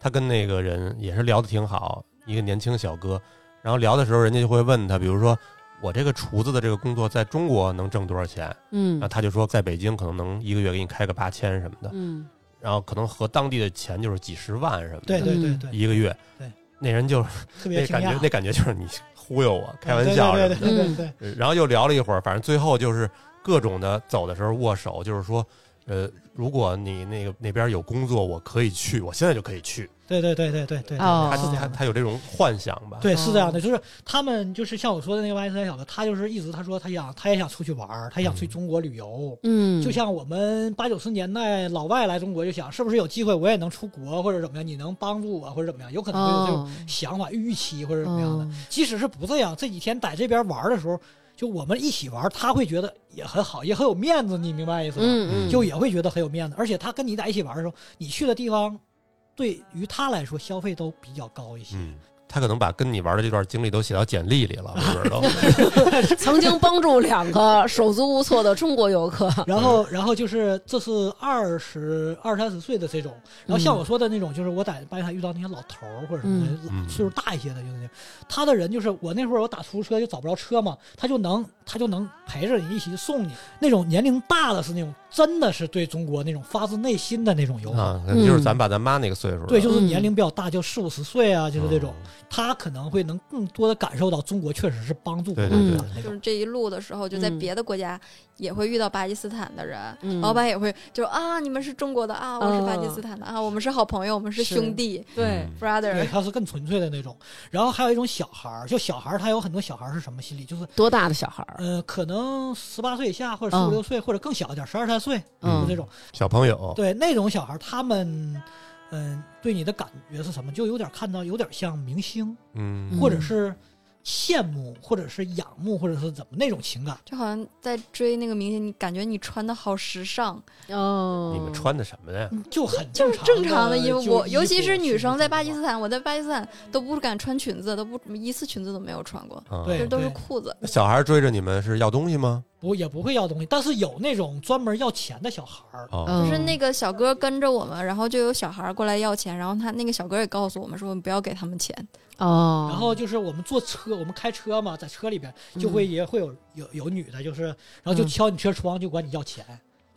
Speaker 1: 他跟那个人也是聊得挺好，一个年轻小哥，然后聊的时候，人家就会问他，比如说我这个厨子的这个工作在中国能挣多少钱，
Speaker 2: 嗯
Speaker 1: 然后他就说在北京可能能一个月给你开个八千什么的，
Speaker 2: 嗯
Speaker 1: 然后可能合当地的钱就是几十万什么的，
Speaker 4: 对对对
Speaker 2: 嗯
Speaker 4: 对，
Speaker 1: 一个月，
Speaker 4: 对，
Speaker 1: 那人就
Speaker 4: 特别
Speaker 1: 那
Speaker 4: 惊
Speaker 1: 感觉
Speaker 4: 讶
Speaker 1: 那。感觉就是你忽悠我，开玩笑
Speaker 4: 对
Speaker 1: 什
Speaker 4: 对
Speaker 1: 么
Speaker 4: 对对对对，
Speaker 1: 的。然后又聊了一会儿，反正最后就是各种的走的时候握手，就是说，呃，如果你那个那边有工作，我可以去，我现在就可以去。
Speaker 4: 对对对对对对，
Speaker 2: 哦
Speaker 1: 他
Speaker 4: 是这
Speaker 1: 他
Speaker 4: 样的。
Speaker 1: 他有这种幻想吧？
Speaker 4: 对，是这样的，就是他们就是像我说的那个 YSL 小哥，他就是一直他说他想他也想出去玩儿，他想去中国旅游，
Speaker 2: 嗯，
Speaker 4: 就像我们八九十年代老外来中国就想是不是有机会我也能出国或者怎么样，你能帮助 <laughs> 我或者怎么样，有可能会有这种
Speaker 2: 哦
Speaker 4: 想法预期或者怎么样的
Speaker 3: 嗯
Speaker 2: 哦。
Speaker 4: 即使是不这样，这几天在这边玩儿的时候，就我们一起玩儿，他会觉得也很好，也很有面子，你明白意思吗？
Speaker 2: 嗯嗯，
Speaker 4: 就也会觉得很有面子。而且他跟你在一起玩的时候，你去的地方，对于他来说消费都比较高一些。
Speaker 1: 嗯，他可能把跟你玩的这段经历都写到简历里了，我知道。
Speaker 4: <laughs>
Speaker 2: 曾经帮助两个 <laughs> 手足无措的中国游客，
Speaker 4: 然后，然后就是这是二十二三十岁的这种， <laughs> 然
Speaker 2: 嗯
Speaker 4: 后像我说的那种，就是我在巴黎上遇到那些老头儿或者什么的，
Speaker 1: 嗯
Speaker 4: 老岁数大一些的，就是那他的人就是我那会儿我打出租车就找不着车嘛，他就能他就能陪着你一起送你。那种年龄大的是那种真的是对中国那种发自内心的那种友好。
Speaker 1: 啊，可能就是咱爸咱妈那个岁数了，
Speaker 4: 对，就是
Speaker 2: 嗯
Speaker 4: 年龄比较大，就四五十岁啊，就是这种。
Speaker 1: 嗯
Speaker 4: 他可能会能更多的感受到中国确实是帮助我
Speaker 1: 对对
Speaker 4: 们
Speaker 2: 对
Speaker 4: 的那
Speaker 3: 就
Speaker 4: 种。
Speaker 3: 是这一路的时候，就在
Speaker 2: 嗯
Speaker 3: 别的国家也会遇到巴基斯坦的人，
Speaker 2: 嗯哦
Speaker 3: 老板也会就啊，你们是中国的啊，我是巴基斯坦的、啊，我们是好朋友，我们是
Speaker 2: 是
Speaker 3: 兄弟
Speaker 2: 对，
Speaker 1: 嗯
Speaker 4: 对，
Speaker 3: ，brother，
Speaker 4: 他是更纯粹的那种。然后还有一种小孩儿，就小孩儿，他有很多小孩儿是什么心理？就是
Speaker 2: 多大的小孩儿？
Speaker 4: 呃，可能十八岁以下，或者十五
Speaker 2: 嗯
Speaker 4: 六岁，或者更小一点，十二三岁，
Speaker 2: 嗯
Speaker 4: 就这种。
Speaker 1: 小朋友，
Speaker 4: 对，那种小孩儿，他们嗯、对你的感觉是什么？就有点看到，有点像明星，
Speaker 1: 嗯，
Speaker 4: 或者是羡慕，或者是仰慕，或者是怎么那种情感。
Speaker 3: 就好像在追那个明星，你感觉你穿的好时尚，
Speaker 2: 哦，
Speaker 1: 你们穿的什么呀？
Speaker 4: 就很
Speaker 3: 嗯就
Speaker 4: 正
Speaker 3: 是
Speaker 4: 常，
Speaker 3: 正常的衣
Speaker 4: 服，
Speaker 3: 服。我尤其是女生在巴基斯坦，我在巴基斯坦都不敢穿裙子，都不一次裙子都没有穿过，
Speaker 1: 啊，
Speaker 4: 对
Speaker 3: 就都是裤子。
Speaker 1: 那小孩追着你们是要东西吗？
Speaker 4: 不也不会要东西，但是有那种专门要钱的小孩儿，
Speaker 1: 哦，
Speaker 2: 嗯
Speaker 3: 就是那个小哥跟着我们，然后就有小孩过来要钱，然后他那个小哥也告诉我们说，我们不要给他们钱。
Speaker 2: 哦，
Speaker 4: 然后就是我们坐车，我们开车嘛，在车里边就
Speaker 3: 嗯
Speaker 4: 会也会有有有女的，就是然后就
Speaker 2: 嗯
Speaker 4: 敲你车窗，就管你要钱，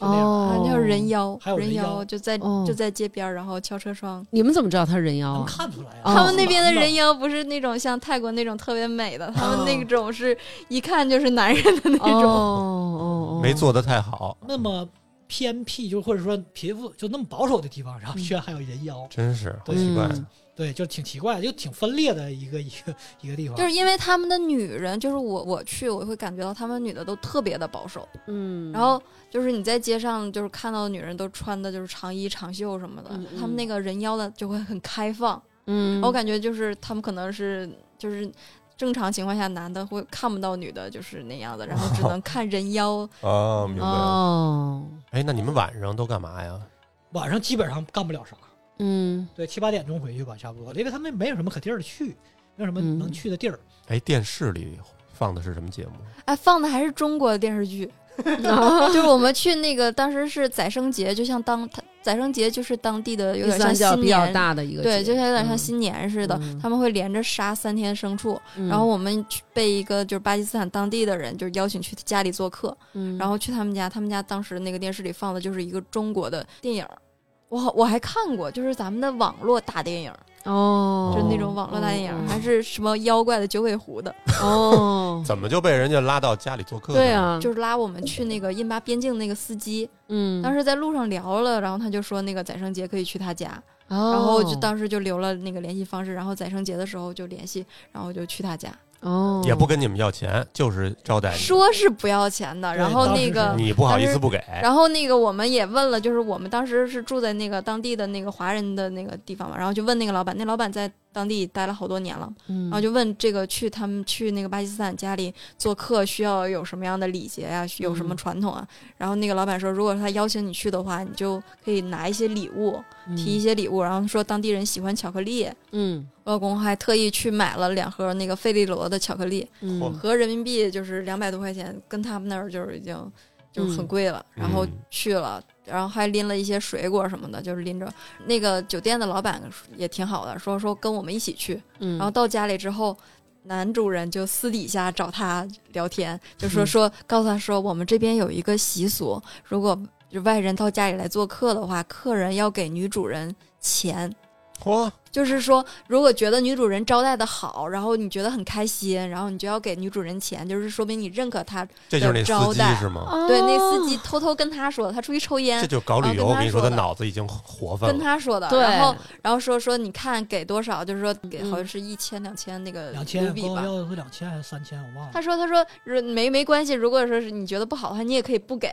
Speaker 4: 就那样。
Speaker 3: 啊
Speaker 2: 哦，，
Speaker 3: 叫人妖
Speaker 4: 还有，人妖
Speaker 3: 妖就在
Speaker 2: 哦
Speaker 3: 就在街边儿，然后敲车窗。
Speaker 2: 你们怎么知道他是人妖
Speaker 4: 能
Speaker 2: 啊？
Speaker 4: 看出来啊，
Speaker 2: 哦
Speaker 3: 他们那边的人
Speaker 4: 也
Speaker 3: 妖不是那种像泰国那种特别美的，他
Speaker 2: 哦
Speaker 3: 们那种是一看就是男人的那
Speaker 2: 哦
Speaker 3: 种。
Speaker 2: 哦，哦
Speaker 1: 没做的太好，
Speaker 4: 那么偏僻，就或者说贫富就那么保守的地方，然后
Speaker 2: 嗯
Speaker 4: 居然还有人妖，
Speaker 1: 真是好
Speaker 4: 对
Speaker 1: 奇怪。
Speaker 2: 嗯
Speaker 4: 对，就挺奇怪，就挺分裂的一个一个一个地方。
Speaker 3: <laughs> 就是因为他们的女人，就是我我去，我会感觉到他们女的都特别的保守。
Speaker 2: 嗯，
Speaker 3: 然后就是你在街上就是看到的女人都穿的就是长衣长袖什么的
Speaker 2: 嗯嗯，
Speaker 3: 他们那个人妖的就会很开放。
Speaker 2: 嗯，
Speaker 3: 我感觉就是他们可能是就是。正常情况下，男的会看不到女的，就是那样的，然后只
Speaker 2: <laughs>
Speaker 3: 能看人妖
Speaker 1: 哦，明白了。
Speaker 2: 哦，
Speaker 1: 哎，那你们晚上都干嘛呀？
Speaker 4: 晚上基本上干不了啥，
Speaker 2: 嗯
Speaker 4: 对，七八点钟回去吧，差不多，因为他们没有什么可地儿去，没有什么
Speaker 2: 嗯
Speaker 4: 能去的地儿。
Speaker 1: 哎，电视里放的是什么节目？
Speaker 3: 哎，放的还是中国的电视 <laughs> 剧，
Speaker 2: <laughs> 啊
Speaker 3: 就是我们去那个当时是宰生节，就像当他宰生节就是当地的有
Speaker 2: 伊
Speaker 3: 点
Speaker 2: 斯兰
Speaker 3: 像
Speaker 2: 教
Speaker 3: 新
Speaker 2: 比较
Speaker 3: 年，
Speaker 2: 大的一个节，
Speaker 3: 对，就像有点像
Speaker 2: 嗯，
Speaker 3: 新年似的，
Speaker 2: 嗯
Speaker 3: 他们会连着杀三天牲畜，
Speaker 2: 嗯
Speaker 3: 然后我们去被一个就是巴基斯坦当地的人就是邀请去他家里做客，
Speaker 2: 嗯
Speaker 3: 然后去他们家，他们家当时那个电视里放的就是一个中国的电影儿。我好我还看过，就是咱们的网络大电影儿，
Speaker 2: 哦，
Speaker 3: 就是那种网络大电影儿，
Speaker 2: 哦
Speaker 3: 还是什么妖怪的九尾狐的， <laughs>
Speaker 2: 哦，
Speaker 1: 怎么就被人家拉到家里做客？
Speaker 2: 对，啊，
Speaker 3: 就是拉我们去那个印巴边境那个司机，
Speaker 2: 嗯，
Speaker 3: 当时在路上聊了，然后他就说那个宰生节可以去他家，
Speaker 2: 哦，
Speaker 3: 然
Speaker 2: 然
Speaker 3: 后就当时就留了那个联系方式，然后宰生节的时候就联系，然后就去他家，
Speaker 2: 哦
Speaker 1: 也不跟你们要钱，就是招待你，
Speaker 3: 说是不要钱的，
Speaker 4: 对
Speaker 3: 然后
Speaker 4: 当时
Speaker 3: 那
Speaker 4: 是
Speaker 3: 个
Speaker 4: 嗯。
Speaker 1: 你不好意
Speaker 3: 但
Speaker 1: 思
Speaker 3: 是
Speaker 1: 不给。
Speaker 3: 然后那个我们也问了，就是我们当时是住在那个当地的那个华人的那个地方嘛，然后就问那个老板，那老板在当地待了好多年了，
Speaker 2: 嗯，
Speaker 3: 然后就问这个去他们去那个巴基斯坦家里做客需要有什么样的礼节呀、有什么
Speaker 2: 嗯
Speaker 3: 传统啊？然后那个老板说，如果他邀请你去的话，你就可以拿一些礼物，提一些礼物，然后说当地人喜欢巧克力。
Speaker 2: 嗯
Speaker 3: 我老公还特意去买了两盒那个费利罗的巧克力，
Speaker 2: 嗯
Speaker 1: 嚯
Speaker 2: 嗯
Speaker 3: 合人民币就是两百多块钱，跟他们那儿就是已经就是很贵了。
Speaker 1: 嗯
Speaker 3: 然后去了，然后还拎了一些水果什么的，就是拎着。那个酒店的老板也挺好的，说说跟我们一起去。
Speaker 2: 嗯，
Speaker 3: 然后到家里之后。男主人就私底下找他
Speaker 2: <laughs>
Speaker 3: 聊天，就说
Speaker 2: 嗯
Speaker 3: 说告诉他说，我们这边有一个习俗，如果就外人到家里来做客的话，客人要给女主人钱，
Speaker 1: 嚯，
Speaker 3: 就是说，如果觉得女主人招待的好，然后你觉得很开心，然后你就要给女主人钱，就是说明你认可她。
Speaker 1: 这就是那
Speaker 3: 招
Speaker 1: 司机
Speaker 3: 待
Speaker 1: 是
Speaker 2: 哦
Speaker 1: 吗？
Speaker 3: 对，那司机偷偷跟她说，她出去抽烟
Speaker 1: 这，就搞旅游，
Speaker 3: 啊跟他
Speaker 1: 我跟你说，他
Speaker 3: 说的
Speaker 1: 脑子已经活泛
Speaker 3: 跟
Speaker 1: 了。
Speaker 3: 她说的。
Speaker 2: 对，
Speaker 3: 然后然后说说你看给多少，就是说给
Speaker 2: 嗯
Speaker 3: 好像是一千两千那个
Speaker 4: 两
Speaker 3: 卢
Speaker 4: 千
Speaker 3: 比
Speaker 4: 高
Speaker 3: 呃吧。
Speaker 4: 要两千还是三千，
Speaker 2: 哦
Speaker 4: 我忘
Speaker 3: 他
Speaker 4: 了。
Speaker 3: 说：“他说呃没没关系，如果说是你觉得不好的话，你也可以不给，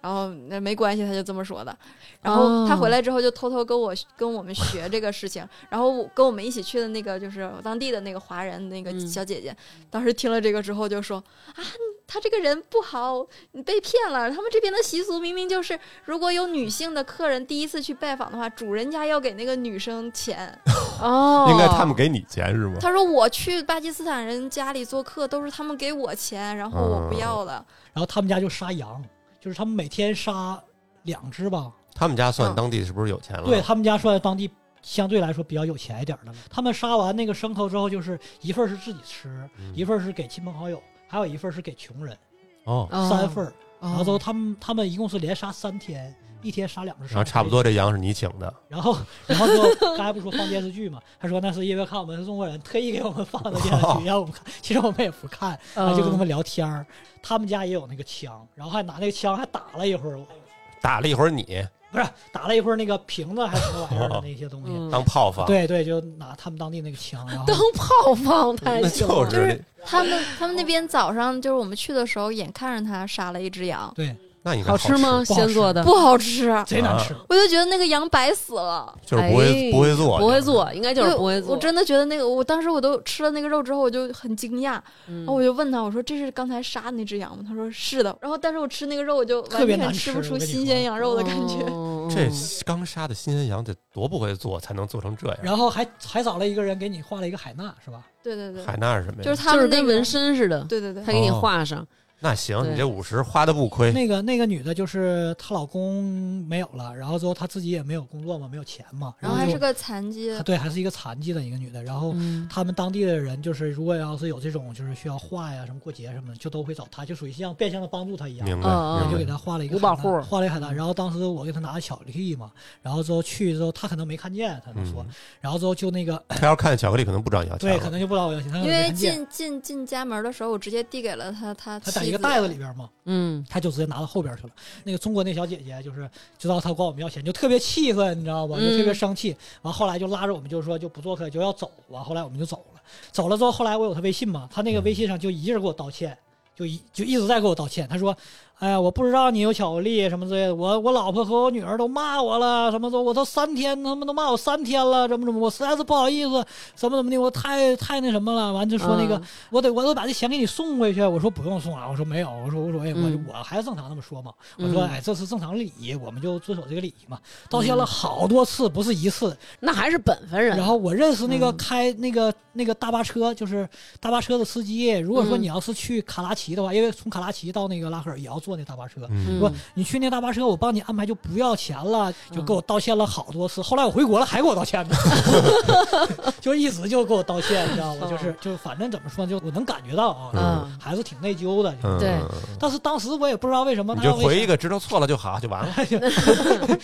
Speaker 3: 然后那没关系，他就这么说的。然后他
Speaker 2: 哦
Speaker 3: 回来之后就偷偷跟我跟我们学这个事情，然后我跟我们一起去的那个就是当地的那个华人那个
Speaker 2: 嗯
Speaker 3: 小姐姐，当时听了这个之后就说啊，他这个人不好，你被骗了。他们这边的习俗明明就是，如果有女性的客人第一次去拜访的话，主人家要给那个女生钱。”
Speaker 2: 哦，
Speaker 1: 应该他们给你钱是吗？
Speaker 3: 他说我去巴基斯坦人家里做客，都是他们给我钱，然后我不要了。
Speaker 4: 然后他们家就杀羊，就是他们每天杀两只吧。
Speaker 1: 他们家算
Speaker 3: 嗯
Speaker 1: 当地是不是有钱了？
Speaker 4: 对他们家算当地相对来说比较有钱一点的了。他们杀完那个牲口之后，就是一份儿是自己吃，
Speaker 1: 嗯
Speaker 4: 一份儿是给亲朋好友，还有一份儿是给穷人，
Speaker 1: 哦，
Speaker 2: 哦
Speaker 4: 三份儿。
Speaker 2: 哦
Speaker 4: 然后都他们他们一共是连杀三天，一天杀两只
Speaker 1: 然
Speaker 4: 牲
Speaker 1: 后
Speaker 4: 口，
Speaker 1: 差不多这羊是你请的，
Speaker 4: 然后，然后说刚才不是说放电视剧嘛？他说那是因为看我们是中国人，特意给我们放的电视
Speaker 1: <laughs>
Speaker 4: 剧，让我们看。其实我们也不
Speaker 2: 哦
Speaker 4: 看，然哎后就跟他们聊天儿。他们家也有那个枪，然后还拿那个枪还打了一会儿，
Speaker 1: 打了一会儿你
Speaker 4: 不是打了一会儿那个瓶子还是什么玩
Speaker 1: <laughs>
Speaker 4: 意儿的那些东西。
Speaker 2: 嗯
Speaker 1: 当炮房，
Speaker 4: 对对，就拿他们当地那个枪，然后
Speaker 2: 当炮放太
Speaker 1: 那
Speaker 2: 行了，
Speaker 1: 就是
Speaker 3: 他们他们那边早上就是我们去的时候，眼看着他杀了一只羊，
Speaker 4: 对
Speaker 1: 那应该
Speaker 2: 好
Speaker 1: 吃
Speaker 2: 吃吗？
Speaker 4: 不好
Speaker 2: 先
Speaker 4: 吃
Speaker 2: 做的
Speaker 3: 不好吃，
Speaker 4: 贼难吃。
Speaker 1: 啊
Speaker 3: 我就觉得那个羊白死了。
Speaker 1: 就是不会
Speaker 2: 哎
Speaker 1: 不会做，
Speaker 2: 不会做，应该就是
Speaker 3: 对
Speaker 2: 不会做。
Speaker 3: 我真的觉得那个，我当时我都吃了那个肉之后，我就很惊讶，
Speaker 2: 嗯，
Speaker 3: 然哦后我就问他，我说这是刚才杀的那只羊吗？他说是的。然后但是我吃那个肉，我就
Speaker 4: 特
Speaker 3: 完
Speaker 4: 别难
Speaker 3: 全
Speaker 4: 吃
Speaker 3: 吃不出
Speaker 4: 我跟你
Speaker 3: 新鲜
Speaker 4: 说
Speaker 3: 羊肉的感觉。 <laughs>
Speaker 2: 哦
Speaker 1: 这刚杀的新鲜羊得多不会做才能做成这样？
Speaker 4: 然后还还找了一个人给你画了一个海娜，是吧？
Speaker 3: 对对对，
Speaker 1: 海纳是什么呀？
Speaker 3: 就是他
Speaker 2: 就
Speaker 3: 们
Speaker 2: 是
Speaker 3: 那
Speaker 2: 跟
Speaker 3: 个
Speaker 2: 纹，身似的，
Speaker 3: 对对对
Speaker 2: 他，给你
Speaker 1: 哦
Speaker 2: 画上。
Speaker 1: 那行，
Speaker 2: 对
Speaker 1: 你这五十花的不亏，
Speaker 4: 那个那个女的就是她老公没有了，然后之后她自己也没有工作嘛，没有钱嘛，
Speaker 3: 然
Speaker 4: 然
Speaker 3: 后还
Speaker 4: 就是
Speaker 3: 个残疾
Speaker 4: 她，对，还是一个残疾的一个女的，然后
Speaker 2: 嗯
Speaker 4: 他们当地的人，就是如果要是有这种就是需要画呀什么过节什么的，就都会找他，就属于像变相的帮助他一样。
Speaker 1: 明白
Speaker 2: 嗯嗯
Speaker 4: 然后就给
Speaker 1: 明白。
Speaker 4: 他画了一个
Speaker 2: 五保
Speaker 4: 海南
Speaker 2: 户
Speaker 4: 画了一个
Speaker 3: 嗯
Speaker 4: 海南。然后当时我给他拿的巧克力嘛，然后之后去之后他可能没看见，他就说，
Speaker 1: 嗯
Speaker 4: 然后之后就那个
Speaker 1: 他要看巧克力，可能不长牙签
Speaker 4: 对，可
Speaker 1: 了。
Speaker 4: 能就不知道我要钱，他可
Speaker 3: 因
Speaker 4: 能没
Speaker 3: 为
Speaker 4: 看见，
Speaker 3: 进进进家门的时候，我直接递给了他他
Speaker 4: 他
Speaker 3: 妻
Speaker 4: 在一个
Speaker 3: 子啊
Speaker 4: 袋子里边嘛，
Speaker 2: 嗯，
Speaker 4: 他就直接拿到后边去了。那个中国那小姐姐就是知道他管我们要钱，就特别气愤，你知道吧？就特别生气。完、后来就拉着我们，就说就不做客，就要走。完后来我们就走了。走了之后，后来我有他微信嘛，他那个微信上就一直给我道歉，就一就一直在给我道歉。他说：“哎呀，我不知道你有巧克力什么之类的，我我老婆和我女儿都骂我了，什么的，我都三天，他们都骂我三天了，怎么怎么，我实在是不好意思，怎么怎么的，我太太那什么了。”完就说那个。
Speaker 2: 嗯
Speaker 4: 我得我得把这钱给你送回去。我说不用送啊，我说没有，我说我说哎，我
Speaker 2: 嗯
Speaker 4: 我还是正常那么说嘛。我说
Speaker 2: 嗯
Speaker 4: 哎，这是正常礼仪，我们就遵守这个礼仪嘛。道歉了好多次，不是一次。
Speaker 2: 那还是本分人。
Speaker 4: 然后我认识那个
Speaker 2: 嗯
Speaker 4: 开那个那个大巴车，就是大巴车的司机。如果说
Speaker 2: 嗯
Speaker 4: 你要是去卡拉奇的话，因为从卡拉奇到那个拉赫尔也要坐那大巴车。
Speaker 1: 嗯，
Speaker 4: 说你去那大巴车，我帮你安排，就不要钱了，就
Speaker 2: 嗯
Speaker 4: 给我道歉了好多次。后来我回国了，还给我道歉
Speaker 2: <laughs>
Speaker 4: 呢，就一直就给我道歉，你知道吗？就是就是，反正怎么说呢，就我能感觉到啊，
Speaker 2: 哦嗯
Speaker 4: 还是挺内疚的。
Speaker 1: 嗯，
Speaker 2: 对
Speaker 4: 但是当时我也不知道为什么
Speaker 1: 你
Speaker 4: 他
Speaker 1: 就
Speaker 4: 要
Speaker 1: 回
Speaker 4: 微
Speaker 1: 一
Speaker 4: 信，
Speaker 1: 个，知道错了就好，就完
Speaker 2: <laughs>
Speaker 1: 了。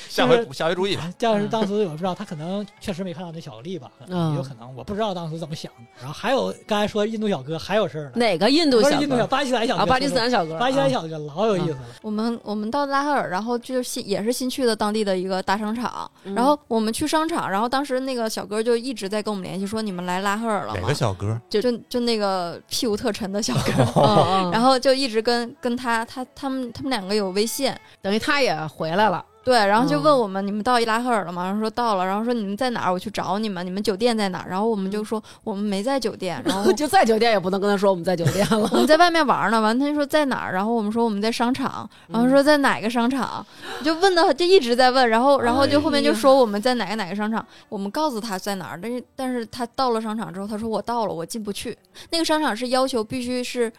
Speaker 1: 下
Speaker 4: 就
Speaker 1: 回
Speaker 4: 是
Speaker 1: 下回注意。
Speaker 4: 但是当时我不知道他可能确实没看到那巧克力吧，
Speaker 2: 嗯
Speaker 4: 也有可能我不知道当时怎么想的。然后还有刚才说印度小哥还有事儿呢，
Speaker 2: 哪个印度
Speaker 4: 不
Speaker 2: 小
Speaker 4: 是
Speaker 2: 哥？
Speaker 4: 印度小巴基斯坦小哥，
Speaker 2: 啊，巴基斯坦小哥，
Speaker 4: 巴基斯坦
Speaker 2: 啊
Speaker 4: 小哥老有意思了，
Speaker 3: 我们我们到拉赫尔，然后就是新也是新去的当地的一个大商场，
Speaker 2: 嗯
Speaker 3: 然后我们去商场，然后当时那个小哥就一直在跟我们联系，说你们来拉赫尔了
Speaker 1: 哪
Speaker 3: 吗
Speaker 1: 个？小哥？
Speaker 3: 就就就那个屁股特沉的小哥，
Speaker 4: <laughs>
Speaker 2: 嗯嗯
Speaker 3: 然后就一直跟跟他他他们他们两个有微信，
Speaker 2: 等于他也回来了。
Speaker 3: 对，然后就
Speaker 2: 嗯
Speaker 3: 问我们、你们到拉赫尔了吗？然后说到了，然后说你们在哪儿？我去找你们，你们酒店在哪儿？然后我们就说我们没在酒店，然后
Speaker 2: 就在酒店也不能跟他说我们在酒店了。
Speaker 3: <laughs> 我们在外面玩呢，完他就说在哪儿，然后我们说我们在商场，然后说在哪个商场，就问到就一直在问，然后然后就后面就说我们在哪个哪个商场，我们告诉他在哪儿，但是但是他到了商场之后，他说我到了，我进不去，那个商场是要求必须是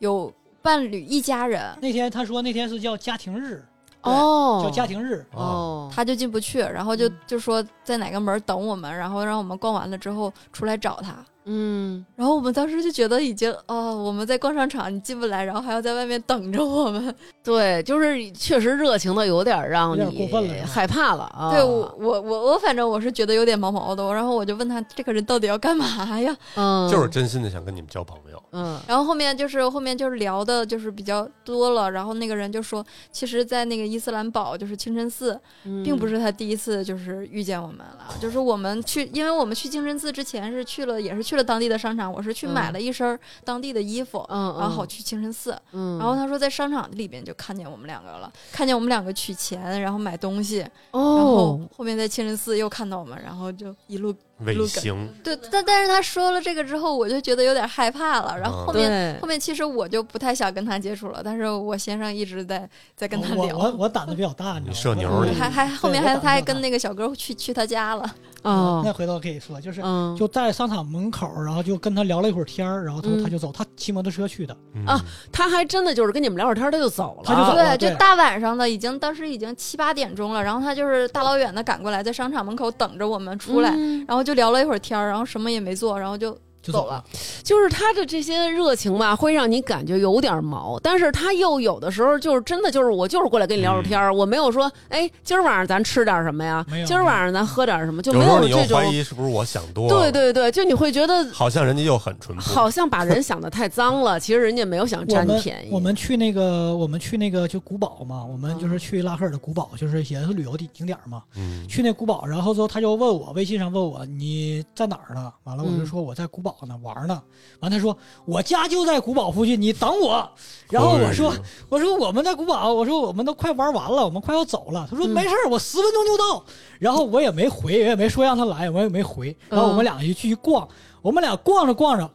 Speaker 3: 有伴侣一家人，
Speaker 4: 那天他说那天是叫家庭日，
Speaker 2: 哦，
Speaker 4: 叫家庭啊日，
Speaker 2: 哦，
Speaker 3: 他就进不去，然后就
Speaker 2: 嗯
Speaker 3: 就说在哪个门等我们，然后让我们逛完了之后出来找他，
Speaker 2: 嗯，
Speaker 3: 然后我们当时就觉得已经哦，我们在逛商场，你进不来，然后还要在外面等着我们。
Speaker 2: 对，就是确实热情的有点让
Speaker 4: 有点过分了
Speaker 2: 你
Speaker 4: 是吧
Speaker 2: 害怕了啊。
Speaker 3: 对我，我我我反正我是觉得有点毛毛的。然后我就问他这个人到底要干嘛呀？
Speaker 2: 嗯，
Speaker 1: 啊就是真心的想跟你们交朋友。
Speaker 2: 嗯
Speaker 3: 然后后面就是后面就是聊的就是比较多了，然后那个人就说，其实，在那个伊斯兰堡就是清真寺，
Speaker 2: 嗯，
Speaker 3: 并不是他第一次就是遇见我们了，就是我们去，因为我们去清真寺之前是去了，也是去了当地的商场，我是去买了一身儿当地的衣服，
Speaker 2: 嗯嗯，嗯，
Speaker 3: 然后好去清真寺，
Speaker 2: 嗯，
Speaker 3: 然后他说在商场里边就看见我们两个了，看见我们两个取钱，然后买东西，然后
Speaker 2: 哦，
Speaker 3: 后面在清真寺又看到我们，然后就一路
Speaker 1: 尾行，
Speaker 3: 对，但但是他说了这个之后，我就觉得有点害怕了，然后后面。
Speaker 2: 对
Speaker 3: 后，面其实我就不太想跟他接触了，但是我先生一直在在跟他
Speaker 4: 我
Speaker 3: 聊，
Speaker 4: 哦我我胆子比较大，你
Speaker 1: 你
Speaker 4: 知道
Speaker 1: 社
Speaker 4: 吗
Speaker 1: 牛
Speaker 4: 我
Speaker 1: 儿你
Speaker 3: 还还后面
Speaker 4: 对我
Speaker 3: 还
Speaker 4: 胆子
Speaker 3: 他还
Speaker 4: 比较
Speaker 3: 跟
Speaker 4: 大
Speaker 3: 那个小哥去去他家了，
Speaker 2: 哦，
Speaker 4: 那回头可以说，就是
Speaker 2: 嗯，
Speaker 4: 就在商场门口，然后就跟他聊了一会儿天儿，然后他
Speaker 2: 嗯
Speaker 4: 他就走，他骑摩托车去的，
Speaker 1: 嗯
Speaker 2: 啊他还真的就是跟你们聊会儿天儿，他就走了，
Speaker 4: 他就走了
Speaker 3: 对，
Speaker 4: 啊哦对
Speaker 3: 就大晚上的，已经当时已经七八点钟了，然后他就是大老远的赶过来，在商场门口等着我们出来，
Speaker 2: 嗯
Speaker 3: 然后就聊了一会儿天儿，然后什么也没做，然后就
Speaker 4: 就
Speaker 3: 走
Speaker 4: 走了。
Speaker 2: 就是他的这些热情吧，会让你感觉有点毛，但是他又有的时候就是真的就是我就是过来跟你聊聊天儿，我没有说哎，今儿晚上咱吃点什么呀
Speaker 4: 嗯没，有
Speaker 2: 今儿晚上咱喝点什么，就
Speaker 1: 有
Speaker 2: 没
Speaker 1: 时候你又
Speaker 2: 这种
Speaker 1: 怀。疑是不是我想多了，
Speaker 2: 对对对，就你会觉得
Speaker 1: 好像人家又很淳朴，
Speaker 2: 好像把人想的太脏了，其实人家没有想
Speaker 4: 我
Speaker 2: 占你
Speaker 4: 们
Speaker 2: 便宜。
Speaker 4: 我们去那个我们去那个就古堡嘛，我们就
Speaker 2: 嗯
Speaker 4: 是去拉赫尔的古堡，就是也是旅游地景点儿嘛。
Speaker 1: 嗯，
Speaker 4: 去那古堡，然后之后他就问我微信上问我你在哪儿呢？完了
Speaker 3: 嗯
Speaker 4: 我就说我在古堡呢、玩儿呢。完他说我家就在古堡附近，你等我。然后我说
Speaker 1: 哎呦
Speaker 4: 我说我们在古堡，我说我们都快玩完了，我们快要走了。他说
Speaker 2: 嗯
Speaker 4: 没事儿，我十分钟就到。然后我也没回，也没说让他来，我也没回。然后我们俩就继续逛，我们俩逛着逛着，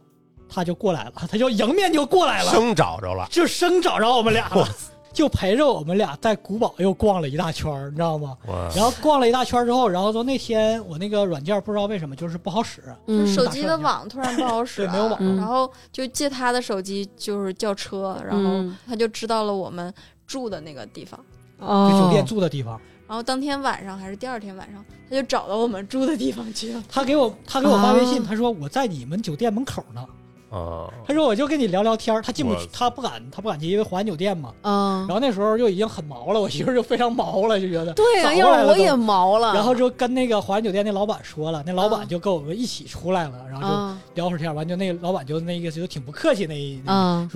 Speaker 4: 他就过来了，他就迎面就过来了，
Speaker 1: 生找着了，
Speaker 4: 就生找着我们俩了，就陪着我们俩在古堡又逛了一大圈儿，你知道吗？
Speaker 2: 啊
Speaker 1: 哇，
Speaker 4: 然后逛了一大圈之后，然后说那天我那个软件不知道为什么就是不好使，
Speaker 3: 就
Speaker 2: 嗯
Speaker 3: 手机的网突然不
Speaker 4: <laughs>
Speaker 3: 好使
Speaker 4: 对没有
Speaker 3: 了，
Speaker 4: 网
Speaker 2: 嗯
Speaker 3: 然后就借他的手机就是叫车，然后
Speaker 2: 嗯
Speaker 3: 他就知道了我们住的那个地方。
Speaker 4: 就酒
Speaker 2: 哦，
Speaker 4: 店住的地方。
Speaker 3: 然后当天晚上还是第二天晚上，他就找到我们住的地方去 <laughs> 了。
Speaker 4: 他给我他给我发微信，
Speaker 2: 啊
Speaker 4: 他说我在你们酒店门口呢。
Speaker 1: 啊，
Speaker 4: 他说我就跟你聊聊天儿，他进不
Speaker 1: 我
Speaker 4: 去，他不敢，他不敢进，因为环酒店嘛。
Speaker 2: 嗯
Speaker 4: 然，后那时候就已经很毛了，我媳妇儿就非常毛了，就觉得。
Speaker 2: 对啊呀、
Speaker 4: 早
Speaker 2: 要
Speaker 4: 过来
Speaker 2: 是
Speaker 4: 了
Speaker 2: 我
Speaker 4: 都
Speaker 2: 也毛了。
Speaker 4: 然后就跟那个环酒店那老板说了，那老
Speaker 2: 啊
Speaker 4: 板就跟我们一起出来了，
Speaker 3: 嗯
Speaker 4: 然后就哎
Speaker 2: 啊
Speaker 4: 聊会儿天儿，完就那老板就那个就挺不客气那一，
Speaker 2: 啊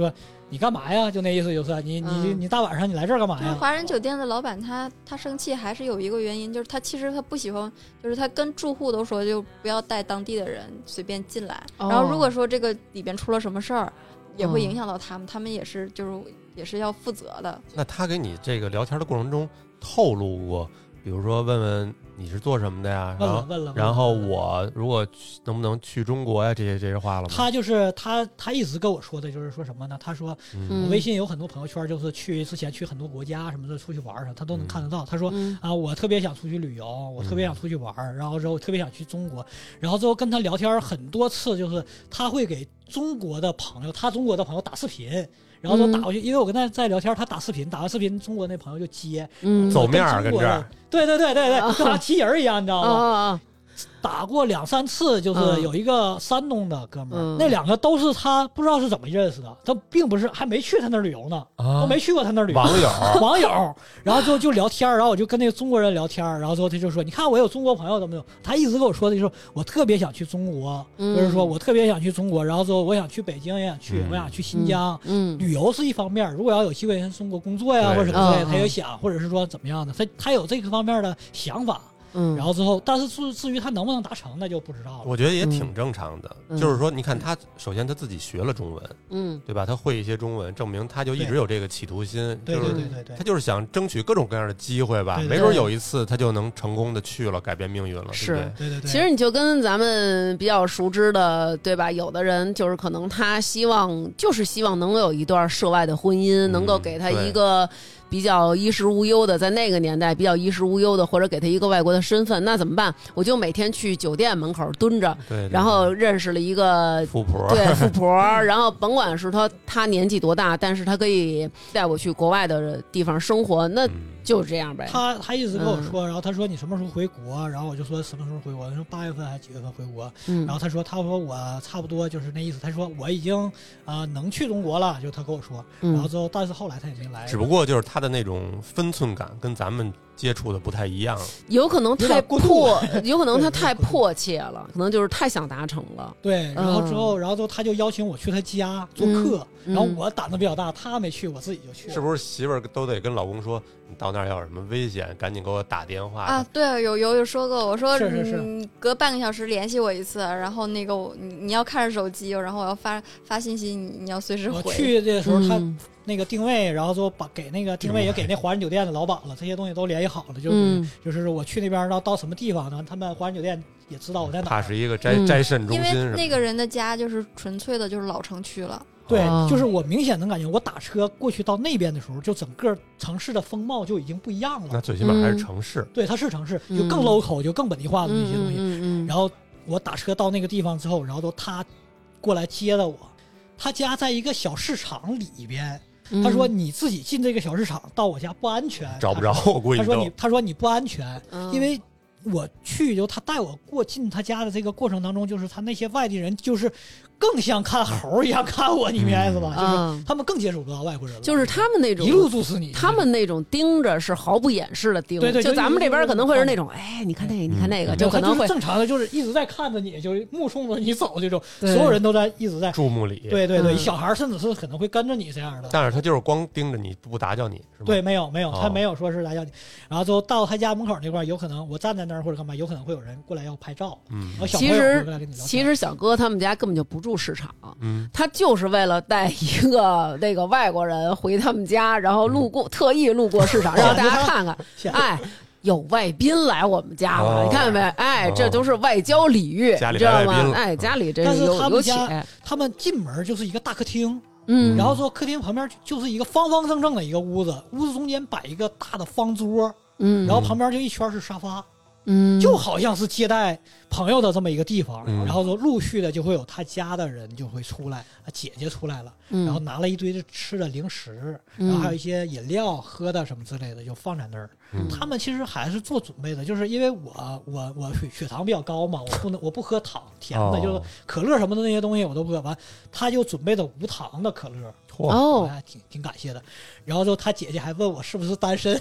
Speaker 4: 你干嘛呀？就那意思就是你你
Speaker 2: 嗯
Speaker 4: 你大晚上你来这儿干嘛
Speaker 3: 就是
Speaker 4: 呀？
Speaker 3: 华人酒店的老板他，他生气还是有一个原因，就是他其实他不喜欢，就是他跟住户都说就不要带当地的人随便进来。
Speaker 2: 哦
Speaker 3: 然后如果说这个里边出了什么事儿，也会
Speaker 2: 嗯
Speaker 3: 影响到他们，他们也是就是也是要负责的。
Speaker 1: 那他给你这个聊天的过程中透露过，比如说问问你是做什么的呀，
Speaker 4: 问
Speaker 1: 然
Speaker 4: 了
Speaker 1: 后
Speaker 4: 问了，
Speaker 1: 然后我如果去能不能去中国呀，这些这些话了吗？
Speaker 4: 他就是他他一直跟我说的就是说什么呢？他说
Speaker 1: 嗯
Speaker 4: 我微信有很多朋友圈，就是去之前去很多国家什么的，出去玩儿什么，他都能看得到。他说
Speaker 2: 嗯
Speaker 4: 啊，我特别想出去旅游，我特别
Speaker 1: 嗯
Speaker 4: 想出去玩儿，然后之后特别想去中国，然后之后跟他聊天儿很多次，就是他会给中国的朋友，他中国的朋友打视频。然后都
Speaker 2: 嗯
Speaker 4: 打过去，因为我跟他在聊天儿，他打视频，打完视频，中国那朋友就接，
Speaker 2: 嗯
Speaker 1: 走面儿
Speaker 4: 跟
Speaker 1: 跟
Speaker 4: 中国
Speaker 1: 这
Speaker 4: 的
Speaker 1: 儿，
Speaker 4: 对对对对
Speaker 2: 啊
Speaker 4: 对，跟拿棋人儿一样，你知道
Speaker 2: 啊
Speaker 4: 吗？
Speaker 2: 啊啊！
Speaker 4: 打过两三次，就
Speaker 2: 嗯
Speaker 4: 是有一个山东的哥们儿，
Speaker 2: 嗯
Speaker 4: 那两个都是他不知道是怎么认识的，他并不是还没去他那儿旅游呢，
Speaker 2: 嗯
Speaker 1: 啊
Speaker 4: 都没去过他那儿旅游。
Speaker 1: 网友
Speaker 2: 啊
Speaker 4: 网友，然后之后就聊天儿，然后我就跟那个中国人聊天儿，然后之后他就说：“你看我有中国朋友怎么怎么。”他一直跟我说的就是我特别想去中国，
Speaker 2: 嗯
Speaker 4: 就是说我特别想去中国，然后之后我想去北京也想去，
Speaker 1: 嗯
Speaker 4: 我想去新疆。
Speaker 2: 嗯，
Speaker 4: 旅游是一方面，如果要有机会在中国工作呀
Speaker 1: 对
Speaker 4: 或者什么之类
Speaker 2: 嗯
Speaker 4: 的，他也
Speaker 2: 嗯
Speaker 4: 想，或者是说怎么样的，他他有这个方面的想法。
Speaker 2: 嗯，
Speaker 4: 然后之后，但是至至于他能不能达成，那就不知道了。
Speaker 1: 我觉得也挺正常的，
Speaker 2: 嗯
Speaker 1: 就是说，你看他首先他自己学了中文，
Speaker 2: 嗯
Speaker 1: 对吧？他会一些中文，证明他就一直
Speaker 4: 对
Speaker 1: 有这个企图心，
Speaker 4: 对
Speaker 1: 就
Speaker 4: 对
Speaker 1: 是
Speaker 4: 对对对
Speaker 1: 他，就是想争取各种各样的机会吧，
Speaker 4: 对对
Speaker 1: 没准儿有一次他就能成功的去了，改变命运了，
Speaker 2: 是
Speaker 1: 对不
Speaker 4: 对对对。
Speaker 2: 其实你就跟咱们比较熟知的，对吧？有的人就是可能他希望，就是希望能有一段涉外的婚姻，
Speaker 1: 嗯
Speaker 2: 能够给他一个比较衣食无忧的，在那个年代比较衣食无忧的，或者给他一个外国的身份，那怎么办？我就每天去酒店门口蹲着，
Speaker 1: 对？对，对
Speaker 2: 然后认识了
Speaker 1: <laughs>
Speaker 2: 一个。
Speaker 1: 富婆，
Speaker 2: 对富婆，然后甭管是他他年纪多大，但是他可以带我去国外的地方生活，那
Speaker 1: 嗯
Speaker 2: 就是这样呗。
Speaker 4: 他他一直跟我
Speaker 2: 嗯
Speaker 4: 说，然后他说你什么时候回国？然后我就说什么时候回国？他说八月份还是几月份回国？
Speaker 2: 嗯
Speaker 4: 然后他说他说我差不多就是那意思。他说我已经啊、呃能去中国了，就他跟我说。然后
Speaker 2: 嗯
Speaker 4: 之后，但是后来他也没来，
Speaker 1: 只不过就是他的那种分寸感跟咱们接触的不太一样，
Speaker 2: 有可能
Speaker 4: 有
Speaker 2: 太
Speaker 4: 点过度
Speaker 2: 迫，有可能他
Speaker 4: 对有点
Speaker 2: 太
Speaker 4: 过度
Speaker 2: 迫切了， <laughs> 可能就是太想达成了。
Speaker 4: 对，然后之后，
Speaker 2: 嗯
Speaker 4: 然后之后他就邀请我去他家做客，
Speaker 2: 嗯
Speaker 4: 然后我胆子比较大，他没去，我自己就去了。
Speaker 1: 是不是？媳妇儿都得跟老公说，你到那儿要有什么危险，赶紧给我打电话。
Speaker 3: 啊，对，有有有说过，我说
Speaker 4: 是是是
Speaker 3: 嗯，隔半个小时联系我一次，然后那个我你你要看着手机，然后我要发发信息，你你要随时
Speaker 4: 我
Speaker 3: 回。
Speaker 4: 去的时候，他
Speaker 2: 嗯
Speaker 4: 那个定位，然后之后把给那个定位也给那华人酒店的老板了，这些东西都联系好了，就是、
Speaker 2: 嗯
Speaker 4: 就是我去那边到到什么地方呢？他们华人酒店也知道我在哪
Speaker 1: 怕
Speaker 4: 儿。
Speaker 1: 是一个摘、
Speaker 2: 嗯
Speaker 1: 摘肾中
Speaker 3: 因
Speaker 1: 心什
Speaker 3: 为
Speaker 1: 么的。
Speaker 3: 那个人的家就是纯粹的，就是老城区了。
Speaker 4: 对，
Speaker 2: 哦
Speaker 4: 就是我明显能感觉，我打车过去到那边的时候，就整个城市的风貌就已经不一样
Speaker 1: 那
Speaker 4: 了。
Speaker 1: 最起码还是
Speaker 2: 嗯
Speaker 1: 城市，
Speaker 4: 对，它是城市，就
Speaker 2: 嗯
Speaker 4: 更 local，就更本地化的那些东西。
Speaker 2: 嗯嗯嗯
Speaker 4: 然后我打车到那个地方之后，然后都他过来接的我。他家在一个小市场里边，
Speaker 2: 嗯，
Speaker 4: 他说你自己进这个小市场到我家不安全，
Speaker 1: 找不
Speaker 4: 啊他
Speaker 1: 着
Speaker 4: 说。，
Speaker 1: 我估
Speaker 4: 他
Speaker 1: 计
Speaker 4: 说
Speaker 1: 都
Speaker 4: 你，他说你不安全，
Speaker 2: 嗯
Speaker 4: 因为我去就他带我过进他家的这个过程当中，就是他那些外地人就是更像看猴儿一样看我，你明白意思吧？就
Speaker 2: 嗯
Speaker 4: 是他们更接触不到外国人了，
Speaker 2: 就是他们那种
Speaker 4: 一路注视你，
Speaker 2: 他们那种盯着是毫不掩饰的盯着，
Speaker 4: 对对
Speaker 2: 就
Speaker 4: 就
Speaker 2: 咱们这边可能会是那
Speaker 4: 一
Speaker 2: 种，哎，你看那个，你看那个，
Speaker 1: 嗯
Speaker 4: 没有
Speaker 2: 可
Speaker 4: 他
Speaker 2: 能
Speaker 4: 啊就
Speaker 2: 会
Speaker 4: 是正常的，就是一直在看着你，就是目送着你走这种，
Speaker 2: 对
Speaker 4: 所有人都在一直在
Speaker 1: 注目礼。，
Speaker 4: 对对对，
Speaker 2: 嗯
Speaker 4: 小孩儿甚至是可能会跟着你这样的。
Speaker 1: 但是他就是光盯着你不打搅你，是吗？
Speaker 4: 对，，没有没有，
Speaker 1: 哦
Speaker 4: 他没有说是来要你，然后就到他家门口那块儿，有可能我站在那儿或者干嘛，有可能会有人过来要拍照，
Speaker 1: 嗯
Speaker 4: 然后小朋
Speaker 2: 其
Speaker 4: 友会过
Speaker 2: 实
Speaker 4: 来跟你聊天。
Speaker 2: 其实小哥他们家根本就不住市场，
Speaker 1: 嗯，
Speaker 2: 他就是为了带一个那个外国人回他们家，然后路
Speaker 4: 嗯
Speaker 2: 过特意路过市场，让大家看看，
Speaker 4: 现
Speaker 2: <laughs> 哎。有外宾来我们家了，
Speaker 1: 哦
Speaker 2: 你看没？哎，
Speaker 1: 哦
Speaker 2: 这都是外交礼遇，
Speaker 1: 家里
Speaker 2: 你知道
Speaker 1: 来外宾
Speaker 2: 吗？
Speaker 1: 了
Speaker 2: 哎，
Speaker 1: 嗯
Speaker 2: 家里这
Speaker 4: 但是
Speaker 2: 有
Speaker 4: 他们
Speaker 2: 有且，
Speaker 4: 家他们进门就是一个大客厅，
Speaker 2: 嗯
Speaker 4: 然后说客厅旁边就是一个方方正正的一个屋子，屋子中间摆一个大的方桌，
Speaker 2: 嗯，
Speaker 4: 然后旁边就一圈是沙发，
Speaker 2: 嗯
Speaker 4: 就好像是接待朋友的这么一个地方。
Speaker 1: 嗯
Speaker 4: 然后说陆续的就会有他家的人就会出来，啊姐姐出来了。
Speaker 2: 嗯
Speaker 4: 然后拿了一堆的吃的零食，
Speaker 2: 嗯
Speaker 4: 然后还有一些饮料、喝的什么之类的，就放在那儿。
Speaker 1: 嗯
Speaker 4: 他们其实还是做准备的，就是因为我我我血血糖比较高嘛，我不能我不喝糖甜的，
Speaker 1: 哦
Speaker 4: 就是可乐什么的那些东西我都不喝。完，他就准备的无糖的可乐，
Speaker 1: 嚯，
Speaker 4: 我
Speaker 2: 哦
Speaker 4: 还挺挺感谢的。然后之后他姐姐还问我是不是单身，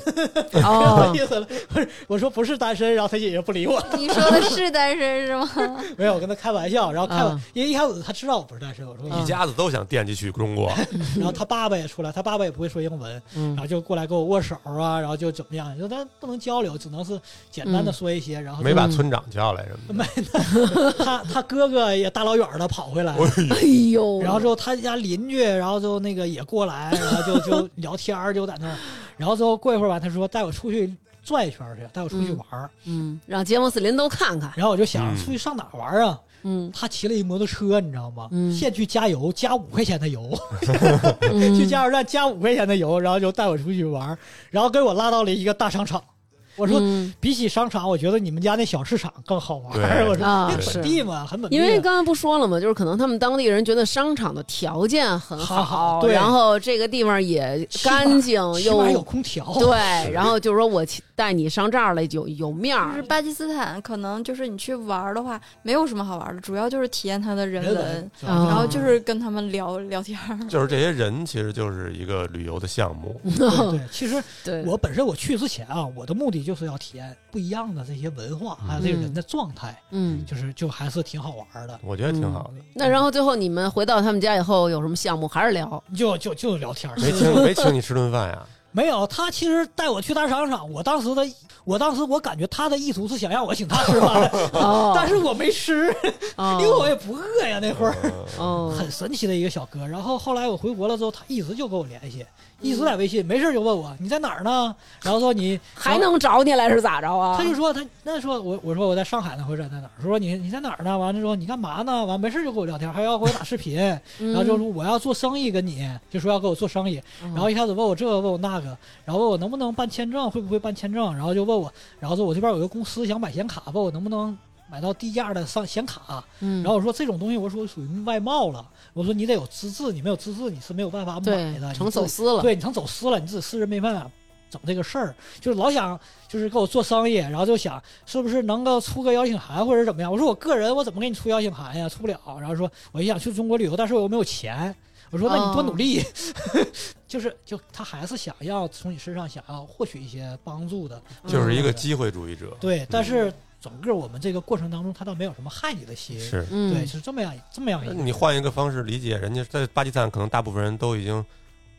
Speaker 2: 哦
Speaker 4: <laughs> 意，思了，不是我说不是单身，然后他姐姐不理我，
Speaker 3: 你说的是单身是吗？
Speaker 4: <laughs> 没有我跟他开玩笑，然后开玩，
Speaker 2: 嗯
Speaker 4: 因为一开始他知道我不是单身，我说
Speaker 1: 一家子都想惦记去中国，
Speaker 4: 然后他爸爸也出来，他爸爸也不会说英文，
Speaker 2: 嗯
Speaker 4: 然后就过来跟我握手啊，然后就怎么样，就咱不能交流，只能是简单
Speaker 2: 嗯
Speaker 4: 的说一些，
Speaker 3: 哦
Speaker 4: 然后
Speaker 1: 没把
Speaker 3: 嗯
Speaker 1: 村长叫来什么的。
Speaker 4: <laughs> 他他哥哥也大老远的跑回来。
Speaker 1: 哎
Speaker 2: 哎呦，
Speaker 4: 然后之后他家邻居，然后就那个也过来，然
Speaker 1: <laughs>
Speaker 4: 后就就聊天儿，就在那儿，然后之后过一会儿吧，他说带我出去转一圈儿去，带我出去玩儿。
Speaker 2: 嗯，让街坊四邻都看看，
Speaker 4: 然后我就想
Speaker 1: 嗯
Speaker 4: 出去上哪儿玩儿啊？ <laughs>
Speaker 2: 嗯，
Speaker 4: 他骑了一摩托车，你知道吗？
Speaker 2: 嗯
Speaker 4: 现去加油，加五块钱的油，去
Speaker 2: 去
Speaker 4: 加油站加五块钱的油，然后就带我出去玩儿，然后给我拉到了一个大商场。我
Speaker 2: 我
Speaker 4: 说，
Speaker 2: 嗯、
Speaker 4: 比起商场，我觉得你们家那小市场更好玩
Speaker 1: 对
Speaker 4: 儿。我说，
Speaker 2: 啊
Speaker 4: 因为
Speaker 1: 是
Speaker 4: 本地嘛，很本地
Speaker 2: 因
Speaker 4: 啊。
Speaker 2: 为刚才不说了嘛，就是可能他们当地人觉得商场的条件很
Speaker 4: 好好对
Speaker 2: 然后这个地方也干净
Speaker 4: 起码有
Speaker 2: 又
Speaker 4: 空调，
Speaker 2: 对，然后就是说我去带你上这儿来有有面
Speaker 3: <laughs> 就
Speaker 2: 儿
Speaker 3: 是，巴基斯坦，可能就是你去玩儿的话，没有什么好玩儿的，主要就是体验它的人
Speaker 4: 人
Speaker 3: 文，
Speaker 4: 是
Speaker 2: 嗯
Speaker 4: 吧
Speaker 3: 然后就是跟他们聊聊天儿。
Speaker 1: 就是这些人其实就是一个旅游的项目，
Speaker 3: 嗯
Speaker 2: <laughs>
Speaker 4: 对，对其实
Speaker 2: 对，
Speaker 4: 我本身我去之前啊，我的目的就是要体验不一样的这些文化，还有这个人的状态，
Speaker 2: 嗯，
Speaker 4: 就是就还是挺好玩儿的。
Speaker 1: 我觉得
Speaker 3: 嗯
Speaker 1: 挺好的。
Speaker 2: 那然后最后你们回到他们家以后有什么项目还是聊？
Speaker 4: 就就就聊天儿，
Speaker 1: 没请没请你吃顿饭呀？
Speaker 4: 没有，他其实带我去大商场，我当时的，我当时我感觉他的意图是想让我请他吃饭，
Speaker 2: <laughs> 哦，
Speaker 4: 但是我没吃，
Speaker 2: 哦
Speaker 4: 因为我也不饿呀那会儿。
Speaker 2: 哦
Speaker 4: 很神奇的一个小哥，然后后来我回国了之后，他一直就跟我联系，一直在微信，没事就问我你在哪儿呢，然后说你
Speaker 2: 还，能找你来是咋着啊？
Speaker 4: 他就说他那说我我说我在上海呢，或者在哪儿，说你你在哪儿呢？完了之后你干嘛呢？完没事就跟我聊天，还要给我打视
Speaker 2: <laughs>
Speaker 4: 频，
Speaker 2: 嗯，
Speaker 4: 然后就说我要做生意跟你，就说要跟我做生意，
Speaker 2: 嗯，
Speaker 4: 然后一开始问我这个，问我那个，然后问我能不能办签证，会不会办签证，然后就问我，然后说我这边有个公司想买显卡，问我能不能买到低价的上显卡，
Speaker 2: 嗯，
Speaker 4: 然后我说这种东西我说属于外贸了，我说你得有资质，你没有资质你是没有办法买
Speaker 2: 对
Speaker 4: 的，你
Speaker 2: 成走
Speaker 4: 自己
Speaker 2: 私了，
Speaker 4: 对你成走私了，你自己私人没办法整这个事儿，就是老想就是给我做生意，然后就想是不是能够出个邀请函或者怎么样。我说我个人我怎么给你出邀请函呀？出不了。然后说我就想去中国旅游，但是我又没有钱。我说那你多努力，
Speaker 2: <laughs>
Speaker 4: 就是就他还是想要从你身上想要获取一些帮助的，
Speaker 1: 就是一个机会主义者。
Speaker 4: 对，但是整个我们这个过程当中，他倒没有什么害你的心。
Speaker 1: 是，
Speaker 2: 嗯，
Speaker 4: 对，是这么样这么样一个。
Speaker 1: 你换一个方式理解，人家在巴基斯坦，可能大部分人都已经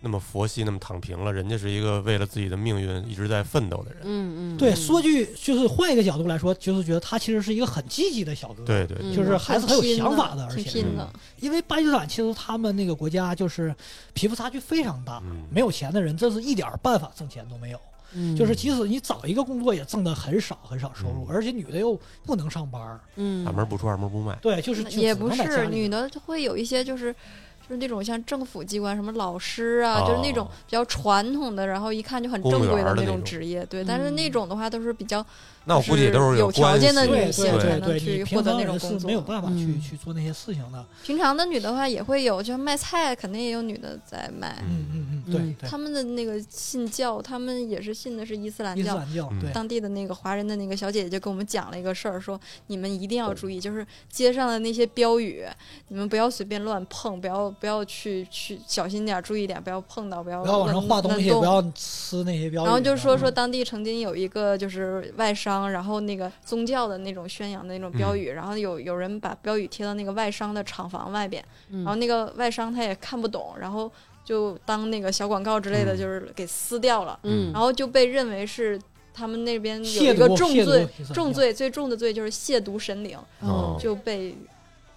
Speaker 1: 那么佛系、那么躺平了，人家是一个为了自己的命运一直在奋斗的人。
Speaker 2: 嗯嗯，
Speaker 4: 对，说句就是换一个角度来说，就是觉得他其实是一个很积极的小哥，
Speaker 1: 对对，对
Speaker 2: 嗯
Speaker 4: 就是还是很有想法的，而
Speaker 3: 挺
Speaker 4: 且嗯
Speaker 3: 拼的。
Speaker 4: 因为巴基斯坦其实他们那个国家就是贫富差距非常大，
Speaker 1: 嗯，
Speaker 4: 没有钱的人真是一点儿办法挣钱都没有，
Speaker 2: 嗯
Speaker 4: 就是即使你找一个工作也挣得很少很少收入，
Speaker 1: 嗯
Speaker 4: 而且女的又不能上班儿，
Speaker 2: 嗯，
Speaker 1: 大门不出二门不迈。
Speaker 4: 对，就是就
Speaker 3: 也
Speaker 4: 只能
Speaker 3: 不
Speaker 4: 在家
Speaker 3: 是
Speaker 4: 里
Speaker 3: 女的会有一些就是。就是那种像政府机关，什么老师啊，就是那种
Speaker 1: 哦
Speaker 3: 比较传统的，然后一看就很
Speaker 1: 公
Speaker 3: 正
Speaker 1: 务
Speaker 3: 规
Speaker 1: 员儿的
Speaker 3: 那
Speaker 1: 那
Speaker 3: 种
Speaker 1: 种嗯
Speaker 3: 职业，对。但是那种的话，都是比较
Speaker 1: 那我估计也都
Speaker 3: 就是是有条
Speaker 1: 关系
Speaker 3: 件的
Speaker 4: 对
Speaker 3: 女性
Speaker 4: 对
Speaker 3: 才
Speaker 4: 对
Speaker 3: 能
Speaker 4: 对，
Speaker 3: 去获
Speaker 4: 你平
Speaker 3: 得
Speaker 4: 常
Speaker 3: 那
Speaker 4: 人
Speaker 3: 种
Speaker 4: 是
Speaker 3: 工
Speaker 4: 没有
Speaker 3: 作
Speaker 4: 办法去
Speaker 2: 嗯
Speaker 4: 去做那些事情的，
Speaker 3: 平常的女的话也会有，就卖菜肯定也有女的在卖。
Speaker 4: 嗯嗯嗯，对
Speaker 2: 嗯
Speaker 4: 对，
Speaker 3: 他们的那个信教，他们也是信的是伊斯兰
Speaker 4: 伊斯
Speaker 3: 教。
Speaker 4: 兰教
Speaker 1: 嗯
Speaker 4: 对。
Speaker 3: 当地的那个华人的那个小姐姐就跟我们讲了一个事儿，说你们一定要注意，就是街上的那些标语，你们不要随便乱碰，不要不要去去小心点儿，注意点儿，不要碰到，不要
Speaker 4: 不要往上
Speaker 3: 乱
Speaker 4: 画东西，
Speaker 3: 乱动
Speaker 4: 不要吃那些标语。
Speaker 3: 然后就说说
Speaker 4: 嗯
Speaker 3: 当地曾经有一个就是外商，然后那个宗教的那种宣扬的那种
Speaker 4: 嗯
Speaker 3: 标语，然后有有人把标语贴到那个外商的厂房外边，
Speaker 2: 然
Speaker 3: 然后那个外商他也看不懂，然后就当那个小广告之类的，
Speaker 1: 嗯
Speaker 3: 就是给撕掉了，
Speaker 2: 嗯
Speaker 3: 然后就被认为是他们那边有
Speaker 4: 亵
Speaker 3: 一个
Speaker 4: 渎
Speaker 3: 重罪
Speaker 4: 亵渎，伊斯兰
Speaker 3: 重
Speaker 4: 教
Speaker 3: 罪最重的罪就是亵渎神灵，
Speaker 2: 嗯
Speaker 1: 哦
Speaker 3: 就被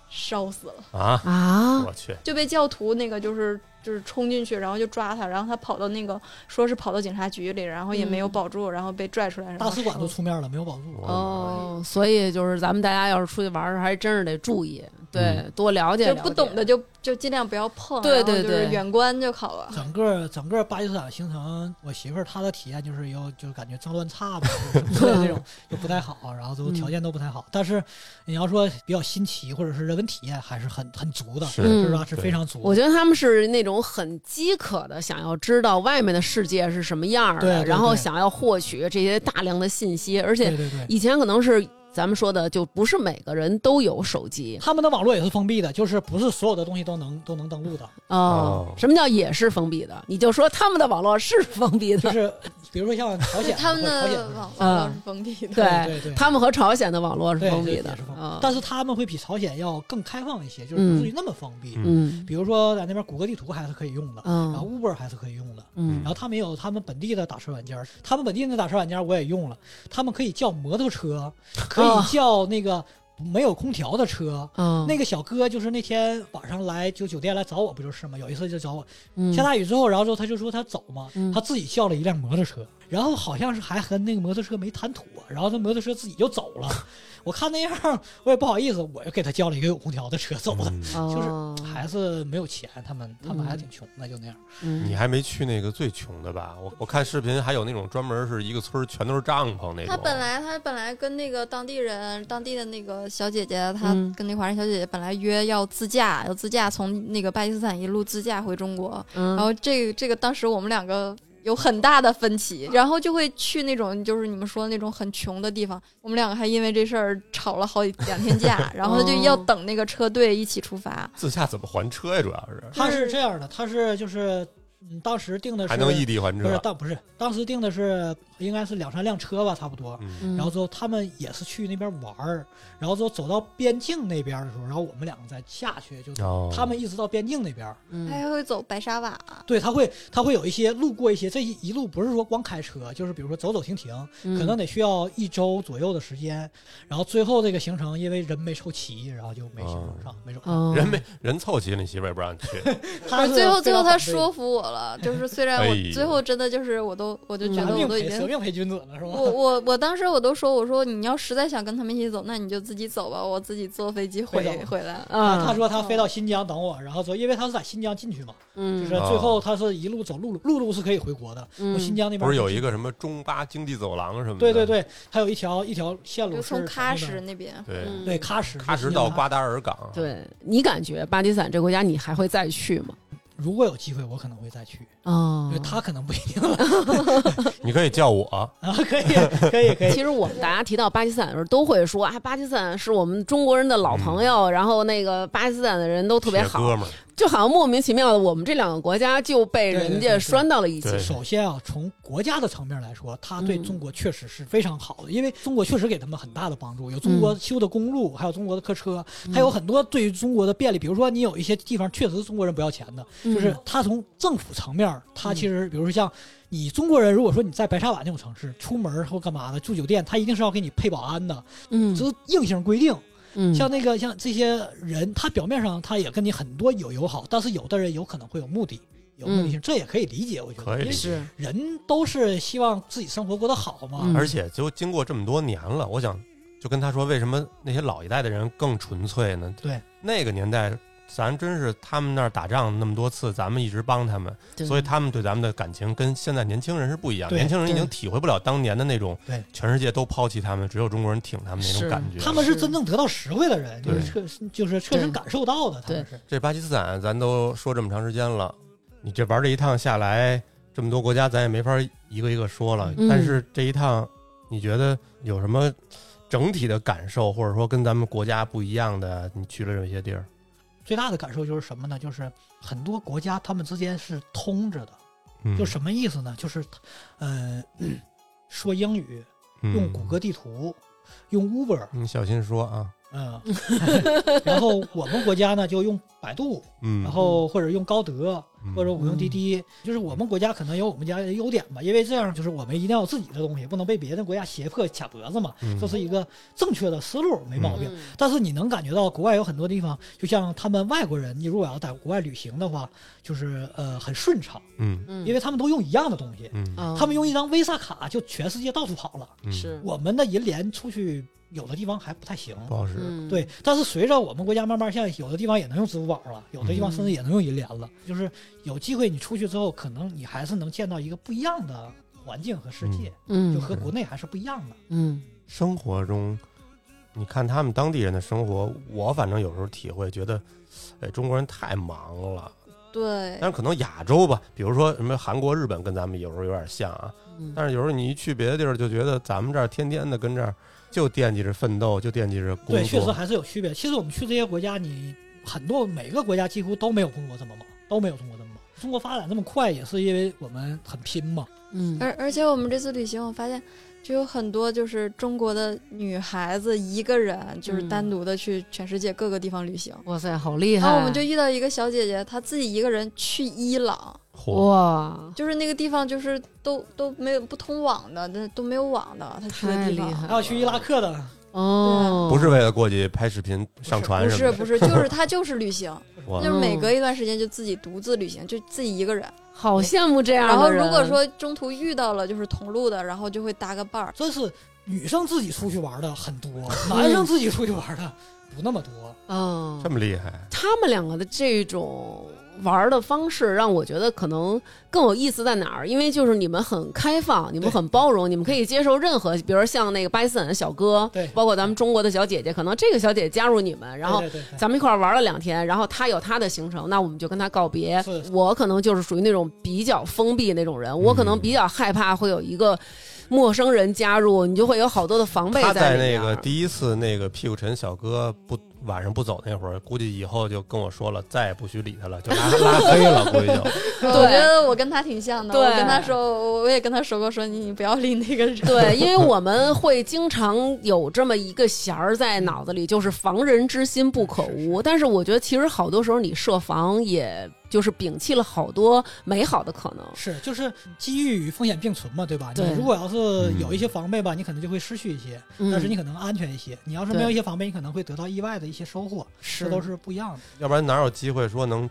Speaker 3: 烧死了，
Speaker 1: 啊，
Speaker 2: 啊
Speaker 1: 我去，
Speaker 3: 就被教徒那个就是就是冲进去，然后就抓他，然后他跑到那个说是跑到警察局里，然后也没有
Speaker 2: 嗯
Speaker 3: 保住，然后被拽出来，然后
Speaker 4: 大使馆都
Speaker 3: 烧死
Speaker 4: 出面了，没有保住。
Speaker 1: 我
Speaker 2: 哦，所以就是咱们大家要是出去玩儿，还真是得注意，对
Speaker 1: 嗯，
Speaker 2: 多了解
Speaker 3: 就
Speaker 2: 了
Speaker 3: 不
Speaker 2: 解
Speaker 3: 懂的就就尽量不要碰，
Speaker 2: 对
Speaker 3: 然后
Speaker 2: 对
Speaker 3: 就是
Speaker 2: 对
Speaker 3: 远观就好了。
Speaker 4: 整个整个巴基斯坦行程，我媳妇儿她的体验就是有，就是感觉脏乱差吧，就是之类的
Speaker 3: <laughs>
Speaker 4: 这种就不太好，然后都
Speaker 2: 嗯
Speaker 4: 条件都不太好。但是你要说比较新奇，或者是人文体验，还是很很足的，
Speaker 1: 是
Speaker 2: 嗯
Speaker 4: 是吧？是非常足。
Speaker 2: 我觉得他们是那种很饥渴的，想要知道外面的世界是什么样儿的，
Speaker 4: 对对对
Speaker 2: 然后想要获取这些大量的信息，而且
Speaker 4: 对对对，
Speaker 2: 以前可能是咱们说的，就不是每个人都有手机
Speaker 4: 他们的网络也是封闭的，就是不是所有的东西都能都能登录的，
Speaker 2: 哦
Speaker 1: 哦
Speaker 2: 什么叫也是封闭的？你就说他们的网络是封闭
Speaker 4: 就
Speaker 2: 的，
Speaker 4: 是比如说像朝
Speaker 3: 对 <laughs>
Speaker 4: 鲜，
Speaker 3: 他们
Speaker 4: 或者朝鲜
Speaker 3: 的
Speaker 4: 就是
Speaker 3: 网
Speaker 2: 嗯
Speaker 3: 网络是封闭的，
Speaker 2: 对
Speaker 4: 对对。
Speaker 2: 他们和朝鲜的网络是
Speaker 4: 对，
Speaker 2: 封
Speaker 4: 对
Speaker 2: 闭
Speaker 4: 也
Speaker 2: 的
Speaker 4: 是封闭
Speaker 2: 啊。
Speaker 4: 但是他们会比朝鲜要更开放一些，就是不至于那么封闭。
Speaker 1: 嗯
Speaker 2: 嗯
Speaker 4: 比如说在那边谷歌地图还是可以用的，然后
Speaker 2: 嗯
Speaker 4: Uber 还是可以用的，
Speaker 2: 嗯
Speaker 4: 然后他们也有他们本地的打车软件儿，他们本地的打车软件儿我也用了，他们可以叫摩托车，可以叫那个没有空调的车。
Speaker 2: 嗯，
Speaker 4: 那个小哥就是那天晚上来就酒店来找我不就是吗？有一次就找我，
Speaker 2: 嗯
Speaker 4: 下大雨之后，然后之后他就说他走嘛
Speaker 2: 嗯，
Speaker 4: 他自己叫了一辆摩托车，然后好像是还和那个摩托车没谈妥，然后他摩托车自己就走了。我看那样儿我也不好意思，我又给他叫了一个有空调的车走了。
Speaker 1: 嗯
Speaker 4: 就是
Speaker 2: 哦
Speaker 4: 孩子没有钱，他们他们还
Speaker 2: 嗯
Speaker 4: 挺穷的，就那样。
Speaker 2: 嗯
Speaker 1: 你还没去那个最穷的吧？我我看视频还有那种专门是一个村儿全都是帐篷那种。
Speaker 3: 他本来他本来跟那个当地人，当地的那个小姐姐，她
Speaker 2: 嗯
Speaker 3: 跟那华人小姐姐本来约要自驾，要自驾从那个巴基斯坦一路自驾回中国。
Speaker 2: 嗯
Speaker 3: 然后这个这个当时我们两个有很大的分
Speaker 2: 嗯
Speaker 3: 歧，然后就会去那种就是你们说的那种很穷的地方。我们两个还因为这事儿吵了好几两天
Speaker 2: <laughs>
Speaker 3: 架，然后就要等那个车队一起出发。
Speaker 1: 自驾怎么还车呀？主要是
Speaker 4: 他
Speaker 3: 就是
Speaker 4: 是这样的，他是就是，嗯，当时定的是
Speaker 1: 还能异地还
Speaker 4: 不是
Speaker 1: 车？
Speaker 4: 当不是当时定的是应该是两三辆车吧，差不多。
Speaker 1: 嗯，
Speaker 2: 嗯
Speaker 4: 然后之后他们也是去那边玩儿，然后之后走到边境那边的时候，然后我们两个再下去，就
Speaker 1: 哦，
Speaker 4: 他们一直到边境那边儿。
Speaker 2: 嗯
Speaker 3: 还会走白沙瓦，
Speaker 4: 对，他会他会有一些路过一些这一一路不是说光开车，就是比如说走走停停，
Speaker 2: 嗯
Speaker 4: 可能得需要一周左右的时间。然后最后这个行程因为人没凑齐，然后就没行程上，没走上。
Speaker 2: 哦
Speaker 1: 人没 <laughs> 人凑齐了，你媳妇儿也不让你去。
Speaker 4: 他是
Speaker 3: 最后最后
Speaker 4: 非常反对
Speaker 3: 他
Speaker 4: 的
Speaker 3: 说服我了，就是虽然我
Speaker 1: 哎
Speaker 3: 最后真的就是我都我就觉
Speaker 4: 拿
Speaker 2: 嗯
Speaker 3: 得我
Speaker 4: 命
Speaker 3: 都已
Speaker 4: 陪舍
Speaker 3: 经。
Speaker 4: 命陪君子了是吧？
Speaker 3: 我我我当时我都说，我说你要实在想跟他们一起走，那你就自己走吧，我自己坐飞机回
Speaker 4: 飞走
Speaker 3: 回来。
Speaker 4: 啊，
Speaker 2: 啊
Speaker 4: 他
Speaker 3: 哦
Speaker 4: 说他飞到新疆等我，然后说，因为他是在新疆进去嘛，就
Speaker 2: 嗯
Speaker 4: 是最后他是一路走陆路，陆路是可以回国的。
Speaker 2: 嗯
Speaker 4: 我新疆那边
Speaker 1: 哦不是有一
Speaker 4: 个，
Speaker 1: 个什么中巴经济走廊什么的？
Speaker 4: 对对对，还有一条一条线路
Speaker 3: 就是从喀
Speaker 4: 从那
Speaker 3: 什
Speaker 4: 边，
Speaker 3: 那边，
Speaker 1: 对，
Speaker 2: 嗯
Speaker 4: 对喀什，
Speaker 2: 啊
Speaker 1: 喀什到瓜达尔港。，
Speaker 2: 对你感觉巴基斯坦这个国家你还会再去吗？
Speaker 4: 如果有机会，我可能会再去，因
Speaker 2: 哦
Speaker 4: 为他可能不一
Speaker 3: <laughs>
Speaker 4: 定了
Speaker 1: 你可以叫我，
Speaker 4: 啊。可以，可以，可以
Speaker 2: 其。实我们大家提到巴基斯坦的时候，都会说啊，巴基斯坦是我们中国人的老朋友，然后那个巴基斯坦的人都特别
Speaker 1: 铁
Speaker 2: 好，
Speaker 1: 哥们儿，
Speaker 2: 就好像莫名其妙的，我们这两个国家就被
Speaker 4: 对对
Speaker 2: 人
Speaker 4: 对
Speaker 2: 家
Speaker 4: 对
Speaker 2: 拴到了一起。
Speaker 1: 对
Speaker 4: 首先啊，从国家的层面来说，他对
Speaker 2: 嗯
Speaker 4: 中国确实是非常好的，因为中国确实给他们很大的帮助，有中国修的公路，还有中国的客车，还有很多对于中国的便利。比如说，你有一些地方确实中国人不要钱的，
Speaker 2: 嗯
Speaker 4: 就是他从政府层面，他其实比如说像你中国人，如果说你在白沙瓦那种城市出门或干嘛的住酒店，他一定是要给你配保安的，
Speaker 2: 嗯
Speaker 4: 这是硬性规定。
Speaker 2: 嗯，
Speaker 4: 像那个像这些人，他表面上他也跟你很多有友好，但是有的人有可能会有目的，有目的
Speaker 2: 嗯
Speaker 4: 性，这也可以理解，我觉得。
Speaker 1: 可以
Speaker 4: 因为
Speaker 1: 理解。
Speaker 4: 人都是希望自己生活过得好嘛。
Speaker 2: 嗯
Speaker 1: 而且就经过这么多年了，我想就跟他说，为什么那些老一代的人更纯粹呢？
Speaker 4: 对，
Speaker 1: 那个年代，咱真是他们那儿打仗那么多次，咱们一直帮他们，
Speaker 2: 对
Speaker 1: 所以他们对咱们的感情跟现在年轻人是不一样。
Speaker 4: 对
Speaker 1: 年轻人已经
Speaker 2: 嗯对
Speaker 1: 体会不了当年的那种
Speaker 4: 对
Speaker 1: 全世界都抛弃他们，只有中国人挺他们那
Speaker 2: 是
Speaker 1: 种感觉。
Speaker 4: 他们是真正得到实惠的人，就
Speaker 1: 对
Speaker 4: 是彻就是彻身感受到的，他们是。
Speaker 1: 这巴基斯坦，咱都说这么长时间了，你这玩这一趟下来，这么多国家，咱也没法一个一个说了。
Speaker 2: 嗯
Speaker 1: 但是这一趟，你觉得有什么整体的感受，或者说跟咱们国家不一样的？你去了这些地儿，
Speaker 4: 最大的感受就是什么呢？就是很多国家他们之间是通着的，
Speaker 1: 嗯
Speaker 4: 就什么意思呢？就是，呃， <clears throat> 说英语，
Speaker 1: 嗯
Speaker 4: 用谷歌，地图，用 Uber，
Speaker 1: 嗯你小心说啊，
Speaker 4: 嗯， <laughs> 然后我们国家呢就用百度，
Speaker 1: 嗯，
Speaker 4: 然后或者用高德，
Speaker 1: 嗯
Speaker 4: 或者我用滴滴，就是我们国家可能有我们家的优点吧，因为这样就是我们一定要有自己的东西，不能被别的国家胁迫卡脖子嘛，
Speaker 1: 嗯
Speaker 4: 这是一个正确的思路，没毛病。
Speaker 2: 嗯
Speaker 4: 但是你能感觉到国外有很多地方，就像他们外国人，你如果要在国外旅行的话，就是呃很顺畅，
Speaker 1: 嗯
Speaker 2: 嗯
Speaker 4: 因为他们都用一样的东西，
Speaker 1: 嗯
Speaker 2: 哦
Speaker 4: 他们用一张 Visa 卡就全世界到处跑了。
Speaker 1: 嗯
Speaker 2: 是
Speaker 4: 我们的银联出去有的地方还不太行，
Speaker 1: 不好使，
Speaker 2: 嗯
Speaker 4: 对，但是随着我们国家慢慢现在有的地方也能用支付宝了，有的地方甚至
Speaker 2: 嗯
Speaker 4: 也能用银联了。就是有机会你出去之后，可能你还是能见到一个不一样的环境和世界，就
Speaker 2: 嗯
Speaker 4: 和国内还是不一样的。
Speaker 2: 嗯
Speaker 1: 生活中，你看他们当地人的生活，我反正有时候体会觉得，哎，中国人太忙了。
Speaker 3: 对，
Speaker 1: 但是可能亚洲吧，比如说什么韩国、日本，跟咱们有时候有点像啊。
Speaker 2: 嗯
Speaker 1: 但是有时候你一去别的地儿，就觉得咱们这儿天天的跟这儿就惦记着奋斗，就惦记着工作。
Speaker 4: 对，确实还是有区别。其实我们去这些国家，你很多每个国家几乎都没有中国这么忙，都没有中国这么忙。中国发展这么快，也是因为我们很拼嘛。
Speaker 2: 嗯
Speaker 3: 而而且我们这次旅行，我发现就有很多就是中国的女孩子一个人，就是
Speaker 2: 嗯
Speaker 3: 单独的去全世界各个地方旅行。
Speaker 2: 哇塞，好厉害！
Speaker 3: 然后我们就遇到一个小姐姐，她自己一个人去伊朗，
Speaker 1: 嚯，
Speaker 2: 哇，
Speaker 3: 就是那个地方就是都都没有不通网的，那都没有网的，她去的
Speaker 2: 太
Speaker 3: 地
Speaker 2: 厉
Speaker 3: 方。
Speaker 2: 害
Speaker 4: 还有去伊拉克的，
Speaker 2: 哦，
Speaker 1: 不是为了过去拍视频上传
Speaker 3: 不
Speaker 1: 什
Speaker 3: 是
Speaker 1: 么的，
Speaker 3: 不是，就是她就是
Speaker 1: <laughs>
Speaker 3: 旅行，
Speaker 1: 我
Speaker 3: 就是每隔一段时间就自己独自旅行，就自己一个人。
Speaker 2: 好羡慕这样的
Speaker 3: 然后如
Speaker 2: 人
Speaker 3: 果说中途遇到了就是同路的，然后就会搭个
Speaker 2: <laughs>
Speaker 3: 伴儿。
Speaker 4: 真是女生自己出去玩的很多，男生自己出去玩的不那么多。
Speaker 2: 嗯
Speaker 1: 这，么厉害，
Speaker 2: 他们两个的这种玩儿的方式，让我觉得可能更有意思在哪儿？因为就是你们很开放，你们
Speaker 4: 对
Speaker 2: 很包容，你们可以接受任何，比如像那个巴基斯坦的小哥，
Speaker 4: 对
Speaker 2: 包括咱们中国的小姐姐，可能这个小姐姐加入你们，然后
Speaker 4: 对对对对
Speaker 2: 咱们一块儿玩了两天，然后他有他的行程，那我们就跟他告别
Speaker 4: 是。
Speaker 2: 我可能就是属于那种比较封闭那种人，我可能比较害怕会有一个陌生人加入，你就会有好多的防备
Speaker 1: 他在
Speaker 2: 里
Speaker 1: 那
Speaker 2: 面。
Speaker 1: 个第一次那个屁股沉小哥不晚上不走那会儿，估计以后就跟我说了，再也不许理他了，就
Speaker 3: <laughs>
Speaker 1: 拉拉黑了，估计就。
Speaker 3: 我觉得我跟她挺像的，
Speaker 2: 对
Speaker 3: 我跟她说，我我也跟她说过，说你你不要理那
Speaker 2: <laughs>
Speaker 3: 个人。
Speaker 2: 对，因为我们会经常有这么一个弦儿在脑子里，就是防人之心不可无。但是我觉得，其实好多时候你设防，也就是摒弃了好多美好的可能。
Speaker 4: 是，就是机遇与风险并存嘛，对吧？
Speaker 2: 对
Speaker 4: 你如果要是有一些防备吧，你可能就会失去一些，但是你可能安全一些。你要是
Speaker 2: 嗯对
Speaker 4: 没有一些防备，你可能会得到意外的一些收获，这
Speaker 2: 是
Speaker 4: 都是不一样的。
Speaker 1: 要不然哪有机会说能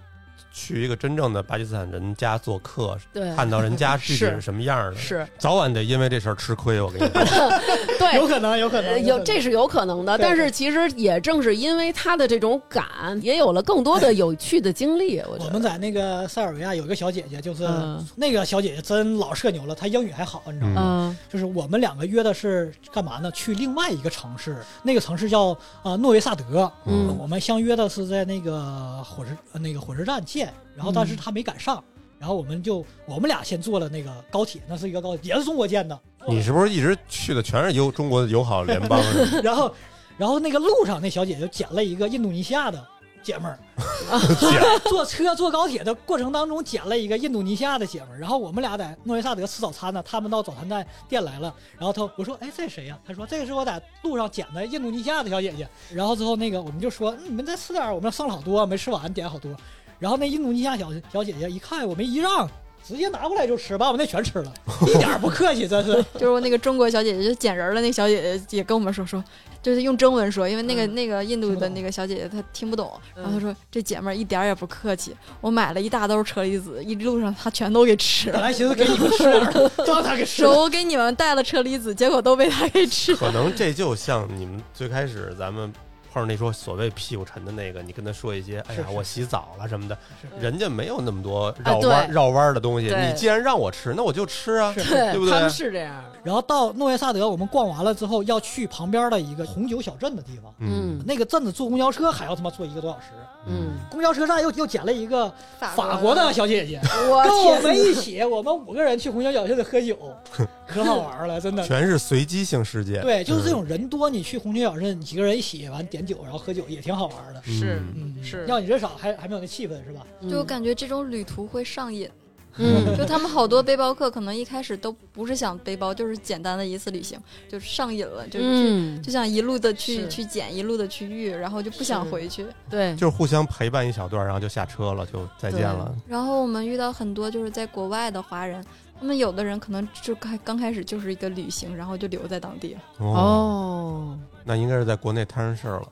Speaker 1: 去一个真正的巴基斯坦人家做客，
Speaker 3: 嗯
Speaker 2: 对，
Speaker 1: 看到人家具体
Speaker 2: 是
Speaker 1: 是什么样儿的？
Speaker 2: 是
Speaker 1: 早晚得因为这事儿吃亏，我跟你说。
Speaker 2: 对
Speaker 4: 有可能，有可
Speaker 2: 呃
Speaker 4: 能，
Speaker 2: 有
Speaker 4: 可能
Speaker 2: 这是有可能的，
Speaker 4: 对
Speaker 2: 但是其实也正是因为他的这种感，也有了更多的有趣的经历。我觉得
Speaker 4: 我们在那个塞尔维亚有一个小姐姐，就是、
Speaker 2: 嗯
Speaker 4: 那个小姐姐真老社牛了，她英语还好，你知道吗？
Speaker 2: 嗯
Speaker 4: 就是我们两个约的是干嘛呢？去另外一个城市，那个城市叫啊、呃诺维萨德。
Speaker 2: 嗯
Speaker 4: 我们相约的是在那个火车呃那个火车站见，面，然后但是他没赶上，然后我们就我们俩先坐了那个高铁，那是一个高铁，也是中国建的。
Speaker 1: 你是不是一直去的全是友中国的友好联邦？
Speaker 4: <laughs> 然后然后那个路上那小姐就捡了一个印度尼西亚的姐们儿， <laughs> 坐车坐高铁的过程当中捡了一个印度尼西亚的姐们儿，然后我们俩在诺维萨德吃早餐呢，他们到早餐店店来了，然后他我说哎这谁呀、他说这个是我在路上捡的印度尼西亚的小姐姐，然后之后那个我们就说、嗯你们再吃点儿，我们剩了好多没吃完，点好多，然后那印度尼西亚小小姐姐一看我没一让。直接拿过来就吃，把我们那全吃了，一点儿不客气，真是。
Speaker 3: 就是我那个中国小姐姐，就捡人儿的那小姐姐也跟我们说说，就是用中文说，因为那个、
Speaker 2: 嗯
Speaker 3: 那个印度
Speaker 4: 听不
Speaker 3: 的
Speaker 4: 懂
Speaker 3: 那个小姐姐她听不懂，
Speaker 2: 嗯
Speaker 3: 然后她说这姐们儿一点儿也不客气，我买了一大兜车厘子，一路上她全都给吃
Speaker 4: 本
Speaker 2: <laughs>
Speaker 3: 了，
Speaker 4: 来寻思给你们吃点儿，都让他给吃
Speaker 3: 说
Speaker 4: 了。
Speaker 3: 我给你们带了车厘子，结果都被她给吃
Speaker 1: 可能这就像你们最开始咱们碰上那说所谓屁股沉的那个，你跟他说一些，哎呀
Speaker 4: 是，是
Speaker 1: 我洗澡了什么的
Speaker 4: 是，
Speaker 1: 人家没有那么多绕
Speaker 2: 对
Speaker 1: 弯、绕弯的东西。
Speaker 2: 对
Speaker 1: 你既然让我吃，那我就吃啊。
Speaker 4: 是
Speaker 2: 对
Speaker 1: 对不对
Speaker 2: 他们是这样，
Speaker 4: 然后到诺维萨德，我们逛完了之后，要去旁边的一个红酒小镇的地方。
Speaker 2: 嗯
Speaker 4: 那个镇子坐公交车还要他妈坐一个多小时，
Speaker 2: 嗯，
Speaker 4: 公交车站又又捡了一个法国
Speaker 3: 国
Speaker 4: 的，小 <laughs> 姐姐，
Speaker 3: 我
Speaker 4: 跟我
Speaker 3: 天，
Speaker 4: 们一起，我们五个人去红酒小镇喝酒， <laughs> 可好玩了，真的。
Speaker 1: 全是随机性事件。
Speaker 4: 对，就是这种人多，你去红酒小镇，几个人一起完点酒，然后喝酒也挺好玩的。
Speaker 1: 嗯，
Speaker 2: 是
Speaker 1: 嗯
Speaker 4: 嗯，
Speaker 2: 是
Speaker 4: 要你人少还还没有那气氛是吧？
Speaker 3: 就我感觉这种旅途会上瘾。
Speaker 2: 嗯
Speaker 3: 就他们好多背包客，可能一开始都不是想背包，就是简单的一次旅行，就上瘾了，就是、
Speaker 2: 嗯，
Speaker 3: 就想一路的去
Speaker 2: 是
Speaker 3: 去捡，一路的去遇，然后就不想
Speaker 2: 是
Speaker 3: 回去。
Speaker 2: 对，
Speaker 1: 就是互相陪伴一小段，然后就下车了，就再见了。
Speaker 3: 然后我们遇到很多就是在国外的华人，他们有的人可能就开刚开始就是一个旅行，然后就留在当地了。
Speaker 1: 哦，
Speaker 2: 哦，
Speaker 1: 那应该是在国内摊上事儿了。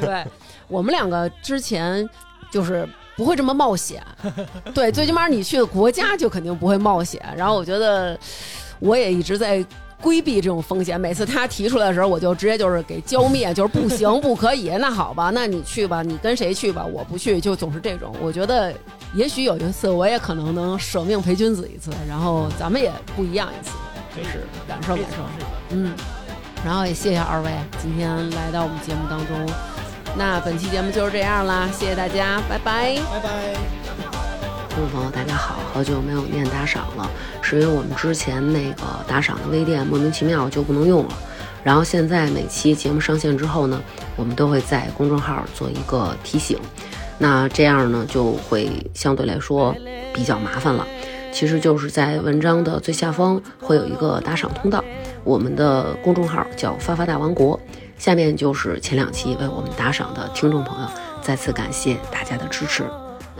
Speaker 2: 对我们两个之前就是不会这么冒险，对，最起码你去的国家就肯定不会冒险。然后我觉得我也一直在。规避这种风险，每次他提出来的时候，我就直接就是给浇灭，就是不行，不可以。那好吧，那你去吧，你跟谁去吧，我不去，就总是这种。我觉得也许有一次，我也可能能舍命陪君子一次，然后咱们也不一样一次，就是感受感受。嗯，然后也谢谢二位今天来到我们节目当中。那本期节目就是这样啦，谢谢大家，拜拜。
Speaker 4: 拜拜。
Speaker 5: 听众朋友，大家好，好久没有念打赏了，是因为我们之前那个打赏的微店莫名其妙就不能用了。然后现在每期节目上线之后呢，我们都会在公众号做一个提醒，那这样呢就会相对来说比较麻烦了。其实就是在文章的最下方会有一个打赏通道，我们的公众号叫“发发大王国”。下面就是前两期为我们打赏的听众朋友，再次感谢大家的支持。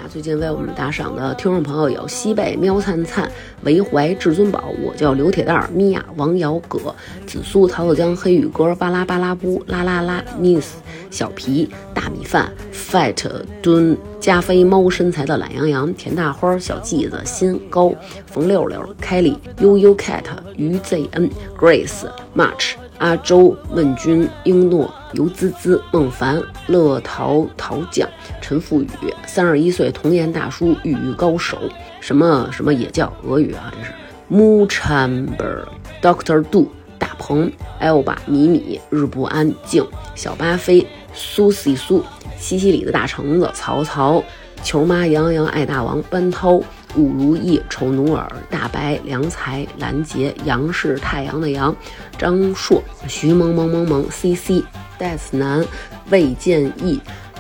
Speaker 5: 那最近为我们打赏的听众朋友有西贝、喵灿灿、维怀、至尊宝，我叫刘铁蛋儿、米娅、王瑶葛、紫苏、桃豆浆、黑羽哥、巴拉巴拉布、啦啦啦、Miss、小皮、大米饭、Fat 蹲、加菲猫身材的懒羊羊、田大花、小季子、新高、冯六六、凯里、悠悠 cat、于 zn、Grace、March、阿周、问君、英诺、尤滋滋、孟凡、乐淘淘酱、陈富宇、三十一岁童颜大叔、玉玉高手，什么什么也叫俄语啊，这是 Mu Chamber、Doctor Du、大鹏、Elba、米米、日不安静、小巴菲、苏西苏、西西里的大橙子、曹操、球妈、杨洋、爱大王、班涛、武如意、丑努尔、大白、良才、兰杰、杨是太阳的杨、张硕、徐萌萌萌萌、C C、戴子南、魏建义、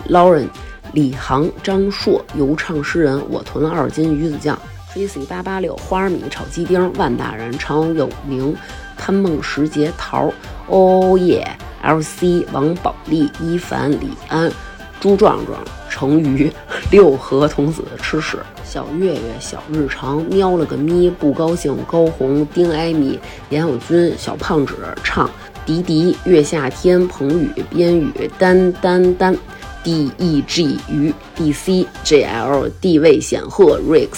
Speaker 5: Lauren、李航、张硕、游唱诗人，我囤了二斤鱼子酱。Tracy 八八六、花儿米炒鸡丁、万大人、常有明、潘梦石杰、桃、哦耶、LC、王宝利、一凡、李安、朱壮壮、成鱼、六合童子、吃屎、小月月、小日常、喵了个咪、不高兴、高红、丁艾米、严小军、小胖纸、唱、迪迪、月夏天、彭宇、边宇、丹丹丹。D E G 于 D C J L 地位显赫 Rex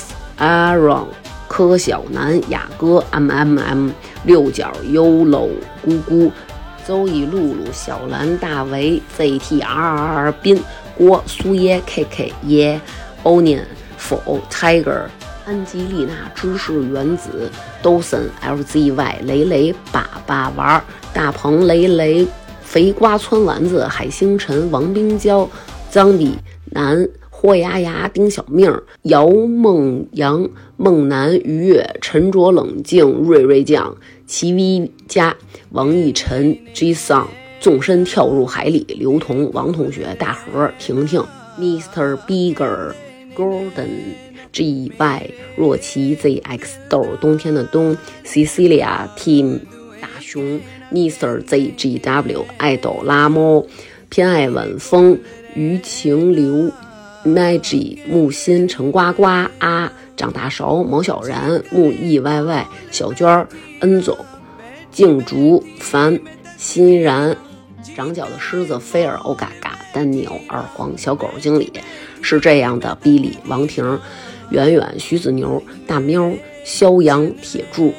Speaker 5: Aaron 柯小南雅哥 M M M 六角 Yolo 咕咕邹以露露小兰大为 Z T R R R 斌郭苏耶 K K 耶 Onion 否 Tiger 安吉丽娜知识原子 Dawson L Z Y 雷雷粑粑玩儿大鹏雷雷肥瓜村丸子、海星辰、王冰娇、脏比男、豁牙牙、丁小命、姚梦阳、梦南、于越、沉着冷静、瑞瑞酱、齐 V 佳、王逸晨、G Song、纵身跳入海里、刘同、王同学、大河、婷婷、Mr. Bigger、Golden、G Y、若琪、Z X 豆、冬天的冬、Cecilia、Team、大熊、Mr. Z G W、爱豆拉猫、偏爱晚风、于晴流、Maggie、木心、陈呱呱、啊、长大勺、毛小然、木易 Y Y、小娟儿、恩总、静竹、凡、欣然、长角的狮子、菲尔、欧嘎嘎、丹尼尔、二黄、小狗经理，是这样的：比利、王婷、远远、徐子牛、大喵、肖阳、铁柱、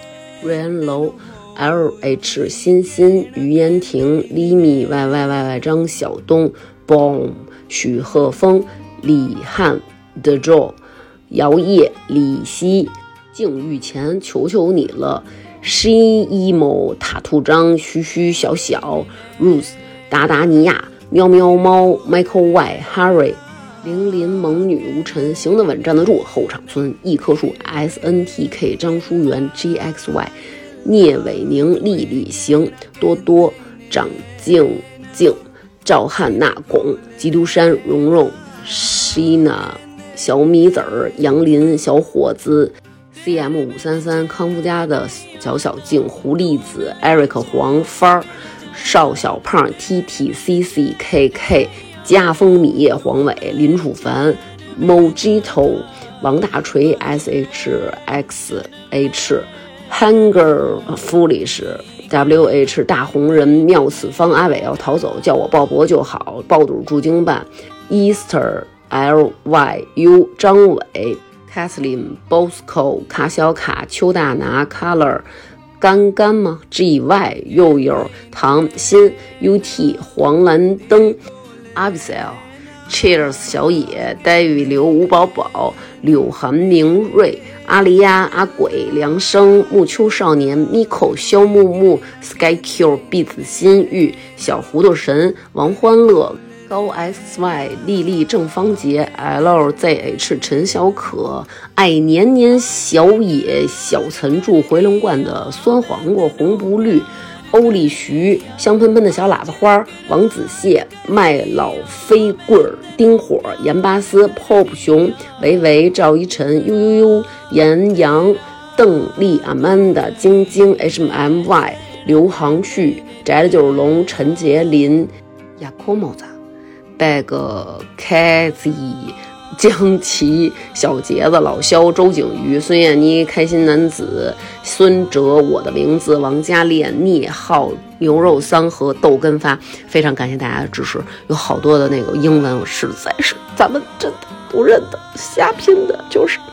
Speaker 5: 瑞恩楼。L H 欣欣、于嫣婷、李米、Y Y Y Y 张晓东、Boom、许鹤峰、李翰、The Joe、姚烨、李希、敬玉前，求求你了，She emo 塔兔张、嘘嘘小小、Rose、达达尼亚、喵喵猫、Michael Y、Harry。玲玲萌女无尘，行得稳，站得住。后场村一棵树，S N T K 张淑媛，G X Y 聂伟宁、丽丽行、多多、张静静、赵汉娜、巩、基督山、蓉蓉、Shina、小米子儿、杨林、小伙子、CM 五三三、康夫家的小小静、狐狸子、Eric 黄帆儿、邵小胖、T T C C K K、家风米叶、黄伟、林楚凡、Mojito、王大锤、S H X H。Hunger Foolish W H 大红人妙此方阿伟要逃走，叫我鲍勃就好。爆肚驻京办 Easter L Y U 张伟 Kathleen Bosco 卡小卡邱大拿 Color 干干吗？G Y 佑佑唐鑫 U T 黄蓝灯 Abisel Cheers 小野 David 刘吴宝宝柳韩明瑞。阿狸呀、阿鬼、梁生、木秋少年、Miko、肖木木、Sky Q、B 子心玉、小糊涂神、王欢乐、高 S Y、丽丽、郑方杰、L Z H、陈小可、爱年年、小野、小岑住回龙观的酸黄瓜、红不绿。欧丽徐、香喷喷的小喇叭花儿、王子蟹、麦老飞棍儿、丁火、盐巴丝、Pop 熊、维维、赵一晨、呦呦呦、严阳、邓丽、Amanda、晶晶、H M Y、刘航旭、宅的就是龙、陈杰林、雅科莫子、Bag Kazi、江琪、小杰子、老肖、周景瑜、孙燕妮、开心男子、孙哲、我的名字、王佳恋、聂浩、牛肉三和豆根发，非常感谢大家的支持。有好多的那个英文，我实在是咱们真的不认得，瞎拼的，就是哎